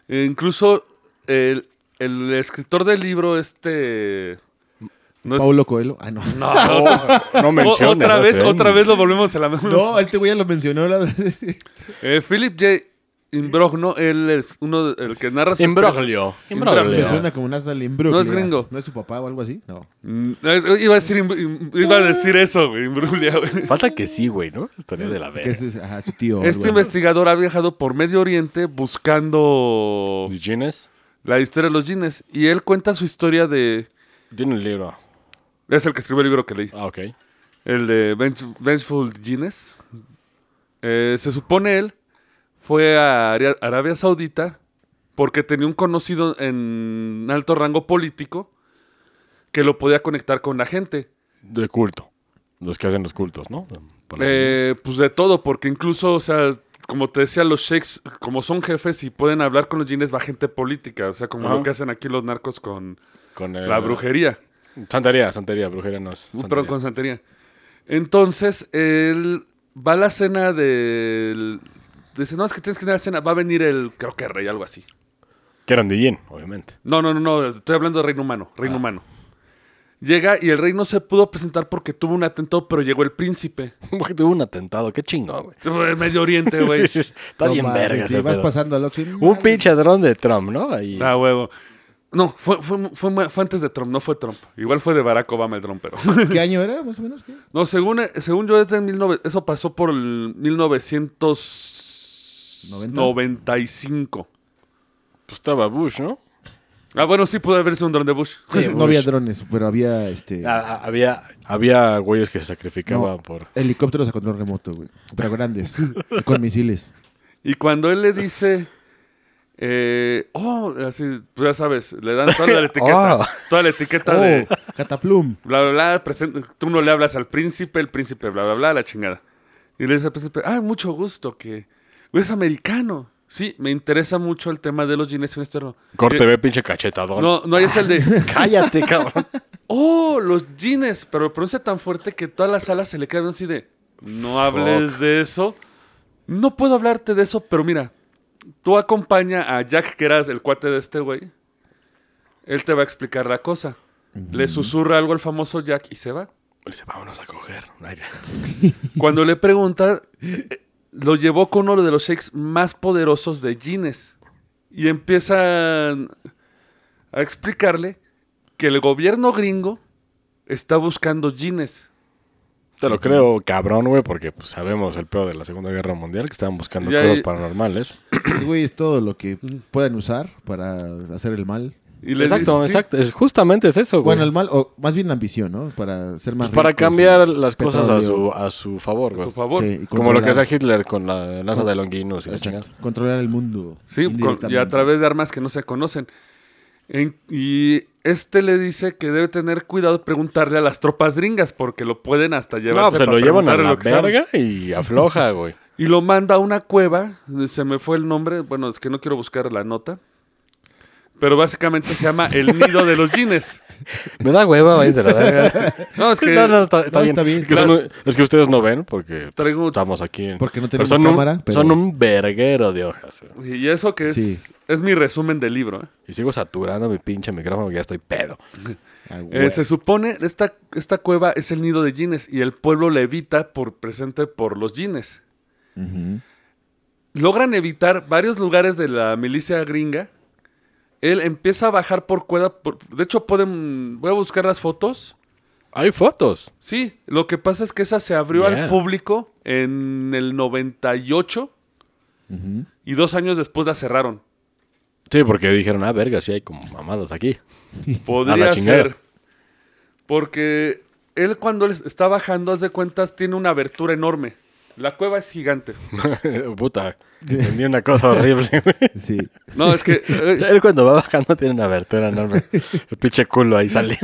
[SPEAKER 2] Eh, incluso el, el escritor del libro, este. No es-
[SPEAKER 3] Paulo Coelho. Ah, no.
[SPEAKER 2] No,
[SPEAKER 4] Oh, No
[SPEAKER 2] O-
[SPEAKER 4] menciones.
[SPEAKER 2] otra vez,
[SPEAKER 4] ese,
[SPEAKER 2] otra
[SPEAKER 4] ¿eh?
[SPEAKER 2] vez lo volvemos a la misma.
[SPEAKER 3] No, este güey ya lo mencionó. la-
[SPEAKER 2] Eh, Philip J. Imbrogno, él es uno de- el que narra. su
[SPEAKER 4] Imbroglio.
[SPEAKER 2] Imbroglio.
[SPEAKER 3] Me
[SPEAKER 4] Imbroglio.
[SPEAKER 3] suena como Natalie Imbruglia.
[SPEAKER 2] No es gringo.
[SPEAKER 3] ¿No es su papá o algo así? No.
[SPEAKER 2] Mm, eh, Iba a decir, im- im- iba a decir eso, güey, Imbruglia, güey.
[SPEAKER 4] Falta que sí, güey, ¿no? Estaría de la
[SPEAKER 3] Que
[SPEAKER 4] verga.
[SPEAKER 3] es, es- ajá, su tío. o
[SPEAKER 2] Este
[SPEAKER 3] algo así.
[SPEAKER 2] investigador ha viajado por Medio Oriente buscando
[SPEAKER 4] DJs
[SPEAKER 2] la historia de los jeans. Y él cuenta su historia de.
[SPEAKER 4] tiene un libro.
[SPEAKER 2] Es el que escribió el libro que leí.
[SPEAKER 4] Ah, ok.
[SPEAKER 2] El de Venge- Vengeful Genius. Eh, se supone él fue a Aria- Arabia Saudita porque tenía un conocido en alto rango político que lo podía conectar con la gente.
[SPEAKER 4] De culto. Los que hacen los cultos, ¿no? Para-
[SPEAKER 2] Eh, pues de todo, porque incluso, o sea, como te decía, los sheiks, como son jefes y pueden hablar con los jeans, va gente política. O sea, como
[SPEAKER 4] Ajá.
[SPEAKER 2] lo que hacen aquí los narcos con
[SPEAKER 4] con el-
[SPEAKER 2] la brujería.
[SPEAKER 4] Santería, santería, brujería no es.
[SPEAKER 2] Un
[SPEAKER 4] santería.
[SPEAKER 2] perdón, con santería. Entonces, él va a la cena del... Dice, no, es que tienes que ir a la cena. Va a venir el, creo que rey, algo así.
[SPEAKER 4] Que eran DJ, obviamente.
[SPEAKER 2] No, no, no, no. Estoy hablando de reino humano.
[SPEAKER 4] Ah.
[SPEAKER 2] Reino humano. Llega y el rey no se pudo presentar porque tuvo un atentado, pero llegó el príncipe.
[SPEAKER 4] Porque tuvo un atentado, qué chingón, güey.
[SPEAKER 2] El Medio Oriente, güey.
[SPEAKER 4] Sí, sí, está
[SPEAKER 3] No
[SPEAKER 4] bien
[SPEAKER 3] mames,
[SPEAKER 4] verga.
[SPEAKER 3] Si
[SPEAKER 4] ese
[SPEAKER 3] vas
[SPEAKER 4] pedo.
[SPEAKER 3] pasando al Oxy.
[SPEAKER 4] Un pinche dron de Trump, ¿no? Ahí.
[SPEAKER 2] Ah, huevo. No, fue, fue, fue- fue antes de Trump, no fue Trump. Igual fue de Barack Obama el Trump, pero...
[SPEAKER 3] ¿Qué año era, más o menos? ¿Qué?
[SPEAKER 2] No, según, eh, según yo, es de 19 eso pasó por el 1995.
[SPEAKER 4] Pues estaba Bush, ¿no?
[SPEAKER 2] Ah, bueno, sí pudo haber sido un dron de Bush.
[SPEAKER 3] Sí, no había drones, pero había este
[SPEAKER 4] Ah, ah, había, había güeyes que se sacrificaban
[SPEAKER 3] No.
[SPEAKER 4] por.
[SPEAKER 3] helicópteros a control remoto, güey. Pero grandes, con misiles.
[SPEAKER 2] Y cuando él le dice, eh, oh, así, pues ya sabes, le dan toda la etiqueta,
[SPEAKER 4] Oh.
[SPEAKER 2] toda la etiqueta de
[SPEAKER 3] Oh, Cataplum.
[SPEAKER 2] bla, bla, bla, presen- tú no le hablas al príncipe, el príncipe, bla, bla, bla, la chingada. Y le dice al príncipe, ah, mucho gusto, que es americano. Sí, me interesa mucho el tema de los jeans en este ro-
[SPEAKER 4] Corte,
[SPEAKER 2] Eh,
[SPEAKER 4] ve, pinche cachetador.
[SPEAKER 2] No, no, ahí es el de...
[SPEAKER 4] Cállate, cabrón.
[SPEAKER 2] ¡Oh! Los jeans. Pero lo pronuncia tan fuerte que todas las salas se le quedan así de. No hables de eso. No puedo hablarte de eso, pero mira. Tú acompaña a Jack, que era el cuate de este güey. Él te va a explicar la cosa. Le susurra algo al famoso Jack y se va.
[SPEAKER 4] Le dice, vámonos a coger. Ay,
[SPEAKER 2] Cuando le pregunta, eh, lo llevó con uno de los shakes más poderosos de jeans. Y empiezan a explicarle que el gobierno gringo está buscando jeans.
[SPEAKER 4] Te lo creo, cabrón, güey, porque pues, sabemos el peor de la Segunda Guerra Mundial, que estaban buscando
[SPEAKER 2] Ya,
[SPEAKER 4] cosas
[SPEAKER 2] y-
[SPEAKER 4] paranormales.
[SPEAKER 3] Estos güeyes todo lo que puedan usar para hacer el mal.
[SPEAKER 2] Y les
[SPEAKER 4] Exacto,
[SPEAKER 2] dice, sí,
[SPEAKER 4] exacto. Es, justamente es eso, güey.
[SPEAKER 3] Bueno, el mal, o más bien la ambición, ¿no? Para ser más.
[SPEAKER 4] Pues para
[SPEAKER 3] ricos,
[SPEAKER 4] cambiar
[SPEAKER 3] y
[SPEAKER 4] las cosas a
[SPEAKER 3] petróleo.
[SPEAKER 4] su, a su favor,
[SPEAKER 2] A su
[SPEAKER 4] güey.
[SPEAKER 2] favor.
[SPEAKER 3] Sí, y
[SPEAKER 4] Como lo que
[SPEAKER 3] controlar-
[SPEAKER 4] hacía Hitler con la lanza de Longinus y la
[SPEAKER 3] Exacto,
[SPEAKER 4] chingada.
[SPEAKER 3] Controlar el mundo.
[SPEAKER 2] Sí, con- y
[SPEAKER 3] indirectamente.
[SPEAKER 2] a través de armas que no se conocen. En- y este le dice que debe tener cuidado de preguntarle a las tropas gringas porque lo pueden hasta llevar.
[SPEAKER 4] No, pues se lo llevan a la verga y afloja, güey.
[SPEAKER 2] Y lo manda a una cueva, se me fue el nombre, bueno, es que no quiero buscar la nota. Pero básicamente se llama el nido de los jeans.
[SPEAKER 4] Me da hueva, güey, se la verga.
[SPEAKER 2] No, es que
[SPEAKER 4] No, no, está, está
[SPEAKER 3] No,
[SPEAKER 4] bien.
[SPEAKER 3] está bien.
[SPEAKER 4] Es que, son- es que ustedes no ven porque
[SPEAKER 2] traigo...
[SPEAKER 4] estamos aquí. en-
[SPEAKER 3] Porque no tenemos
[SPEAKER 4] son
[SPEAKER 3] cámara,
[SPEAKER 4] Un,
[SPEAKER 3] pero-
[SPEAKER 4] Son un verguero de hojas. güey.
[SPEAKER 2] Y eso que es,
[SPEAKER 3] Sí.
[SPEAKER 2] es mi resumen del libro. ¿eh?
[SPEAKER 4] Y sigo saturando mi pinche micrófono que ya estoy pedo.
[SPEAKER 3] Ah,
[SPEAKER 2] Eh,
[SPEAKER 3] güey.
[SPEAKER 2] se supone esta, esta cueva es el nido de jeans y el pueblo le evita por presente por los jeans.
[SPEAKER 3] Ujú.
[SPEAKER 2] logran evitar varios lugares de la milicia gringa. Él empieza a bajar por cueva. por- de hecho, pueden. Voy a buscar las fotos.
[SPEAKER 4] Hay fotos.
[SPEAKER 2] Sí, lo que pasa es que esa se abrió
[SPEAKER 4] Yeah.
[SPEAKER 2] al público en el 98
[SPEAKER 3] Ujú.
[SPEAKER 2] y dos años después la cerraron.
[SPEAKER 4] Sí, porque dijeron, ah, verga, sí hay como mamadas aquí.
[SPEAKER 2] Podría
[SPEAKER 4] chingada.
[SPEAKER 2] ser. Porque él, cuando él está bajando, haz de cuentas, tiene una abertura enorme. La cueva es gigante.
[SPEAKER 4] Puta, entendí una cosa horrible, güey.
[SPEAKER 3] Sí.
[SPEAKER 2] No, es que. eh,
[SPEAKER 4] Él cuando va bajando tiene una abertura enorme. El pinche culo ahí sale.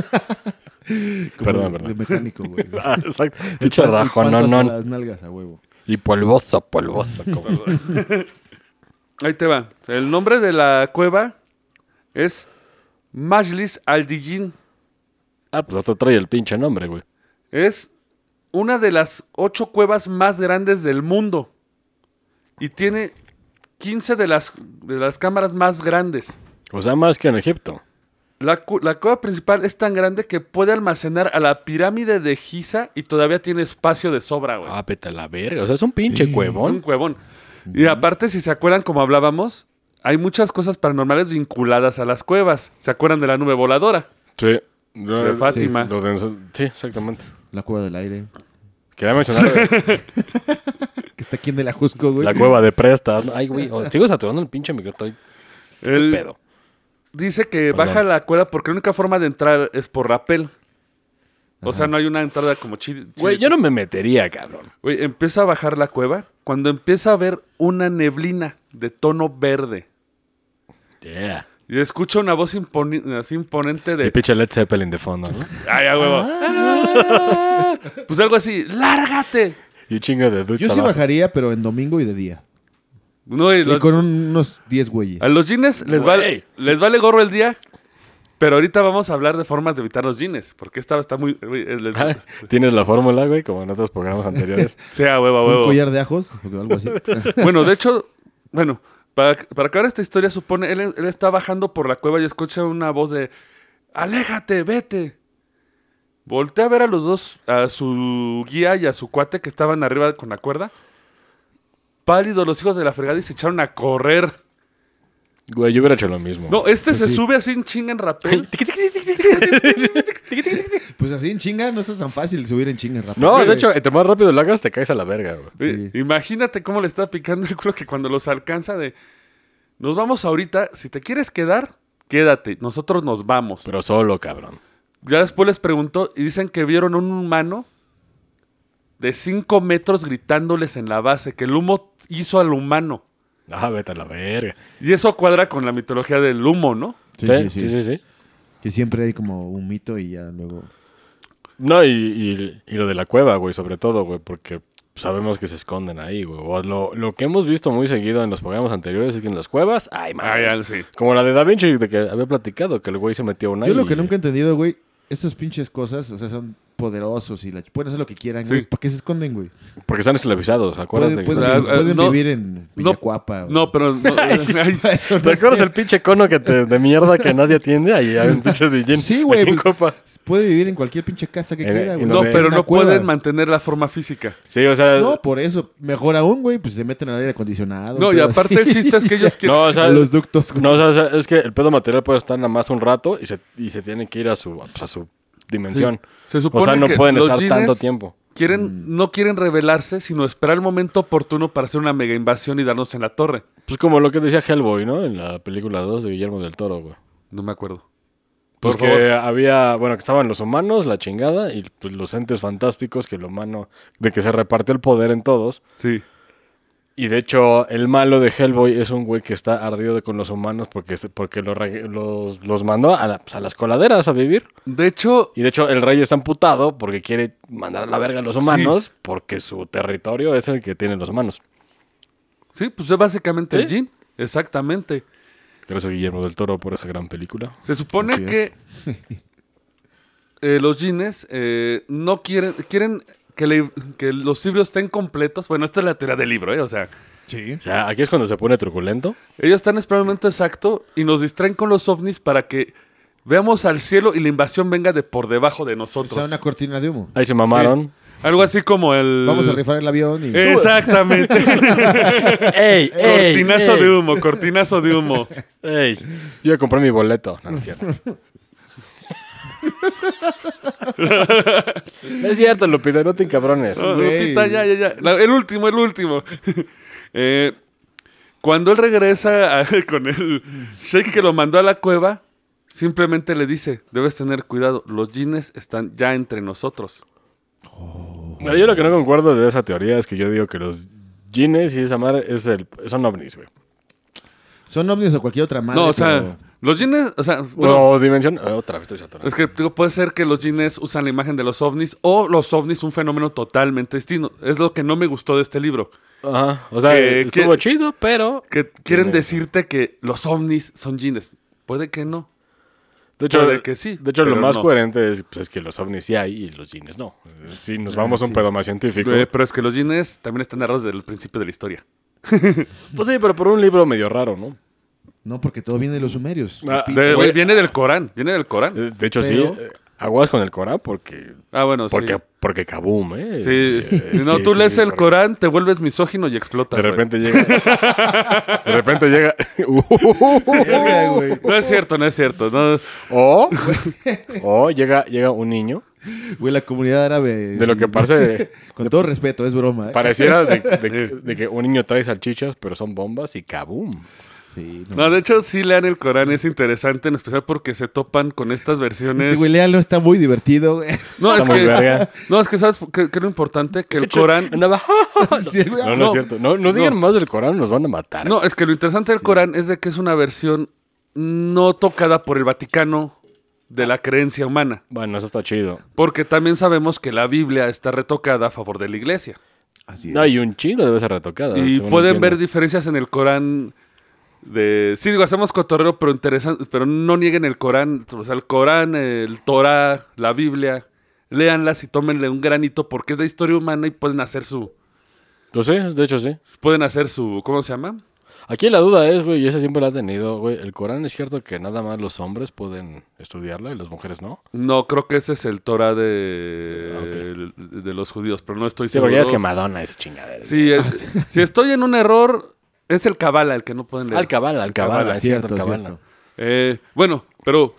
[SPEAKER 3] Como de-
[SPEAKER 4] Perdón, perdón.
[SPEAKER 3] De mecánico, güey.
[SPEAKER 4] Ah, Exacto. Pinche
[SPEAKER 3] El pan- el
[SPEAKER 4] rajo,
[SPEAKER 3] pan
[SPEAKER 4] no,
[SPEAKER 3] hasta
[SPEAKER 4] no.
[SPEAKER 3] Las nalgas a huevo.
[SPEAKER 4] Y polvoso, polvoso. como-
[SPEAKER 2] Ahí te va. El nombre de la cueva es Majlis Aldijin.
[SPEAKER 4] Ah, pues hasta trae el pinche nombre, güey.
[SPEAKER 2] Es una de las ocho cuevas más grandes del mundo. Y tiene 15 de las, de las cámaras más grandes.
[SPEAKER 4] O sea, más que en Egipto.
[SPEAKER 2] La, cu- la cueva principal es tan grande que puede almacenar a la pirámide de Giza y todavía tiene espacio de sobra, güey.
[SPEAKER 4] Ah, peta la verga. O sea, es un pinche
[SPEAKER 2] es un
[SPEAKER 4] cuevón.
[SPEAKER 2] cuevón. Y aparte, si se acuerdan, como hablábamos, hay muchas cosas paranormales vinculadas a las cuevas. ¿Se acuerdan de la nube voladora?
[SPEAKER 4] Sí. Lo-
[SPEAKER 2] De Fátima.
[SPEAKER 4] lo de- sí, exactamente.
[SPEAKER 3] La cueva del aire.
[SPEAKER 4] Quería mencionar güey,
[SPEAKER 3] Que está aquí en el ajusco, güey.
[SPEAKER 4] la cueva de Presta. Ay, güey. o- Sigo saturando el pinche micrófono. Estoy
[SPEAKER 2] El-
[SPEAKER 4] pedo.
[SPEAKER 2] Dice que
[SPEAKER 4] Perdón.
[SPEAKER 2] baja la cuerda porque la única forma de entrar es por rappel. O sea, no hay una entrada como chida.
[SPEAKER 4] Güey, yo no me metería, cabrón.
[SPEAKER 2] Güey, empieza a bajar la cueva cuando empieza a ver una neblina de tono verde.
[SPEAKER 4] Yeah.
[SPEAKER 2] Y escucha una voz imponi- así imponente
[SPEAKER 4] Y
[SPEAKER 2] de...
[SPEAKER 4] pinche Led Zeppelin de fondo, ¿no?
[SPEAKER 2] ¡Ay, a huevo!
[SPEAKER 4] Ah.
[SPEAKER 2] Pues algo así, ¡lárgate!
[SPEAKER 4] Y un chingo de dudes
[SPEAKER 3] Yo sí
[SPEAKER 4] abajo.
[SPEAKER 3] bajaría, pero en domingo y de día.
[SPEAKER 2] No, y
[SPEAKER 3] Y
[SPEAKER 2] los-
[SPEAKER 3] con unos 10 güeyes.
[SPEAKER 2] a los jeans les
[SPEAKER 4] Güey.
[SPEAKER 2] vale, les vale gorro el día, pero ahorita vamos a hablar de formas de evitar los jeans, porque esta está muy... güey, eh, les-
[SPEAKER 4] Ah, Tienes la fórmula, güey, como en otros programas anteriores.
[SPEAKER 2] Sí, a huevo, a
[SPEAKER 3] Un
[SPEAKER 2] huevo.
[SPEAKER 3] collar de ajos o algo así.
[SPEAKER 2] Bueno, de hecho, bueno, para, para acabar esta historia, supone, él, él está bajando por la cueva y escucha una voz de, aléjate, vete. Voltea a ver a los dos, a su guía y a su cuate que estaban arriba con la cuerda. Pálidos los hijos de la fregada y se echaron a correr.
[SPEAKER 4] Güey, yo hubiera hecho lo mismo.
[SPEAKER 2] No, este se sube así en chinga en rapel.
[SPEAKER 3] Pues así en chinga no está tan fácil subir en chinga rápido.
[SPEAKER 4] No, de
[SPEAKER 3] güey.
[SPEAKER 4] hecho, entre más rápido lo hagas, te caes a la verga, güey.
[SPEAKER 3] Sí.
[SPEAKER 2] Eh, Imagínate cómo le está picando el culo que cuando los alcanza de, nos vamos ahorita, si te quieres quedar, quédate, nosotros nos vamos.
[SPEAKER 4] Pero solo, cabrón.
[SPEAKER 2] Ya después les preguntó y dicen que vieron a un humano de 5 metros gritándoles en la base, que el humo hizo al humano.
[SPEAKER 4] Ah, vete a la verga.
[SPEAKER 2] Y eso cuadra con la mitología del humo, ¿no?
[SPEAKER 3] Sí, sí, sí.
[SPEAKER 4] sí.
[SPEAKER 3] Que siempre hay como un mito y ya luego.
[SPEAKER 4] No, y, y- y lo de la cueva, güey, sobre todo, güey, porque sabemos que se esconden ahí, güey. O Lo, lo que hemos visto muy seguido en los programas anteriores es que en las cuevas hay
[SPEAKER 2] Ah, ya,
[SPEAKER 4] más.
[SPEAKER 2] sí.
[SPEAKER 4] Como la de Da Vinci, de que había platicado, que el güey se metió a una
[SPEAKER 3] Yo
[SPEAKER 4] y-
[SPEAKER 3] lo que nunca he entendido, güey, esas pinches cosas, o sea, son poderosos y la... pueden hacer lo que quieran,
[SPEAKER 2] Sí.
[SPEAKER 3] güey. ¿Para qué se esconden, güey?
[SPEAKER 4] Porque están esclavizados, acuérdate.
[SPEAKER 3] Pueden, pueden
[SPEAKER 2] O sea,
[SPEAKER 3] vi- pueden
[SPEAKER 2] no-
[SPEAKER 3] vivir en Villacuapa. güey.
[SPEAKER 2] No, pero... no, ay,
[SPEAKER 4] ¿Te acuerdas el pinche cono que te- de mierda que nadie atiende? Ahí hay un pinche DJ.
[SPEAKER 3] Sí, güey. pues,
[SPEAKER 4] aquí en Copa. Eh,
[SPEAKER 3] Puede vivir en cualquier pinche casa que
[SPEAKER 4] En-
[SPEAKER 3] quiera,
[SPEAKER 4] en
[SPEAKER 3] güey.
[SPEAKER 2] no,
[SPEAKER 4] de-
[SPEAKER 2] pero
[SPEAKER 3] Una
[SPEAKER 2] no
[SPEAKER 3] cueva.
[SPEAKER 2] pueden mantener la forma física.
[SPEAKER 4] Sí, o sea.
[SPEAKER 3] No, por eso. Mejor aún, güey, pues se meten al aire acondicionado.
[SPEAKER 2] No,
[SPEAKER 3] un
[SPEAKER 2] y
[SPEAKER 3] pedo
[SPEAKER 2] aparte el
[SPEAKER 3] así.
[SPEAKER 2] chiste es que ellos quieren...
[SPEAKER 4] No, o sea,
[SPEAKER 3] a los ductos, güey.
[SPEAKER 4] no, o sea, o sea, es que el pedo material puede estar nada más un rato y se, y se tiene que ir a su, pues, a su dimensión.
[SPEAKER 2] Se supone
[SPEAKER 4] o sea, no
[SPEAKER 2] que
[SPEAKER 4] pueden
[SPEAKER 2] los
[SPEAKER 4] estar
[SPEAKER 2] jeans
[SPEAKER 4] tanto tiempo. Mm.
[SPEAKER 2] Quieren, no quieren revelarse, sino esperar el momento oportuno para hacer una mega invasión y darnos en la torre.
[SPEAKER 4] Pues como lo que decía Hellboy, ¿no? En la película 2 de Guillermo del Toro, güey.
[SPEAKER 2] No me acuerdo. Por
[SPEAKER 4] Pues que
[SPEAKER 2] favor.
[SPEAKER 4] había, bueno, que estaban los humanos, la chingada, y pues, los entes fantásticos, que el humano, de que se reparte el poder en todos.
[SPEAKER 2] Sí.
[SPEAKER 4] Y de hecho, el malo de Hellboy es un güey que está ardido de- con los humanos porque, porque lo reg- los, los mandó a, la- pues, a las coladeras a vivir.
[SPEAKER 2] De hecho,
[SPEAKER 4] Y de hecho, el rey está amputado porque quiere mandar a la verga a los humanos porque su territorio es el que tienen los humanos.
[SPEAKER 2] sí, pues es básicamente el
[SPEAKER 4] ¿Sí?
[SPEAKER 2] Jin. Exactamente.
[SPEAKER 4] Gracias, Guillermo del Toro, por esa gran película.
[SPEAKER 2] Se supone
[SPEAKER 3] Así es.
[SPEAKER 2] que eh, los jeans no quieren, quieren que, le- que los libros estén completos. Bueno, esta es la teoría del libro, ¿eh? O sea,
[SPEAKER 3] Sí.
[SPEAKER 4] O sea, aquí es cuando se pone truculento.
[SPEAKER 2] ellos están esperando el momento exacto y nos distraen con los ovnis para que veamos al cielo y la invasión venga de por debajo de
[SPEAKER 3] O sea,
[SPEAKER 2] nosotros.
[SPEAKER 3] una cortina de humo.
[SPEAKER 4] Ahí se mamaron.
[SPEAKER 2] Algo así como el...
[SPEAKER 3] Vamos a rifar el avión y...
[SPEAKER 2] Exactamente.
[SPEAKER 4] ¡Ey, ey,
[SPEAKER 2] cortinazo
[SPEAKER 4] ey,
[SPEAKER 2] de humo, cortinazo de humo.
[SPEAKER 4] ey! Yo ya compré mi boleto. No, no es cierto. No es cierto, Lupita, no te encabrones.
[SPEAKER 2] No,
[SPEAKER 3] Güey.
[SPEAKER 2] Ah, Lupita, ya, ya, ya. La- el último, el último. Eh, cuando él regresa a- con el Sheik que lo mandó a la cueva, simplemente le dice, debes tener cuidado, los jeans están ya entre nosotros.
[SPEAKER 4] Mira, yo lo que no concuerdo de esa teoría es que yo digo que los jeans y esa madre es el, son ovnis, güey.
[SPEAKER 3] Son ovnis o cualquier otra madre.
[SPEAKER 2] no, o sea,
[SPEAKER 3] pero-
[SPEAKER 2] los jeans, o sea, bueno,
[SPEAKER 4] o dimensión. eh, otra vez estoy saturado.
[SPEAKER 2] es que digo, puede ser que los jeans usan la imagen de los ovnis o los ovnis un fenómeno totalmente distinto. Es lo que no me gustó de este libro.
[SPEAKER 4] Ajá. O sea,
[SPEAKER 2] Que-
[SPEAKER 4] estuvo
[SPEAKER 2] que-
[SPEAKER 4] chido, pero.
[SPEAKER 2] Que quieren
[SPEAKER 4] Tiene-
[SPEAKER 2] decirte que los ovnis son jeans. Puede que no.
[SPEAKER 4] De hecho,
[SPEAKER 2] puede que sí,
[SPEAKER 4] de hecho lo
[SPEAKER 2] pero
[SPEAKER 4] más
[SPEAKER 2] no.
[SPEAKER 4] coherente es, pues, es que los ovnis sí hay y los jeans no. Eh, Si nos vamos a un pedo más científico.
[SPEAKER 2] Ah, Eh, pero es que los jeans también están narrados desde los principios de la historia.
[SPEAKER 4] Pues sí, pero por un libro medio raro, ¿no?
[SPEAKER 3] No, porque todo viene de los sumerios.
[SPEAKER 4] Ah,
[SPEAKER 3] repito.
[SPEAKER 2] De-
[SPEAKER 4] Güey,
[SPEAKER 2] viene del Corán, viene del Corán.
[SPEAKER 4] De de hecho,
[SPEAKER 3] Pero-
[SPEAKER 4] sí. eh, Aguas con el Corán porque.
[SPEAKER 2] Ah, bueno, sí.
[SPEAKER 4] Porque, porque kaboom, ¿eh?
[SPEAKER 2] Sí,
[SPEAKER 4] eh,
[SPEAKER 2] si no,
[SPEAKER 4] sí,
[SPEAKER 2] tú
[SPEAKER 4] sí,
[SPEAKER 2] lees
[SPEAKER 4] sí,
[SPEAKER 2] el
[SPEAKER 4] porque
[SPEAKER 2] Corán, te vuelves misógino y explotas.
[SPEAKER 4] De
[SPEAKER 2] güey.
[SPEAKER 4] repente llega. De repente llega. uh,
[SPEAKER 3] Verga,
[SPEAKER 2] Oh.
[SPEAKER 3] güey.
[SPEAKER 2] No es cierto, no es cierto. no.
[SPEAKER 4] o. O llega, llega un niño.
[SPEAKER 3] Güey, la comunidad árabe...
[SPEAKER 4] De lo que parece.
[SPEAKER 3] Con todo respeto, es broma. ¿eh?
[SPEAKER 4] Pareciera de, de- de que un niño trae salchichas, pero son bombas y kaboom.
[SPEAKER 3] Sí, no.
[SPEAKER 2] No, de hecho, sí lean el Corán, es interesante, en especial porque se topan con estas
[SPEAKER 3] Este
[SPEAKER 2] versiones.
[SPEAKER 3] güey, léalo, está muy divertido, güey.
[SPEAKER 2] No, es
[SPEAKER 4] Está muy
[SPEAKER 2] que,
[SPEAKER 4] verga.
[SPEAKER 2] no, es que ¿sabes qué, qué es lo importante? Que el Corán...
[SPEAKER 4] Andaba.
[SPEAKER 3] Sí, güey.
[SPEAKER 4] No, no,
[SPEAKER 2] No,
[SPEAKER 4] es cierto. No, no digan
[SPEAKER 2] no.
[SPEAKER 4] más del Corán, nos van a matar.
[SPEAKER 2] No, es que lo interesante del Corán es de que es una versión no tocada por el Vaticano de la creencia humana.
[SPEAKER 4] Bueno, eso está chido.
[SPEAKER 2] Porque también sabemos que la Biblia está retocada a favor de la iglesia.
[SPEAKER 3] Así es.
[SPEAKER 4] No, y un chingo debe ser retocada.
[SPEAKER 2] Y
[SPEAKER 4] según
[SPEAKER 2] pueden ver
[SPEAKER 4] entiendo.
[SPEAKER 2] diferencias en el Corán de... Sí, digo, hacemos cotorreo, pero interesante, pero no nieguen el Corán. O sea, el Corán, el Torah, la Biblia. Léanlas y tómenle un granito porque es de historia humana y pueden hacer su...
[SPEAKER 4] Pues sí, de hecho sí.
[SPEAKER 2] Pueden hacer su... ¿Cómo se llama?
[SPEAKER 4] Aquí la duda es, güey, y esa siempre la he tenido, güey. ¿El Corán es cierto que nada más los hombres pueden estudiarla y las mujeres no?
[SPEAKER 2] No, creo que ese es el Torah de, el- de los judíos, pero no estoy
[SPEAKER 4] Sí,
[SPEAKER 2] seguro.
[SPEAKER 4] porque Ah, ya es que Ah, Madonna esa chingadera.
[SPEAKER 2] Sí, es- si estoy en un error, es el Kabbalah el que no pueden leer.
[SPEAKER 4] Al cabala, al cabala,
[SPEAKER 2] Kabbalah,
[SPEAKER 4] es
[SPEAKER 3] cierto,
[SPEAKER 4] cierto, al cabala.
[SPEAKER 3] cierto.
[SPEAKER 2] Eh, bueno, pero.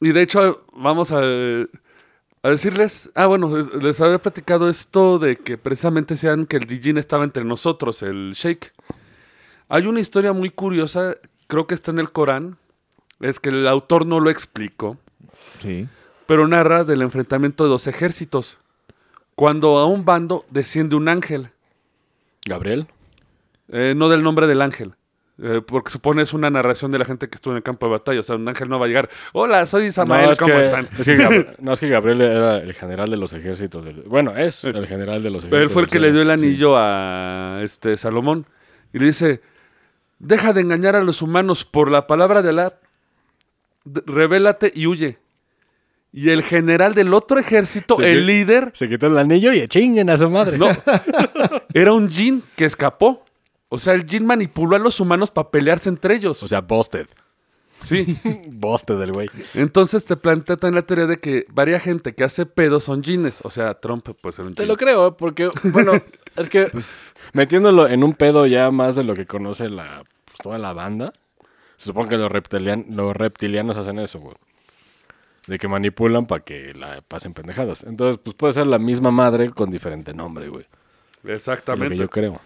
[SPEAKER 2] Y de hecho, vamos a, a decirles. Ah, bueno, es- les había platicado esto de que precisamente sean que el Dijin estaba entre nosotros, el Sheikh. Hay una historia muy curiosa, creo que está en el Corán. Es que el autor no lo explicó,
[SPEAKER 3] Sí.
[SPEAKER 2] pero narra del enfrentamiento de dos ejércitos. Cuando a un bando desciende un ángel,
[SPEAKER 4] Gabriel.
[SPEAKER 2] eh, no del nombre del ángel. eh, porque supone es una narración de la gente que estuvo en el campo de batalla. O sea, un ángel no va a llegar. Hola, soy Samael,
[SPEAKER 4] no, es
[SPEAKER 2] ¿cómo
[SPEAKER 4] que,
[SPEAKER 2] están?
[SPEAKER 4] es que Gab- no, es que Gabriel era el general de los ejércitos. del- bueno, es el general de los ejércitos.
[SPEAKER 2] Pero él fue el
[SPEAKER 4] del
[SPEAKER 2] que le
[SPEAKER 4] cielo.
[SPEAKER 2] dio el anillo a este Salomón. Y le dice: Deja de engañar a los humanos por la palabra de Alá. d- Revélate y huye. Y el general del otro ejército,
[SPEAKER 4] Sí,
[SPEAKER 2] el
[SPEAKER 4] sí.
[SPEAKER 2] líder,
[SPEAKER 4] Se quitó el anillo y chinguen a su madre.
[SPEAKER 2] no, era un jin que escapó. O sea, el jin manipuló a los humanos para pelearse entre ellos.
[SPEAKER 4] O sea, busted.
[SPEAKER 2] sí.
[SPEAKER 4] Busted el güey.
[SPEAKER 2] Entonces te plantea también la teoría de que varia gente que hace pedos son jeans. O sea, Trump puede ser un
[SPEAKER 4] Te
[SPEAKER 2] jean.
[SPEAKER 4] lo creo, porque, bueno, es que Pues, metiéndolo en un pedo ya más de lo que conoce la, pues, toda la banda, se supone que los, reptilian- los reptilianos hacen eso, güey. De que manipulan para que la pasen pendejadas. Entonces, pues puede ser la misma madre con diferente nombre, güey. Es Lo que
[SPEAKER 2] Exactamente.
[SPEAKER 4] yo creo.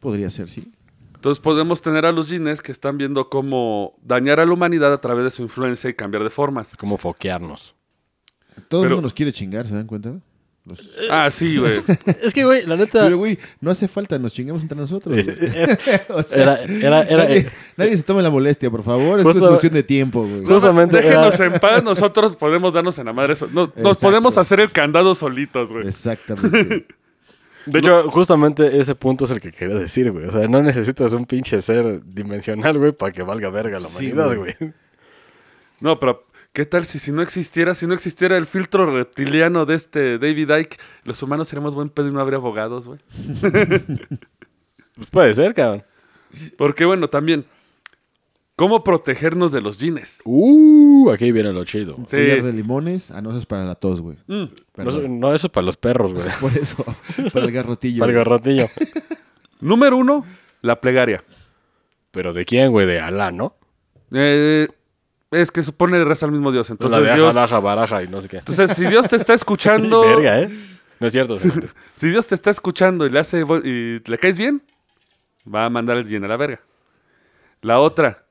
[SPEAKER 3] Podría ser, sí.
[SPEAKER 2] Entonces podemos tener a los jeans que están viendo cómo dañar a la humanidad a través de su influencia y cambiar de formas.
[SPEAKER 4] Como foquearnos.
[SPEAKER 3] Todo el
[SPEAKER 2] Pero-
[SPEAKER 3] mundo nos quiere chingar, ¿se dan cuenta?
[SPEAKER 4] Eh,
[SPEAKER 3] Los-
[SPEAKER 2] Ah, sí, güey.
[SPEAKER 4] Es que, güey, la neta.
[SPEAKER 3] Pero, güey, no hace falta, nos chingamos entre nosotros. güey. O sea,
[SPEAKER 4] Eh, Era, era, era, eh,
[SPEAKER 3] nadie, nadie se tome la molestia, por favor. Esto
[SPEAKER 4] Justo-
[SPEAKER 3] es cuestión de tiempo, güey.
[SPEAKER 4] Justo- Justamente era-
[SPEAKER 2] Déjenos en paz, nosotros podemos darnos en la madre. so- no- nos
[SPEAKER 3] Exacto.
[SPEAKER 2] podemos hacer el candado solitos, güey.
[SPEAKER 3] Exactamente.
[SPEAKER 4] De hecho, justamente ese punto es el que quería decir, güey. O sea, no necesitas un pinche ser dimensional, güey, para que valga verga la
[SPEAKER 3] Sí,
[SPEAKER 4] humanidad,
[SPEAKER 3] güey.
[SPEAKER 4] güey.
[SPEAKER 2] No, pero ¿qué tal si, si no existiera, si no existiera el filtro reptiliano de este David Icke, los humanos seríamos buen pedo y no habría abogados, güey?
[SPEAKER 4] Pues puede ser, cabrón.
[SPEAKER 2] Porque bueno, también, ¿cómo protegernos de los jeans?
[SPEAKER 4] Uh, aquí viene lo chido.
[SPEAKER 3] Un collar de limones, a no ser para la tos, güey.
[SPEAKER 2] Mm,
[SPEAKER 4] No,
[SPEAKER 3] Perdón.
[SPEAKER 4] eso- no, eso es para los perros, güey.
[SPEAKER 3] Por eso, para el garrotillo.
[SPEAKER 4] Para el garrotillo.
[SPEAKER 2] Número uno, la plegaria.
[SPEAKER 4] Pero de quién, güey, de Alá, ¿no?
[SPEAKER 2] Eh, es que supone reza al mismo Dios. Entonces,
[SPEAKER 4] la de
[SPEAKER 2] Dios,
[SPEAKER 4] Aja, Laja, Baraja y no sé qué.
[SPEAKER 2] entonces si Dios te está escuchando,
[SPEAKER 4] Verga, ¿eh? No es cierto, señores.
[SPEAKER 2] si Dios te está escuchando y le hace bo- y le caes bien, va a mandar el bien a la verga. La otra,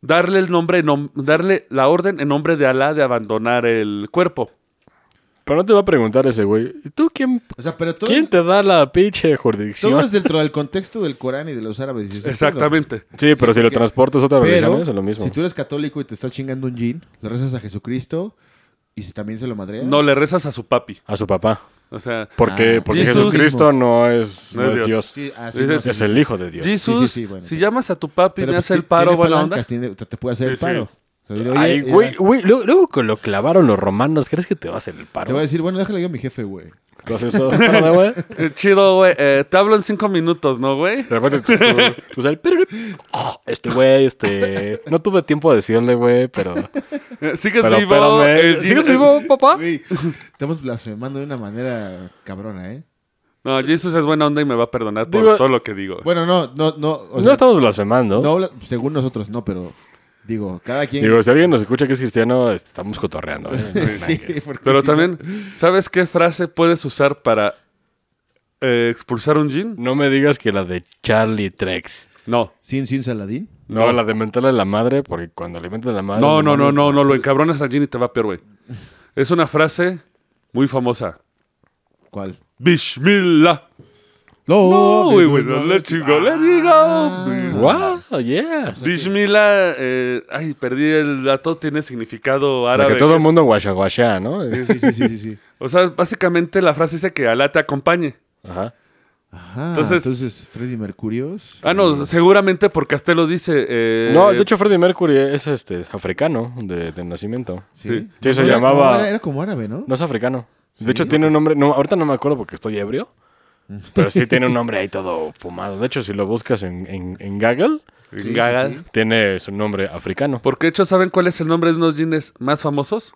[SPEAKER 2] darle el nombre, en nom- darle la orden en nombre de Alá de abandonar el cuerpo.
[SPEAKER 4] Pero no te va a preguntar ese güey. ¿Y tú quién,
[SPEAKER 3] O sea, pero todo,
[SPEAKER 4] quién
[SPEAKER 3] es,
[SPEAKER 4] te da la pinche
[SPEAKER 3] todo
[SPEAKER 4] jurisdicción?
[SPEAKER 3] es dentro del contexto del Corán y de los árabes. dices,
[SPEAKER 2] Exactamente.
[SPEAKER 4] Sí, pero si lo
[SPEAKER 3] porque-
[SPEAKER 4] transportas a otra religión,
[SPEAKER 3] Pero,
[SPEAKER 4] es lo mismo.
[SPEAKER 3] si tú eres católico y te está chingando un jean, le rezas a Jesucristo y si también se lo madrea.
[SPEAKER 2] No le rezas a su papi.
[SPEAKER 4] A su papá.
[SPEAKER 2] O sea,
[SPEAKER 4] Porque,
[SPEAKER 3] Ah,
[SPEAKER 4] porque
[SPEAKER 2] Jesús.
[SPEAKER 4] Jesucristo no es, no es Dios.
[SPEAKER 3] Sí, así
[SPEAKER 2] Dices,
[SPEAKER 3] no,
[SPEAKER 4] Es,
[SPEAKER 3] sí, sí,
[SPEAKER 4] el
[SPEAKER 3] sí.
[SPEAKER 4] hijo de Dios.
[SPEAKER 2] Jesús,
[SPEAKER 3] sí, bueno.
[SPEAKER 2] si llamas a tu papi y
[SPEAKER 3] Pero
[SPEAKER 2] me
[SPEAKER 3] pues
[SPEAKER 2] hace
[SPEAKER 3] ti-
[SPEAKER 2] el paro,
[SPEAKER 3] tiene
[SPEAKER 2] buena onda.
[SPEAKER 3] palancas, tiene- te, te puede hacer
[SPEAKER 2] Sí,
[SPEAKER 3] el
[SPEAKER 2] sí.
[SPEAKER 3] paro. O sea, dile, oye,
[SPEAKER 4] Ay,
[SPEAKER 3] eh,
[SPEAKER 4] güey, güey, luego, luego que lo clavaron los romanos, ¿crees que te va a hacer el
[SPEAKER 3] Te
[SPEAKER 4] paro?
[SPEAKER 3] voy a decir, bueno, déjale yo a mi jefe, güey.
[SPEAKER 4] Entonces, eso- espérame, güey. De
[SPEAKER 2] Eh, Chido, güey. Eh, te hablo en cinco minutos, ¿no, güey?
[SPEAKER 4] repente, tú- tú sales, "Pero, oh, este güey, este... No tuve tiempo de decirle, güey, pero...
[SPEAKER 2] Eh, Sigues
[SPEAKER 4] Pero
[SPEAKER 2] vivo. Eh,
[SPEAKER 4] espérame,
[SPEAKER 2] el
[SPEAKER 4] ¿sigues
[SPEAKER 2] Jin-
[SPEAKER 4] vivo, papá?
[SPEAKER 3] Güey, estamos blasfemando de una manera cabrona, ¿eh?
[SPEAKER 2] No, Jesús es buena onda y me va a perdonar por
[SPEAKER 4] Digo-
[SPEAKER 2] todo lo que digo.
[SPEAKER 3] Bueno, no, no, no. o
[SPEAKER 4] no
[SPEAKER 3] sea,
[SPEAKER 4] estamos blasfemando.
[SPEAKER 3] no habla- según nosotros no, pero digo, cada quien.
[SPEAKER 4] Digo, si alguien nos escucha que es cristiano, este, estamos cotorreando. ¿eh?
[SPEAKER 3] sí, porque
[SPEAKER 2] Pero
[SPEAKER 3] si no-
[SPEAKER 2] también, ¿sabes qué frase puedes usar para eh, expulsar un jean?
[SPEAKER 4] No me digas que la de Charlie Trex.
[SPEAKER 2] No.
[SPEAKER 3] Sin, sin Saladín.
[SPEAKER 4] No,
[SPEAKER 2] No.
[SPEAKER 4] la de mentarle a la madre, porque cuando alimentas a la madre...
[SPEAKER 2] No, no, no,
[SPEAKER 4] mames,
[SPEAKER 2] no, no, lo encabronas al jean y te va peor, güey. Es una frase muy famosa.
[SPEAKER 3] ¿Cuál?
[SPEAKER 2] Bismillah.
[SPEAKER 3] No,
[SPEAKER 2] No, güey,
[SPEAKER 3] no,
[SPEAKER 2] güey,
[SPEAKER 3] no,
[SPEAKER 2] no le
[SPEAKER 3] no.
[SPEAKER 2] chingo, le
[SPEAKER 3] Ah.
[SPEAKER 2] digo.
[SPEAKER 4] Wow, yeah.
[SPEAKER 2] Bismillah, eh, ay, perdí el dato, tiene significado árabe.
[SPEAKER 4] Porque todo
[SPEAKER 2] que
[SPEAKER 4] el
[SPEAKER 2] es-
[SPEAKER 4] mundo guasha guasha, ¿no?
[SPEAKER 3] ah, Sí, sí, sí, sí. sí.
[SPEAKER 2] O sea, básicamente la frase dice que Alá te acompañe.
[SPEAKER 4] Ajá.
[SPEAKER 3] Ajá. Entonces,
[SPEAKER 2] Entonces-
[SPEAKER 3] Freddy Mercurios.
[SPEAKER 2] Ah, no, seguramente porque hasta lo dice. eh,
[SPEAKER 4] Mm. No, de hecho Freddie Mercury es este africano de, de nacimiento.
[SPEAKER 3] Sí,
[SPEAKER 4] Sí, se
[SPEAKER 3] Era como-
[SPEAKER 4] llamaba-
[SPEAKER 3] era, era como árabe, ¿no?
[SPEAKER 4] No es africano. De hecho tiene un nombre, no, ahorita no me acuerdo porque estoy ebrio, pero sí tiene un nombre ahí todo fumado. De hecho, si lo buscas en, en, en Google,
[SPEAKER 3] sí,
[SPEAKER 2] gaga.
[SPEAKER 3] sí.
[SPEAKER 4] tiene su nombre africano.
[SPEAKER 2] Porque de hecho, ¿saben cuál es el nombre de unos jeans más famosos?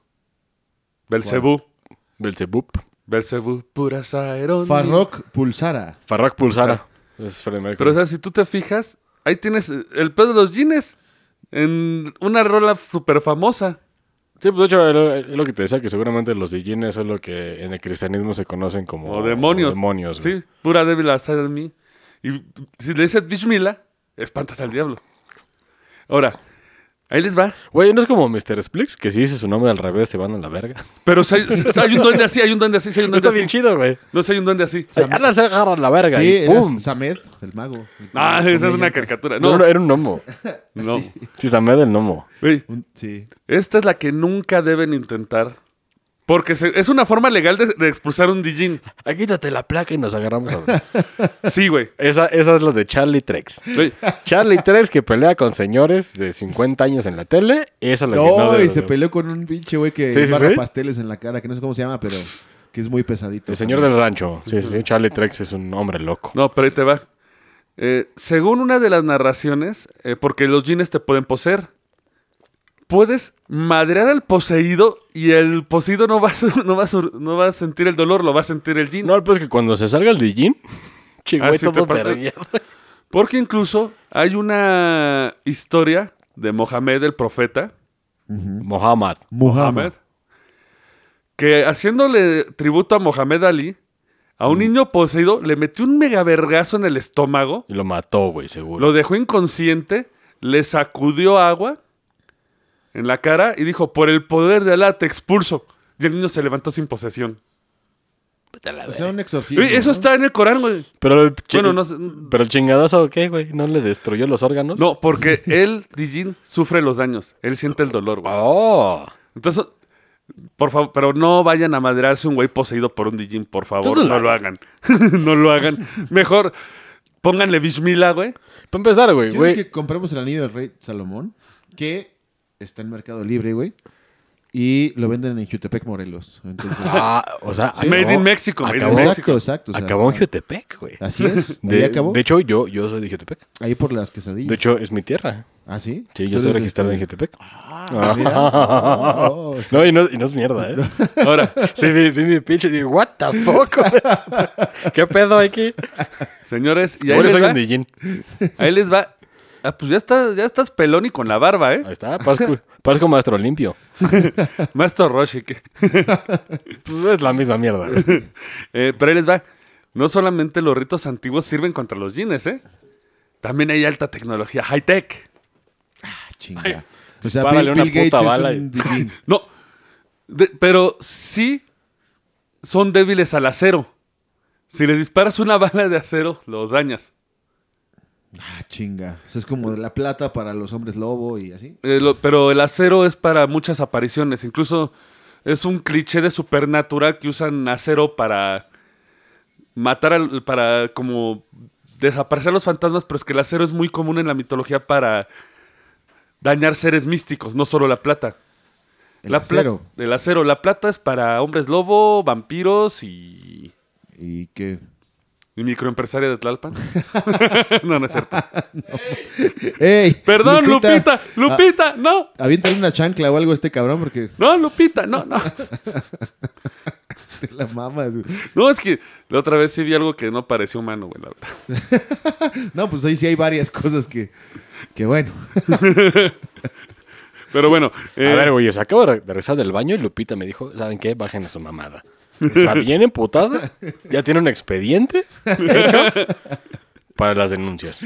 [SPEAKER 2] Belcebú.
[SPEAKER 4] Belzebub.
[SPEAKER 2] Belcebú, pura saerón.
[SPEAKER 3] Farrokh Pulsara.
[SPEAKER 4] Farrak Pulsara. Es Freddie Mercury.
[SPEAKER 2] Pero, o sea, si tú te fijas, ahí tienes eh, el pedo de los jeans en una rola súper famosa.
[SPEAKER 4] Sí, pues de hecho es lo- es lo que te decía, que seguramente los djinnes es lo que en el cristianismo se conocen como...
[SPEAKER 2] o demonios.
[SPEAKER 4] demonios, güey.
[SPEAKER 2] Sí, pura débil asada en mí. Y si le dices Bishmila, espantas al diablo. Ahora, ahí les va.
[SPEAKER 4] Güey, no es como Mr. Splix, que si dice su nombre al revés se van a la verga.
[SPEAKER 2] Pero si hay, si hay un duende así, hay un duende así, si hay un duende
[SPEAKER 4] Está bien
[SPEAKER 2] así.
[SPEAKER 4] chido, güey.
[SPEAKER 2] No, si hay un duende así.
[SPEAKER 4] Ahora se agarran la verga
[SPEAKER 3] Sí,
[SPEAKER 4] y
[SPEAKER 3] era
[SPEAKER 4] ¡pum!
[SPEAKER 3] Samed, el mago. El-
[SPEAKER 2] Ah,
[SPEAKER 3] con
[SPEAKER 2] esa es una
[SPEAKER 3] llantas.
[SPEAKER 2] caricatura.
[SPEAKER 4] No,
[SPEAKER 2] No,
[SPEAKER 4] no, era un gnomo.
[SPEAKER 2] no.
[SPEAKER 4] Sí, Samed el gnomo.
[SPEAKER 2] Güey,
[SPEAKER 3] Un- sí.
[SPEAKER 2] Esta es la que nunca deben intentar. Porque se- es una forma legal de, de expulsar un Dijin.
[SPEAKER 4] Ah, quítate la placa y nos agarramos a...
[SPEAKER 2] Sí, güey.
[SPEAKER 4] esa, esa es la de Charlie Trex.
[SPEAKER 2] Güey,
[SPEAKER 4] Charlie Trex que pelea con señores de 50 años en la tele. Esa es la que
[SPEAKER 3] No,
[SPEAKER 4] no
[SPEAKER 3] y
[SPEAKER 4] debe-
[SPEAKER 3] se peleó con un pinche güey que
[SPEAKER 4] Sí, sí,
[SPEAKER 3] barra
[SPEAKER 4] sí.
[SPEAKER 3] pasteles en la cara, que no sé cómo se llama, pero que es muy pesadito.
[SPEAKER 4] El señor
[SPEAKER 3] también.
[SPEAKER 4] del rancho. Sí, sí, sí. Charlie Trex es un hombre loco.
[SPEAKER 2] no, pero ahí te va. Eh, según una de las narraciones, eh, porque los jeans te pueden poseer, puedes madrear al poseído y el poseído no va, a, su- no va a su- no va a sentir el dolor, lo va a sentir el jean.
[SPEAKER 4] No, el pues que cuando se salga el Dijin...
[SPEAKER 2] Ah,
[SPEAKER 4] Chingüey
[SPEAKER 2] sí te
[SPEAKER 4] todo
[SPEAKER 2] pasa.
[SPEAKER 4] vergueado.
[SPEAKER 2] Porque incluso hay una historia de Mohamed el profeta,
[SPEAKER 4] Mohammed. Ah,
[SPEAKER 3] Muhammad.
[SPEAKER 2] Mohamed, que haciéndole tributo a Mohamed Ali, A un niño poseído le metió un mega vergazo en el estómago,
[SPEAKER 4] Y lo mató, güey, seguro.
[SPEAKER 2] lo dejó inconsciente, le sacudió agua en la cara y dijo, por el poder de Alá te expulso. Y el niño se levantó sin posesión.
[SPEAKER 3] O sea, un exorcismo.
[SPEAKER 2] Oye, eso
[SPEAKER 3] ¿no?
[SPEAKER 2] está en el Corán, güey.
[SPEAKER 4] Pero el, chi-
[SPEAKER 2] Bueno, no sé-
[SPEAKER 4] pero el chingadazo, ¿qué, güey? ¿No le destruyó los órganos?
[SPEAKER 2] No, porque él, Dijin, sufre los daños. Él siente el dolor, güey.
[SPEAKER 4] Oh.
[SPEAKER 2] Entonces, por favor, pero no vayan a madrearse un güey poseído por un Dijin, por favor.
[SPEAKER 4] Pues no
[SPEAKER 2] no
[SPEAKER 4] lo
[SPEAKER 2] lo hagan. no lo hagan. Mejor pónganle Bishmila, güey.
[SPEAKER 4] Para empezar, güey,
[SPEAKER 3] Yo
[SPEAKER 4] güey.
[SPEAKER 3] creo que compramos el anillo del rey Salomón, que está en Mercado Libre, güey. Y lo venden en Jutepec, Morelos. Entonces,
[SPEAKER 4] Ah, o sea,
[SPEAKER 3] Sí.
[SPEAKER 2] Made in Mexico, made in
[SPEAKER 4] acabó,
[SPEAKER 2] Mexico.
[SPEAKER 3] exacto, exacto. o sea,
[SPEAKER 4] acabó en Jutepec, güey.
[SPEAKER 3] Así es.
[SPEAKER 4] De,
[SPEAKER 3] ahí acabó.
[SPEAKER 4] de hecho, yo, yo soy de Jutepec.
[SPEAKER 3] ahí por las
[SPEAKER 4] De
[SPEAKER 3] quesadillas.
[SPEAKER 4] hecho, es mi tierra.
[SPEAKER 3] ¿Ah, sí?
[SPEAKER 4] Sí, yo soy
[SPEAKER 3] Entonces,
[SPEAKER 4] registrado en
[SPEAKER 3] este,
[SPEAKER 4] Jutepec.
[SPEAKER 3] mira. Oh, sí.
[SPEAKER 4] No, y no, y no es mierda, ¿eh? Ahora, sí, vi, vi mi pinche y digo, ¿What the fuck? güey? ¿Qué pedo aquí?
[SPEAKER 2] Señores, y ahí
[SPEAKER 4] Ahora
[SPEAKER 2] les,
[SPEAKER 4] soy un
[SPEAKER 2] va,
[SPEAKER 4] Dijin.
[SPEAKER 2] ahí les va. Ah, pues ya, está, ya estás pelón y con la barba, ¿eh?
[SPEAKER 4] Ahí está, parezco, parezco maestro limpio.
[SPEAKER 2] Maestro Roshi. que-
[SPEAKER 4] Pues es la misma mierda. güey.
[SPEAKER 2] Eh, pero ahí les va. No solamente los ritos antiguos sirven contra los jeans, ¿eh? También hay alta tecnología, high-tech.
[SPEAKER 3] Ah, chinga. O sea,
[SPEAKER 4] Párale
[SPEAKER 3] Bill,
[SPEAKER 4] una
[SPEAKER 3] Bill
[SPEAKER 4] puta
[SPEAKER 3] Gates
[SPEAKER 4] bala
[SPEAKER 3] es
[SPEAKER 4] y-
[SPEAKER 3] un divín.
[SPEAKER 2] No, de- pero sí son débiles al acero. Si les disparas una bala de acero, los dañas.
[SPEAKER 3] Ah, chinga. O sea, es como de la plata para los hombres lobo y así.
[SPEAKER 2] Eh, lo- pero el acero es para muchas apariciones. Incluso es un cliché de Supernatural que usan acero para matar, al- para como desaparecer los fantasmas, pero es que el acero es muy común en la mitología para dañar seres místicos, no solo la plata.
[SPEAKER 3] El
[SPEAKER 2] la pla-
[SPEAKER 3] acero.
[SPEAKER 2] el acero. La plata es para hombres lobo, vampiros y
[SPEAKER 3] ¿Y qué?
[SPEAKER 2] ¿Y microempresaria de Tlalpan? no, no es cierto.
[SPEAKER 3] ¡Ey!
[SPEAKER 2] Perdón, Lupita, Lupita,
[SPEAKER 3] Ah.
[SPEAKER 2] no,
[SPEAKER 3] a- aviéntale una chancla o algo a este cabrón porque
[SPEAKER 2] no, Lupita, no, no.
[SPEAKER 3] te la mamas. güey.
[SPEAKER 2] No, es que la otra vez sí vi algo que no parecía humano, güey, la verdad.
[SPEAKER 3] No, pues ahí sí hay varias cosas que, que bueno.
[SPEAKER 2] Pero bueno, eh,
[SPEAKER 4] A ver, güey, o sea, acabo de re- de regresar del baño y Lupita me dijo, ¿saben qué? Bajen a su mamada. Está bien emputada, ya tiene un expediente hecho para las denuncias.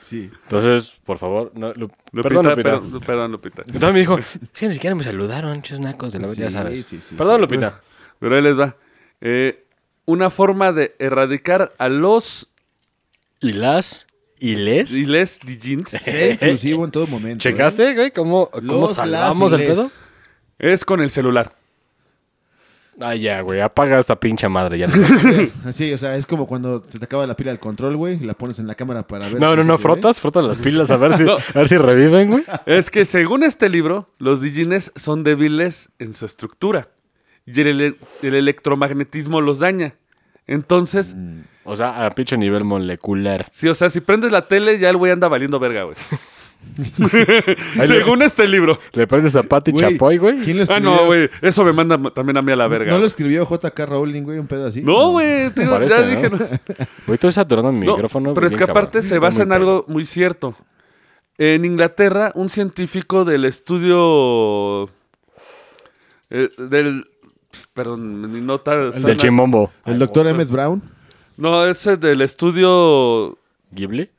[SPEAKER 3] Sí.
[SPEAKER 4] Entonces, por favor, no, Lu-
[SPEAKER 2] Lupita,
[SPEAKER 4] perdón, Lupita.
[SPEAKER 2] perdón, perdón, Lupita.
[SPEAKER 4] Entonces me dijo, sí, ni siquiera me saludaron, chesnacos de la
[SPEAKER 3] Sí,
[SPEAKER 4] ya sabes.
[SPEAKER 3] sí, sí,
[SPEAKER 4] perdón,
[SPEAKER 3] sí. Pues,
[SPEAKER 4] Lupita.
[SPEAKER 2] Pero ahí les va. Eh, una forma de erradicar a los
[SPEAKER 4] ¿Y las? ¿Y les?
[SPEAKER 2] y les dijins
[SPEAKER 3] Sé inclusivo en todo momento. ¿eh?
[SPEAKER 4] ¿Checaste, güey? ¿Cómo, cómo
[SPEAKER 3] Los,
[SPEAKER 4] salvamos
[SPEAKER 3] las
[SPEAKER 4] el
[SPEAKER 3] y
[SPEAKER 4] pedo?
[SPEAKER 3] les.
[SPEAKER 2] es con el celular.
[SPEAKER 4] Ah, ya, güey, apaga esta pincha madre. Ya.
[SPEAKER 3] Así, o sea, es como cuando se te acaba la pila del control, güey, y la pones en la cámara para ver.
[SPEAKER 4] No,
[SPEAKER 3] si
[SPEAKER 4] no, no,
[SPEAKER 3] se ve.
[SPEAKER 4] frotas, frotas las pilas a ver si, a ver si reviven, güey.
[SPEAKER 2] Es que según este libro, los dijines son débiles en su estructura y el, ele- el electromagnetismo los daña. Entonces,
[SPEAKER 4] O sea, a pinche nivel molecular.
[SPEAKER 2] sí, o sea, si prendes la tele, ya el güey anda valiendo verga, güey. según este libro.
[SPEAKER 4] Le prendes a Pati
[SPEAKER 3] Güey,
[SPEAKER 4] Chapoy, güey.
[SPEAKER 3] ¿Quién lo
[SPEAKER 2] Ah,
[SPEAKER 3] escribió?
[SPEAKER 2] no, güey. Eso me manda ma- también a mí a la verga.
[SPEAKER 3] ¿No lo
[SPEAKER 2] güey.
[SPEAKER 3] escribió J.K. Rowling, güey, un pedo así?
[SPEAKER 2] No, güey. te digo,
[SPEAKER 4] Parece,
[SPEAKER 2] ya
[SPEAKER 4] ¿no?
[SPEAKER 2] dije. no.
[SPEAKER 4] Güey, estoy saturando mi
[SPEAKER 2] No,
[SPEAKER 4] micrófono.
[SPEAKER 2] pero es
[SPEAKER 4] bien
[SPEAKER 2] que aparte
[SPEAKER 4] cabrón.
[SPEAKER 2] se basa en algo muy cierto. En Inglaterra, un científico del estudio. eh, del. Perdón, mi nota.
[SPEAKER 4] Del
[SPEAKER 2] suena-
[SPEAKER 4] chimbombo.
[SPEAKER 3] El doctor Emmett Brown,
[SPEAKER 2] No, ese del estudio.
[SPEAKER 4] ¿Ghibli?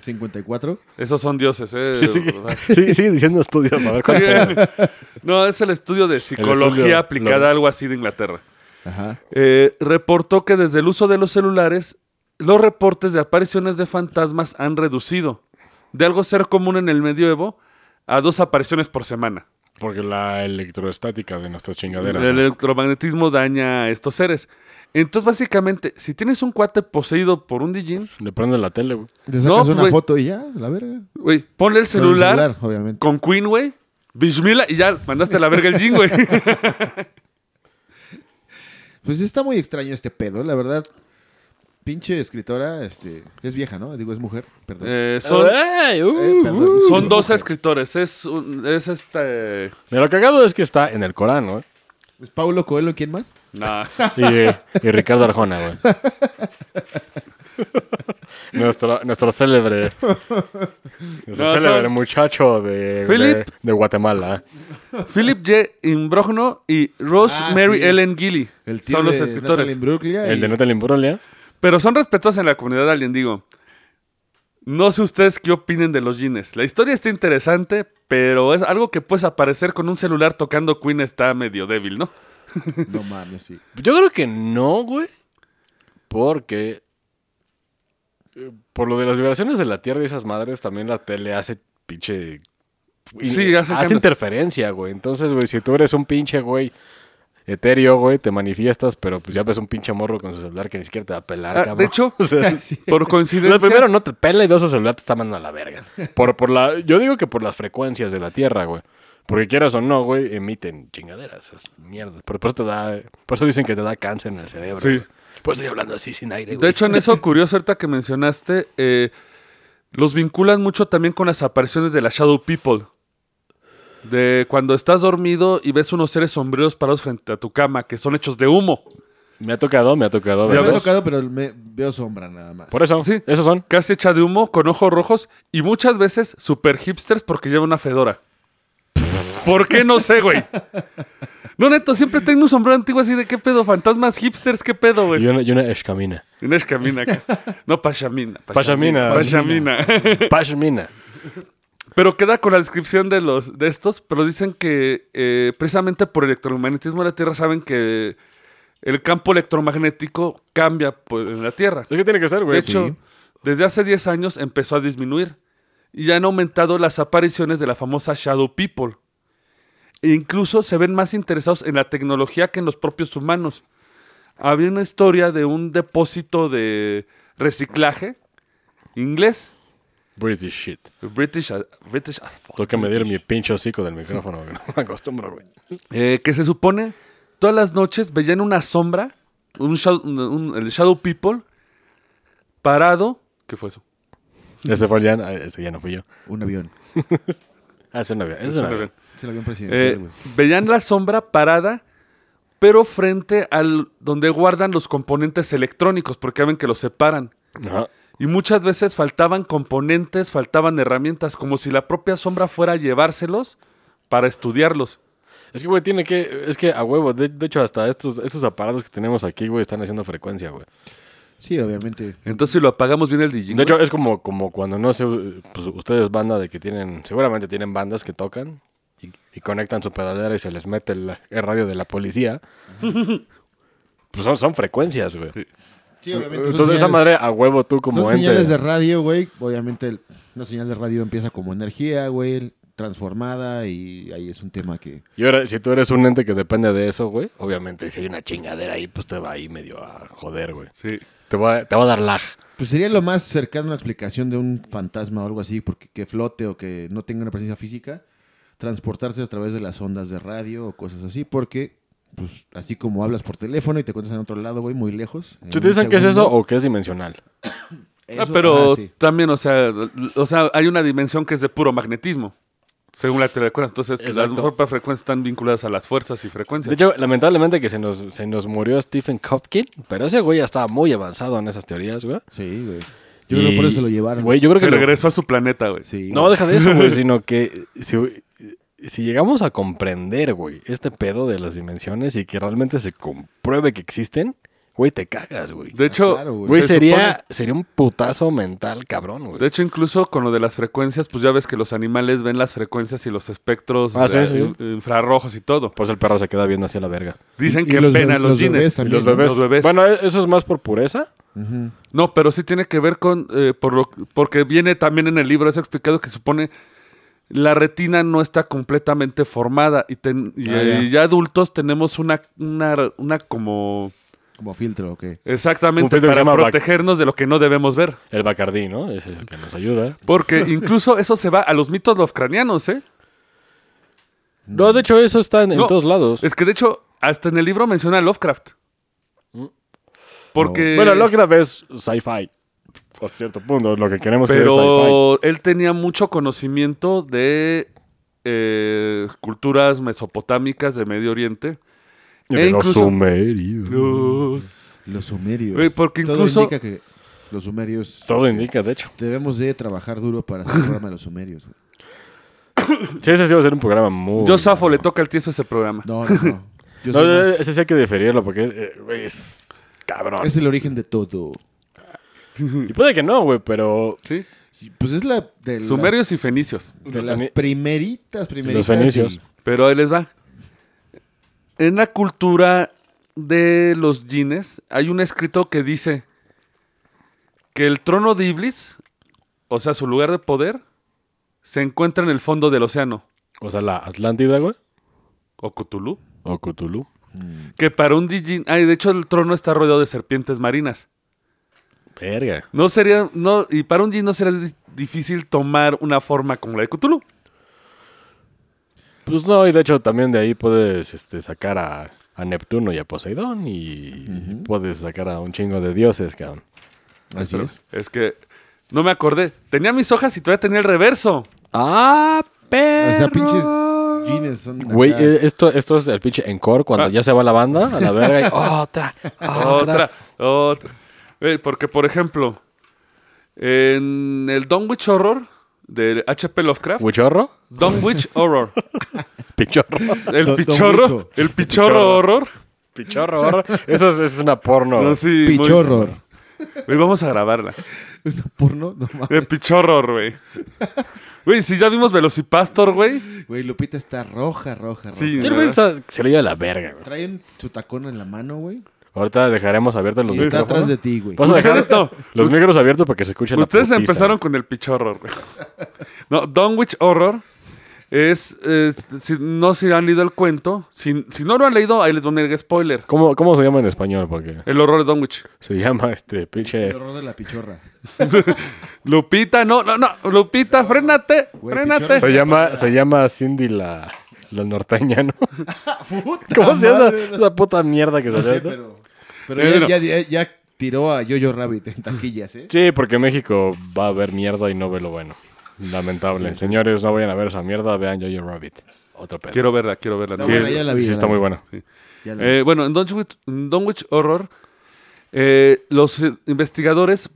[SPEAKER 3] 54.
[SPEAKER 2] Esos son dioses, ¿eh?
[SPEAKER 4] Sí, sigue, sí, sigue diciendo estudios. A ver cuánto.
[SPEAKER 2] no, es el estudio de psicología
[SPEAKER 4] estudio-
[SPEAKER 2] aplicada
[SPEAKER 4] lo-
[SPEAKER 2] a algo así de Inglaterra.
[SPEAKER 3] Ajá.
[SPEAKER 2] Eh, reportó que desde el uso de los celulares, los reportes de apariciones de fantasmas han reducido. De algo ser común en el medioevo a dos apariciones por semana.
[SPEAKER 4] Porque la electroestática de nuestras chingaderas.
[SPEAKER 2] El
[SPEAKER 4] ¿no?
[SPEAKER 2] electromagnetismo daña a estos seres. Entonces, básicamente, si tienes un cuate poseído por un Dijin,
[SPEAKER 4] Le prende la tele, güey.
[SPEAKER 3] Le sacas
[SPEAKER 2] No,
[SPEAKER 3] una
[SPEAKER 2] güey.
[SPEAKER 3] foto y ya, la verga.
[SPEAKER 2] güey, ponle el
[SPEAKER 3] Con el
[SPEAKER 2] celular, con,
[SPEAKER 3] obviamente.
[SPEAKER 2] Queen, güey, Bishmila, y ya mandaste a la verga el Jin, güey.
[SPEAKER 3] Pues está muy extraño este pedo, la verdad. Pinche escritora, este, es vieja, ¿no? Digo, es mujer, perdón.
[SPEAKER 2] Eh, son,
[SPEAKER 4] ¡Ay! ¡Uh!
[SPEAKER 3] Eh, perdón,
[SPEAKER 4] uh!
[SPEAKER 2] son
[SPEAKER 3] es
[SPEAKER 2] dos
[SPEAKER 3] mujer.
[SPEAKER 2] escritores. Es, un- es este.
[SPEAKER 4] De lo cagado es que está en el Corán, güey.
[SPEAKER 3] ¿Es Paulo Coelho quién más?
[SPEAKER 2] Nah.
[SPEAKER 4] Y, y Ricardo Arjona, güey. nuestro, nuestro célebre. Nuestro
[SPEAKER 2] No,
[SPEAKER 4] célebre
[SPEAKER 2] son-
[SPEAKER 4] muchacho de,
[SPEAKER 2] Philip.
[SPEAKER 4] de, de Guatemala.
[SPEAKER 2] Philip J. Imbrogno y
[SPEAKER 3] Ah,
[SPEAKER 2] Rosemary
[SPEAKER 3] sí.
[SPEAKER 2] Ellen Gilly
[SPEAKER 3] El tío
[SPEAKER 2] son los
[SPEAKER 3] de
[SPEAKER 2] escritores.
[SPEAKER 3] Natalie Imbruglia
[SPEAKER 4] El
[SPEAKER 3] y-
[SPEAKER 4] de Natalie Imbruglia.
[SPEAKER 2] Pero son respetuosos en la comunidad alien, digo. No sé ustedes qué opinen de los jeans. La historia está interesante, pero es algo que puedes aparecer con un celular tocando Queen está medio débil, ¿no?
[SPEAKER 3] No mames, sí.
[SPEAKER 4] Yo creo que no, güey. Porque. eh, Por lo de las vibraciones de la Tierra y esas madres, también la tele hace pinche.
[SPEAKER 2] Sí, hace
[SPEAKER 4] hace,
[SPEAKER 2] cambios.
[SPEAKER 4] interferencia, güey. Entonces, güey, si tú eres un pinche, güey, etéreo, güey, te manifiestas, pero pues ya ves un pinche morro con su celular que ni siquiera te va a pelar,
[SPEAKER 2] Ah,
[SPEAKER 4] cabrón.
[SPEAKER 2] de hecho,
[SPEAKER 4] O sea,
[SPEAKER 3] Sí.
[SPEAKER 2] por
[SPEAKER 4] Lo
[SPEAKER 2] coincidencia.
[SPEAKER 4] primero no te pela y dos su celular te está mandando a la verga. Por, por la, yo digo que por las frecuencias de la Tierra, güey. Porque quieras o no, güey, emiten chingaderas, esas mierdas. Por, por eso te da, por eso dicen que te da cáncer en el cerebro.
[SPEAKER 2] Sí.
[SPEAKER 4] güey. Por eso estoy hablando así sin aire,
[SPEAKER 2] De
[SPEAKER 4] güey.
[SPEAKER 2] hecho, en eso curioso ahorita que mencionaste, eh, los vinculan mucho también con las apariciones de la Shadow People. De cuando estás dormido y ves unos seres sombríos parados frente a tu cama, que son hechos de humo.
[SPEAKER 4] me ha tocado, me ha tocado.
[SPEAKER 3] Me ha
[SPEAKER 4] ¿verdad?
[SPEAKER 3] tocado, pero me veo sombra nada más.
[SPEAKER 4] Por eso,
[SPEAKER 2] Sí.
[SPEAKER 4] esos son.
[SPEAKER 2] Casi hecha de humo, con ojos rojos y muchas veces super hipsters porque lleva una fedora. ¿Por qué no sé, güey? No, neto, siempre tengo un sombrero antiguo así de qué pedo, fantasmas hipsters, qué pedo,
[SPEAKER 4] Y
[SPEAKER 2] güey.
[SPEAKER 4] una, y una escamina.
[SPEAKER 2] Inés Camina acá. No, Pachamina.
[SPEAKER 4] Pachamina.
[SPEAKER 2] Pachamina.
[SPEAKER 4] Pashmina.
[SPEAKER 2] Pero queda con la descripción de los de estos, pero dicen que eh, precisamente por el electromagnetismo de la Tierra saben que el campo electromagnético cambia por- en la Tierra.
[SPEAKER 4] Es que tiene que ser,
[SPEAKER 2] De
[SPEAKER 4] güey.
[SPEAKER 2] hecho, desde hace 10 años empezó a disminuir y han aumentado las apariciones de la famosa Shadow People. E incluso se ven más interesados en la tecnología que en los propios humanos. Había una historia de un depósito de reciclaje inglés,
[SPEAKER 4] British shit.
[SPEAKER 2] British, British as fuck.
[SPEAKER 4] Tengo que medir mi pinche hocico del micrófono, güey. No me acostumbro, güey.
[SPEAKER 2] Eh, que se supone todas las noches veían una sombra, un shadow, un- el Shadow People, parado. ¿Qué fue eso?
[SPEAKER 4] Ese fue el Jan, ah, ese ya no fui yo.
[SPEAKER 3] Un avión.
[SPEAKER 4] Ah, ese no había. Ese no había.
[SPEAKER 3] Es el avión
[SPEAKER 2] Eh,
[SPEAKER 3] presidencial, güey.
[SPEAKER 2] veían la sombra parada, pero frente al donde guardan los componentes electrónicos, porque ya ven que los separan.
[SPEAKER 4] Ajá.
[SPEAKER 2] Y muchas veces faltaban componentes, faltaban herramientas, como si la propia sombra fuera a llevárselos para estudiarlos.
[SPEAKER 4] Es que, güey, tiene que. Es que a huevo. De, de hecho, hasta estos, estos aparatos que tenemos aquí, güey, están haciendo frecuencia, güey.
[SPEAKER 3] Sí, obviamente.
[SPEAKER 2] Entonces, si lo apagamos bien el DJ.
[SPEAKER 4] De hecho, es como, como cuando no sé. Pues ustedes, banda de que tienen. Seguramente tienen bandas que tocan y, y conectan su pedalera y se les mete el, el radio de la policía. Pues son, son frecuencias, güey.
[SPEAKER 3] Sí, obviamente. son
[SPEAKER 4] Entonces, esa
[SPEAKER 3] señales-
[SPEAKER 4] madre, a huevo tú como
[SPEAKER 3] son
[SPEAKER 4] ente-
[SPEAKER 3] señales de radio, güey. Obviamente el- una señal de radio empieza como energía, güey, transformada y ahí es un tema que...
[SPEAKER 4] Y ahora, si tú eres un ente que depende de eso, güey, obviamente si hay una chingadera ahí, pues te va ahí medio a joder, güey.
[SPEAKER 2] Sí.
[SPEAKER 4] Te va, a- te va a dar lag.
[SPEAKER 3] Pues sería lo más cercano a una explicación de un fantasma o algo así, porque que flote o que no tenga una presencia física, transportarse a través de las ondas de radio o cosas así, porque pues así como hablas por teléfono y te cuentas en otro lado, güey, muy lejos. en
[SPEAKER 4] ¿Tú
[SPEAKER 3] un
[SPEAKER 4] te dicen que es eso
[SPEAKER 3] segundo,
[SPEAKER 4] o que es dimensional?
[SPEAKER 2] Ah,
[SPEAKER 3] eso-
[SPEAKER 2] pero
[SPEAKER 3] ajá, sí.
[SPEAKER 2] también, o sea, l- o sea, hay una dimensión que es de puro magnetismo, según la teoría de cuerdas. Entonces, las
[SPEAKER 4] Exacto.
[SPEAKER 2] propias frecuencias están vinculadas a las fuerzas y frecuencias.
[SPEAKER 4] De hecho, lamentablemente que se nos, se nos murió Stephen Kopkin, pero ese güey ya estaba muy avanzado en esas teorías, güey.
[SPEAKER 3] Sí, güey. Yo creo que por eso se lo llevaron.
[SPEAKER 4] Güey, yo creo
[SPEAKER 2] se
[SPEAKER 4] que... lo-
[SPEAKER 2] regresó a su planeta, güey.
[SPEAKER 3] Sí.
[SPEAKER 4] No, deja de eso, güey, sino que si, si llegamos a comprender, güey, este pedo de las dimensiones y que realmente se compruebe que existen, güey, te cagas, güey.
[SPEAKER 2] De hecho,
[SPEAKER 3] Ah, claro, güey.
[SPEAKER 4] Güey,
[SPEAKER 2] se
[SPEAKER 4] sería, sería un putazo mental, cabrón,
[SPEAKER 2] supone-
[SPEAKER 4] güey.
[SPEAKER 2] de hecho, incluso con lo de las frecuencias, pues ya ves que los animales ven las frecuencias y los espectros
[SPEAKER 4] Ah, sí,
[SPEAKER 2] eh,
[SPEAKER 4] sí.
[SPEAKER 2] in- infrarrojos y todo.
[SPEAKER 4] Pues el perro se queda viendo hacia la verga.
[SPEAKER 2] Dicen
[SPEAKER 3] Y- y
[SPEAKER 2] que
[SPEAKER 3] los
[SPEAKER 2] pena
[SPEAKER 3] be-
[SPEAKER 2] los
[SPEAKER 3] los bebés
[SPEAKER 2] jeans.
[SPEAKER 3] también, Los bebés.
[SPEAKER 2] Los bebés.
[SPEAKER 4] Bueno, e- eso es más por pureza.
[SPEAKER 3] Ujú.
[SPEAKER 2] No, pero sí tiene que ver con, eh, por lo, porque viene también en el libro, eso explicado que supone la retina no está completamente formada y, ten- y,
[SPEAKER 4] Ah,
[SPEAKER 2] eh,
[SPEAKER 4] ya.
[SPEAKER 2] y ya. adultos tenemos una, una, una como,
[SPEAKER 3] Como filtro, ¿o qué?
[SPEAKER 4] Un
[SPEAKER 2] exactamente,
[SPEAKER 4] filtro que se
[SPEAKER 2] para
[SPEAKER 4] llama bac-
[SPEAKER 2] protegernos de lo que no debemos ver.
[SPEAKER 4] El Bacardí, ¿no? Es el que nos ayuda.
[SPEAKER 2] Porque incluso eso se va a los mitos lovecranianos, ¿eh?
[SPEAKER 4] No, de hecho, eso está en, en
[SPEAKER 2] No,
[SPEAKER 4] todos lados.
[SPEAKER 2] Es que de hecho, hasta en el libro menciona a Lovecraft.
[SPEAKER 4] Mm.
[SPEAKER 2] Porque...
[SPEAKER 4] Bueno, Lovecraft es sci-fi. A cierto punto, lo que queremos que Pues es sci-fi.
[SPEAKER 2] Pero e él tenía mucho conocimiento de eh, culturas mesopotámicas de Medio Oriente.
[SPEAKER 4] Y
[SPEAKER 2] e
[SPEAKER 4] de los
[SPEAKER 2] incluso-
[SPEAKER 4] sumerios.
[SPEAKER 3] Los sumerios.
[SPEAKER 2] Güey, porque
[SPEAKER 3] Todo
[SPEAKER 2] incluso-
[SPEAKER 3] indica que Los sumerios. este,
[SPEAKER 4] Todo indica, de hecho.
[SPEAKER 3] Debemos de trabajar duro para hacer el programa de los sumerios, güey.
[SPEAKER 4] Sí, ese sí va a ser un programa muy...
[SPEAKER 2] Yo, Safo, le toca el tieso ese programa.
[SPEAKER 3] No, no, no. Yo
[SPEAKER 4] No,
[SPEAKER 3] soy más-
[SPEAKER 4] ese sí hay que diferirlo porque eh, güey, es cabrón.
[SPEAKER 3] es el origen de todo.
[SPEAKER 4] Y puede que no, güey, pero
[SPEAKER 2] ¿Sí?
[SPEAKER 3] Y, Pues es la de, la-
[SPEAKER 2] Sumerios y fenicios.
[SPEAKER 3] de las
[SPEAKER 4] Feni-
[SPEAKER 3] primeritas, primeritas.
[SPEAKER 4] Los fenicios.
[SPEAKER 3] y-
[SPEAKER 2] Pero ahí les va. En la cultura de los jeans hay un escrito que dice que el trono de Iblis, o sea, su lugar de poder, se encuentra en el fondo del océano,
[SPEAKER 4] O sea, la Atlántida, güey.
[SPEAKER 2] o Cthulhu.
[SPEAKER 4] O Cthulhu.
[SPEAKER 2] Que para un Dijin... Ay, de hecho, el trono está rodeado de serpientes marinas.
[SPEAKER 4] Verga.
[SPEAKER 2] No sería... No, y para un Jin no sería di- difícil tomar una forma como la de Cthulhu.
[SPEAKER 4] Pues no, y de hecho también de ahí puedes este, sacar a, a Neptuno y a Poseidón y puedes sacar a un chingo de dioses, cabrón. Ah,
[SPEAKER 3] Así es.
[SPEAKER 2] Es que... No me acordé. Tenía mis hojas y todavía tenía el reverso.
[SPEAKER 4] ¡Ah, pero!
[SPEAKER 3] O sea, pinches jeans son. acá.
[SPEAKER 4] Güey, eh, esto, esto es el pinche encore cuando ya se va la banda a la verga y otra,
[SPEAKER 2] Otra, otra. Güey, porque, por ejemplo, en el Dunwich Horror de H.P. Lovecraft,
[SPEAKER 4] ¿Buchorro?
[SPEAKER 2] Dunwich Horror,
[SPEAKER 4] Pichorro.
[SPEAKER 2] el
[SPEAKER 3] Don-
[SPEAKER 2] pichorro,
[SPEAKER 3] Dunwicho.
[SPEAKER 2] el pichorro horror.
[SPEAKER 4] Pichorro, horror. Eso es, eso es una porno.
[SPEAKER 2] No, sí, muy-
[SPEAKER 3] Pichorror.
[SPEAKER 2] Güey, vamos a grabarla.
[SPEAKER 3] Porno, no mames.
[SPEAKER 2] El pichorror, güey. Güey, si ya vimos Velocipastor, güey.
[SPEAKER 3] Güey, Lupita está roja, roja, roja.
[SPEAKER 2] Sí.
[SPEAKER 4] Sí, el güey está- se le lleva la verga, güey.
[SPEAKER 3] Traen su tacón en la mano, güey.
[SPEAKER 4] Ahorita dejaremos abiertos los
[SPEAKER 3] Y está
[SPEAKER 4] micrófonos.
[SPEAKER 3] atrás de ti, güey.
[SPEAKER 4] Vamos a dejar
[SPEAKER 2] Ustedes no.
[SPEAKER 4] los micros abiertos para que se escuche la
[SPEAKER 2] Ustedes
[SPEAKER 4] putiza.
[SPEAKER 2] empezaron con el pichorro, güey. No, Dunwich Horror es, es- si, no se han leído el cuento. Si, si no lo han leído, ahí les voy a poner spoiler.
[SPEAKER 4] ¿Cómo, ¿Cómo se llama en español? Porque
[SPEAKER 2] El horror de Dunwich.
[SPEAKER 4] se llama este
[SPEAKER 3] El
[SPEAKER 4] pinche...
[SPEAKER 3] horror de la pichorra.
[SPEAKER 2] Lupita, no, no, no, Lupita, frénate,
[SPEAKER 3] Güey,
[SPEAKER 2] frénate.
[SPEAKER 3] pichón.
[SPEAKER 4] Se llama, se llama Cindy la, la norteña, ¿no?
[SPEAKER 3] Ah, ¡Puta
[SPEAKER 4] ¿Cómo se llama
[SPEAKER 3] madre!
[SPEAKER 4] esa, esa puta mierda que
[SPEAKER 3] No sé,
[SPEAKER 4] salió? no?
[SPEAKER 3] pero. Pero
[SPEAKER 2] Pero-
[SPEAKER 3] ya, ya- ya- ya tiró a Yoyo Rabbit en taquillas, ¿eh?
[SPEAKER 4] Sí, porque México va a ver mierda y no ve lo bueno. Lamentable. Señores, no vayan a ver esa mierda, vean Jojo Rabbit. Otro pedo.
[SPEAKER 2] Quiero verla, quiero verla.
[SPEAKER 3] Está
[SPEAKER 2] Sí,
[SPEAKER 3] buena, ya la vi,
[SPEAKER 4] sí,
[SPEAKER 3] ya
[SPEAKER 4] está
[SPEAKER 3] la
[SPEAKER 4] muy
[SPEAKER 3] vi.
[SPEAKER 4] bueno.
[SPEAKER 3] Ya la-
[SPEAKER 2] eh, bueno, en Dunwich, en Dunwich Horror, eh, los eh, investigadores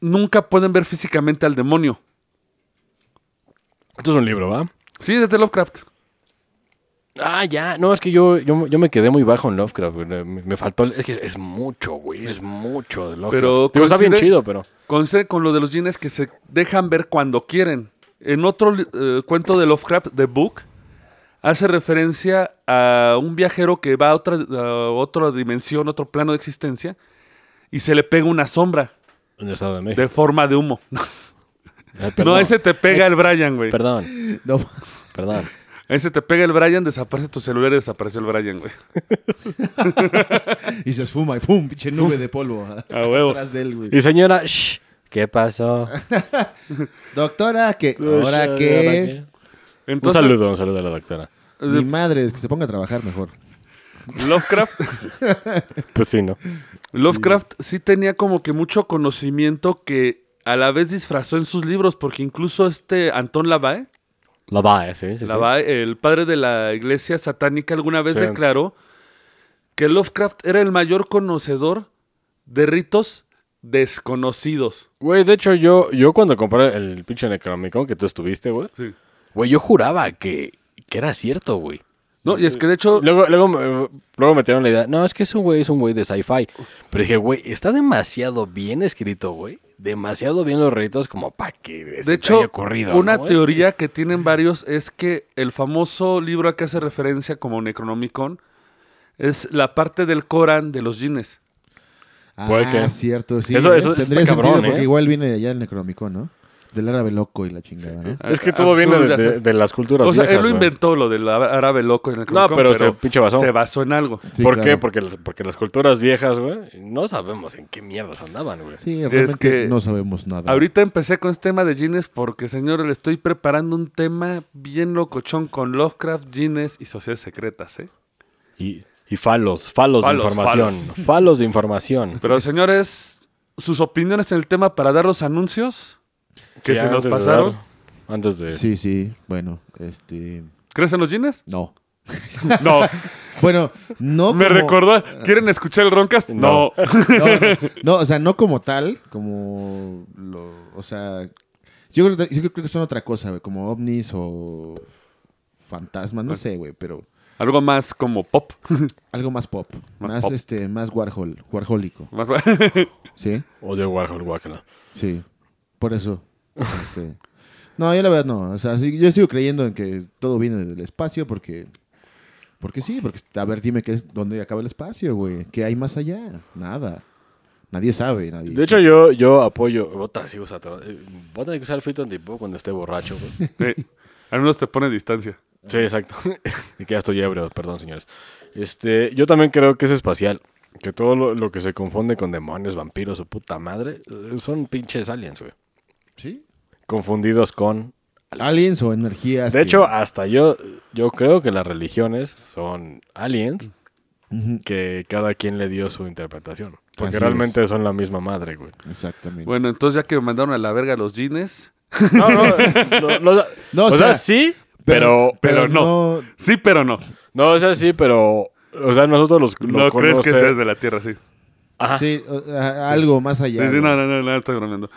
[SPEAKER 2] nunca pueden ver físicamente al demonio.
[SPEAKER 4] Esto es un libro, ¿va?
[SPEAKER 2] Sí, desde Lovecraft.
[SPEAKER 4] Ah, ya. No, es que yo, yo, yo me quedé muy bajo en Lovecraft. güey. Me, me faltó... el- Es que es mucho, güey. Es mucho de Lovecraft.
[SPEAKER 2] Pero
[SPEAKER 4] Digo, está bien
[SPEAKER 2] coincide-
[SPEAKER 4] chido, pero...
[SPEAKER 2] Con, se- con lo de los jeans que se dejan ver cuando quieren. En otro li- eh, cuento de Lovecraft, The Book, hace referencia a un viajero que va a otra, a otra dimensión, otro plano de existencia, y se le pega una sombra
[SPEAKER 4] En el Estado de México.
[SPEAKER 2] de forma de humo.
[SPEAKER 4] Ay,
[SPEAKER 2] No,
[SPEAKER 4] perdón.
[SPEAKER 2] ese te pega el Brian, güey.
[SPEAKER 4] Perdón,
[SPEAKER 3] No,
[SPEAKER 4] perdón.
[SPEAKER 2] Ese te pega el Brian, desaparece tu celular y desaparece el Brian, güey.
[SPEAKER 3] y se esfuma y ¡fum! Pinche nube de polvo. ah,
[SPEAKER 4] Ah,
[SPEAKER 2] A huevo.
[SPEAKER 3] Atrás de él, güey.
[SPEAKER 4] Y señora, shh, ¿qué pasó?
[SPEAKER 3] Doctora, que ahora que
[SPEAKER 4] Un
[SPEAKER 2] Entonces, eh,
[SPEAKER 4] saludo, un saludo a la doctora.
[SPEAKER 3] mi madre es que se ponga a trabajar mejor.
[SPEAKER 2] Lovecraft,
[SPEAKER 4] Pues sí, ¿no?
[SPEAKER 2] Lovecraft sí tenía como que mucho conocimiento que a la vez disfrazó en sus libros, porque incluso este Antón Lavae,
[SPEAKER 4] La va, eh, sí, sí, sí.
[SPEAKER 2] Lavae, el padre de la iglesia satánica, alguna vez
[SPEAKER 4] Sí.
[SPEAKER 2] declaró que Lovecraft era el mayor conocedor de ritos desconocidos.
[SPEAKER 4] Güey, de hecho, yo, yo cuando compré el pinche Necronomicon que tú estuviste, güey,
[SPEAKER 2] Sí.
[SPEAKER 4] güey, yo juraba que, que era cierto, güey.
[SPEAKER 2] No, y es que de hecho,
[SPEAKER 4] Luego, luego, me- luego me tiraron la idea, no, es que ese güey es un güey de sci-fi. Pero dije, güey, está demasiado bien escrito, güey. Demasiado bien los retos como para que se te
[SPEAKER 2] De hecho,
[SPEAKER 4] haya ocurrido,
[SPEAKER 2] una
[SPEAKER 4] ¿no, güey?
[SPEAKER 2] teoría que tienen varios es que el famoso libro a que hace referencia como Necronomicon es la parte del Corán de los jeans.
[SPEAKER 4] Puede
[SPEAKER 3] Ah,
[SPEAKER 4] que.
[SPEAKER 3] cierto, sí.
[SPEAKER 4] Eso-
[SPEAKER 3] ¿eh?
[SPEAKER 4] eso está
[SPEAKER 3] Tendría sentido
[SPEAKER 4] cabrón, ¿eh?
[SPEAKER 3] porque igual viene de allá el Necronomicon, ¿no? Del árabe loco y la chingada, ¿no?
[SPEAKER 4] Es que todo viene de, de- de las culturas
[SPEAKER 2] O sea,
[SPEAKER 4] viejas,
[SPEAKER 2] él lo
[SPEAKER 4] güey.
[SPEAKER 2] inventó lo del árabe loco. En el
[SPEAKER 4] No, pero se pinche basó.
[SPEAKER 2] se basó en algo.
[SPEAKER 3] Sí,
[SPEAKER 4] ¿Por
[SPEAKER 3] claro.
[SPEAKER 4] qué? Porque, las- porque las culturas viejas, güey, no sabemos en qué mierdas andaban, güey.
[SPEAKER 3] Sí, realmente
[SPEAKER 2] que
[SPEAKER 3] no sabemos nada.
[SPEAKER 2] Ahorita empecé con este tema de jeans porque, señores, le estoy preparando un tema bien locochón con Lovecraft, jeans y sociedades secretas, ¿eh?
[SPEAKER 4] Y, y falos, falos,
[SPEAKER 2] Falos,
[SPEAKER 4] de información. Falos. de información.
[SPEAKER 2] Pero, señores, sus opiniones en el tema para dar los anuncios que
[SPEAKER 4] Ya
[SPEAKER 2] se nos
[SPEAKER 4] antes de
[SPEAKER 2] pasaron.
[SPEAKER 4] dar- antes de...
[SPEAKER 3] Sí, sí, bueno, este...
[SPEAKER 2] ¿Crecen los jeans?
[SPEAKER 3] No.
[SPEAKER 2] No.
[SPEAKER 3] Bueno, no
[SPEAKER 2] Me
[SPEAKER 3] como-
[SPEAKER 2] recordó. ¿Quieren escuchar el Roncast? No.
[SPEAKER 4] eh, No.
[SPEAKER 3] No, no, o sea, no como tal, como lo, o sea, yo creo, yo creo que son otra cosa, güey, como ovnis o fantasmas, no sé, güey, pero
[SPEAKER 2] Algo más como pop.
[SPEAKER 3] algo más pop,
[SPEAKER 2] Más
[SPEAKER 3] más,
[SPEAKER 2] pop.
[SPEAKER 3] este, más Warhol, Warholico,
[SPEAKER 2] Más-
[SPEAKER 3] ¿sí?
[SPEAKER 4] Odio Warhol, guácala.
[SPEAKER 3] Sí. Por eso. este, No, yo la verdad no, o sea, sí, yo sigo creyendo en que todo viene del espacio porque porque sí, porque a ver, dime qué es dónde acaba el espacio, güey, qué hay más allá? Nada. Nadie sabe, nadie.
[SPEAKER 4] De hecho, yo, yo apoyo. Otra sí usa. eh, Voy a tener que usar el frito antipop cuando esté borracho, güey.
[SPEAKER 2] Sí. Al menos te pone distancia.
[SPEAKER 4] Sí, exacto. y que ya estoy ebrio, perdón, señores. Este, yo también creo que es espacial. Que todo lo, lo que se confunde con demonios, vampiros o puta madre, eh, son pinches aliens, güey.
[SPEAKER 3] sí.
[SPEAKER 4] Confundidos con.
[SPEAKER 3] Aliens o energías.
[SPEAKER 4] De
[SPEAKER 3] que-
[SPEAKER 4] hecho, hasta yo, yo creo que las religiones son aliens
[SPEAKER 3] Ujú,
[SPEAKER 4] que cada quien le dio su interpretación. Porque
[SPEAKER 3] Así
[SPEAKER 4] realmente son la misma madre, güey.
[SPEAKER 3] Exactamente.
[SPEAKER 2] Bueno, entonces ya que me mandaron a la verga los jeans.
[SPEAKER 4] No, no, no, no,
[SPEAKER 3] No,
[SPEAKER 4] o
[SPEAKER 3] o
[SPEAKER 4] sea,
[SPEAKER 3] sea,
[SPEAKER 4] sí, pero,
[SPEAKER 2] pero no. Sí, pero no.
[SPEAKER 4] no, o sea, sí, pero, o sea, nosotros los
[SPEAKER 2] No
[SPEAKER 4] lo
[SPEAKER 2] crees que
[SPEAKER 4] conoce-
[SPEAKER 2] seas de la tierra, sí.
[SPEAKER 4] Ajá.
[SPEAKER 3] Sí, o- a- algo más allá.
[SPEAKER 2] Sí, sí,
[SPEAKER 3] güey.
[SPEAKER 2] no, no, no, no, estoy bromeando.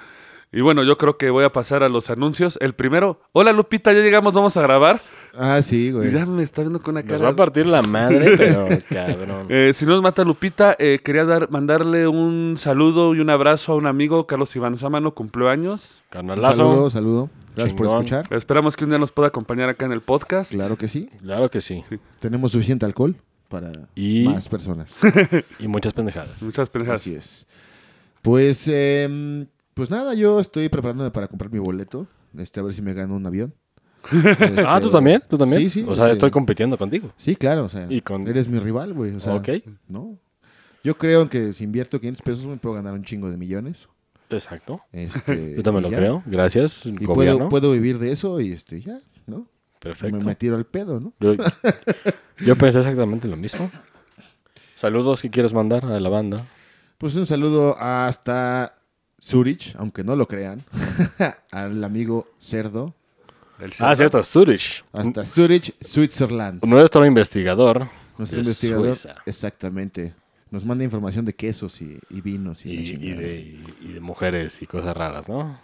[SPEAKER 2] Y bueno, yo creo que voy a pasar a los anuncios. El primero, hola Lupita, ya llegamos, vamos a grabar.
[SPEAKER 3] Ah, sí,
[SPEAKER 2] Y
[SPEAKER 3] güey.
[SPEAKER 2] ya me está viendo con una
[SPEAKER 4] Nos va
[SPEAKER 2] cara.
[SPEAKER 4] a partir la madre, pero cabrón.
[SPEAKER 2] Eh, si nos mata Lupita, eh, quería dar, mandarle un saludo y un abrazo a un amigo, Carlos Iván Sámano, cumplió años.
[SPEAKER 3] Un
[SPEAKER 4] Carnalazo.
[SPEAKER 3] Saludo, saludo. Gracias por
[SPEAKER 4] Chingón.
[SPEAKER 3] escuchar.
[SPEAKER 2] Esperamos que un día nos pueda acompañar acá en el podcast.
[SPEAKER 3] Claro que sí.
[SPEAKER 4] Claro que sí.
[SPEAKER 3] Tenemos suficiente alcohol para
[SPEAKER 4] Y-
[SPEAKER 3] más personas.
[SPEAKER 4] Y muchas pendejadas.
[SPEAKER 2] Muchas pendejas.
[SPEAKER 3] Así es. Pues, em, pues nada, yo estoy preparándome para comprar mi boleto. Este, a ver si me gano un avión. Este,
[SPEAKER 4] Ah, ¿tú también? ¿Tú también?
[SPEAKER 3] Sí, sí.
[SPEAKER 4] O sea,
[SPEAKER 3] sí.
[SPEAKER 4] estoy compitiendo contigo.
[SPEAKER 3] Sí, claro, o sea,
[SPEAKER 4] Y con-
[SPEAKER 3] eres mi rival, güey. O sea,
[SPEAKER 4] ok.
[SPEAKER 3] ¿no? Yo creo que si invierto 500 pesos me puedo ganar un chingo de millones.
[SPEAKER 4] Exacto.
[SPEAKER 3] Este,
[SPEAKER 4] Yo también
[SPEAKER 3] y
[SPEAKER 4] lo
[SPEAKER 3] ya.
[SPEAKER 4] creo. Gracias,
[SPEAKER 3] Y puedo,
[SPEAKER 4] gobierno.
[SPEAKER 3] puedo vivir de eso y este, ya, ¿no?
[SPEAKER 4] Perfecto.
[SPEAKER 3] Me, me tiro al pedo, ¿no?
[SPEAKER 4] Yo, yo pensé exactamente lo mismo. Saludos que quieres mandar a la banda.
[SPEAKER 3] Pues un saludo hasta Zurich, aunque no lo crean, al amigo cerdo.
[SPEAKER 2] El
[SPEAKER 4] Ah, cierto, Zurich.
[SPEAKER 3] Hasta Zurich, Switzerland.
[SPEAKER 4] Nuestro investigador.
[SPEAKER 3] Nuestro
[SPEAKER 4] de
[SPEAKER 3] investigador.
[SPEAKER 4] Suiza.
[SPEAKER 3] Exactamente. Nos manda información de quesos y, y vinos. Y, la
[SPEAKER 4] Y, y
[SPEAKER 3] chingada.
[SPEAKER 4] de, y de mujeres y cosas raras, ¿no?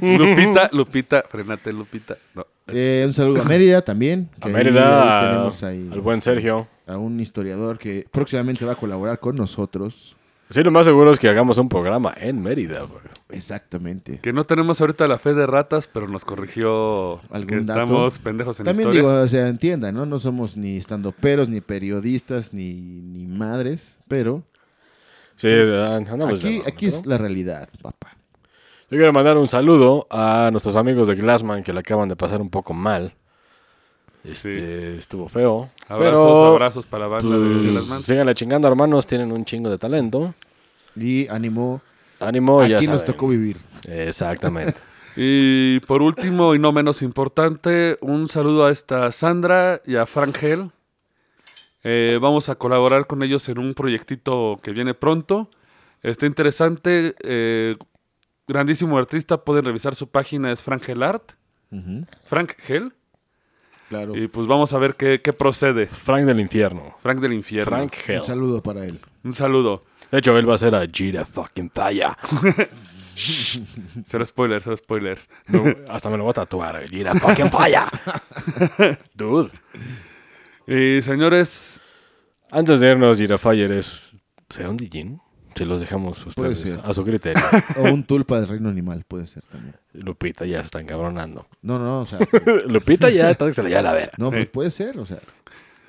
[SPEAKER 2] Lupita, Lupita, frenate, Lupita. No.
[SPEAKER 3] Eh, un saludo a Mérida también. que
[SPEAKER 4] A
[SPEAKER 3] ahí-
[SPEAKER 4] Mérida,
[SPEAKER 3] ahí
[SPEAKER 4] a-
[SPEAKER 3] tenemos ahí este
[SPEAKER 4] al buen Sergio.
[SPEAKER 3] a un historiador que próximamente va a colaborar con nosotros.
[SPEAKER 4] Sí, lo más seguro es que hagamos un programa en Mérida, güey.
[SPEAKER 3] Exactamente.
[SPEAKER 2] Que no tenemos ahorita la fe de ratas, pero nos corrigió
[SPEAKER 3] ¿Algún
[SPEAKER 2] que
[SPEAKER 3] dato?
[SPEAKER 2] estamos pendejos en
[SPEAKER 3] También
[SPEAKER 2] historia.
[SPEAKER 3] digo, o sea, entiendan, ¿no? No somos ni peros ni periodistas, ni, ni madres, pero
[SPEAKER 4] Sí, andamos de
[SPEAKER 3] Pues, aquí,
[SPEAKER 4] broma,
[SPEAKER 3] aquí
[SPEAKER 4] ¿no?
[SPEAKER 3] es la realidad, papá.
[SPEAKER 4] Yo quiero mandar un saludo a nuestros amigos de Glassman que le acaban de pasar un poco mal. Este, Estuvo feo.
[SPEAKER 2] abrazos,
[SPEAKER 4] pero,
[SPEAKER 2] abrazos para la banda de
[SPEAKER 4] pues,
[SPEAKER 2] las manos.
[SPEAKER 4] síganle chingando, hermanos. Tienen un chingo de talento.
[SPEAKER 3] Y animó.
[SPEAKER 4] Ánimo, ya
[SPEAKER 3] aquí nos
[SPEAKER 4] saben.
[SPEAKER 3] tocó vivir.
[SPEAKER 4] Exactamente.
[SPEAKER 2] Y por último, y no menos importante, un saludo a esta Sandra y a Frangel. Eh, vamos a colaborar con ellos en un proyectito que viene pronto. Está interesante, eh, grandísimo artista, pueden revisar su página, es Frangel Art.
[SPEAKER 3] Ujú,
[SPEAKER 2] Frank Hell.
[SPEAKER 3] Claro.
[SPEAKER 2] Y pues vamos a ver qué, qué procede.
[SPEAKER 4] Frank del infierno.
[SPEAKER 2] Frank del infierno.
[SPEAKER 4] Frank Hell.
[SPEAKER 3] Un saludo para él.
[SPEAKER 2] Un saludo.
[SPEAKER 4] De hecho, él va a ser a Gira fucking Fire.
[SPEAKER 2] Cero spoilers, cero spoilers.
[SPEAKER 4] No, hasta me lo voy a tatuar. güey. Gira fucking Fire. Dude.
[SPEAKER 2] Y señores,
[SPEAKER 4] Antes de irnos, Girafire es. ¿Será un DJ? Se los dejamos a
[SPEAKER 3] Puede
[SPEAKER 4] ustedes
[SPEAKER 3] ser.
[SPEAKER 4] a su criterio.
[SPEAKER 3] O un tulpa del reino animal, puede ser también.
[SPEAKER 4] Lupita ya está encabronando.
[SPEAKER 3] No, no, no, o sea,
[SPEAKER 4] Lupita ya está que se la lleva a la vera.
[SPEAKER 3] no, pues puede ser, o sea,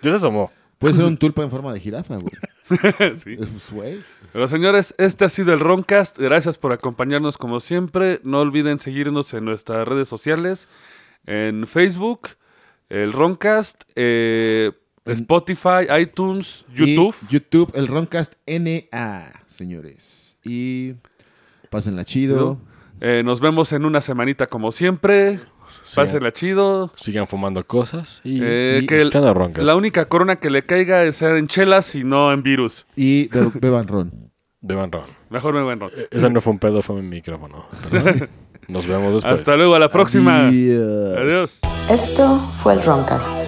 [SPEAKER 4] Ya se asomó.
[SPEAKER 3] puede ser un tulpa en forma de jirafa, güey.
[SPEAKER 2] sí.
[SPEAKER 3] Es pues, güey.
[SPEAKER 2] Pero señores, este ha sido el Roncast. Gracias por acompañarnos como siempre. No olviden seguirnos en nuestras redes sociales, en Facebook, el Roncast, eh, Spotify, iTunes, YouTube.
[SPEAKER 3] Y YouTube, el Roncast NA, señores. Y pásenla chido.
[SPEAKER 2] Eh, nos vemos en una semanita como siempre. Pásenla chido.
[SPEAKER 4] Sigan fumando cosas y,
[SPEAKER 2] Eh,
[SPEAKER 4] y
[SPEAKER 2] que el-
[SPEAKER 4] escuchando roncas.
[SPEAKER 2] la única corona que le caiga sea en chelas y no en virus.
[SPEAKER 3] Y be- beban ron.
[SPEAKER 4] de Van Ron.
[SPEAKER 2] Mejor me ven. Ron.
[SPEAKER 4] Ese no fue un pedo, fue mi micrófono. ¿verdad? Nos vemos después.
[SPEAKER 2] Hasta luego, a la próxima.
[SPEAKER 3] Adiós.
[SPEAKER 2] Adiós.
[SPEAKER 1] Esto fue el Roncast.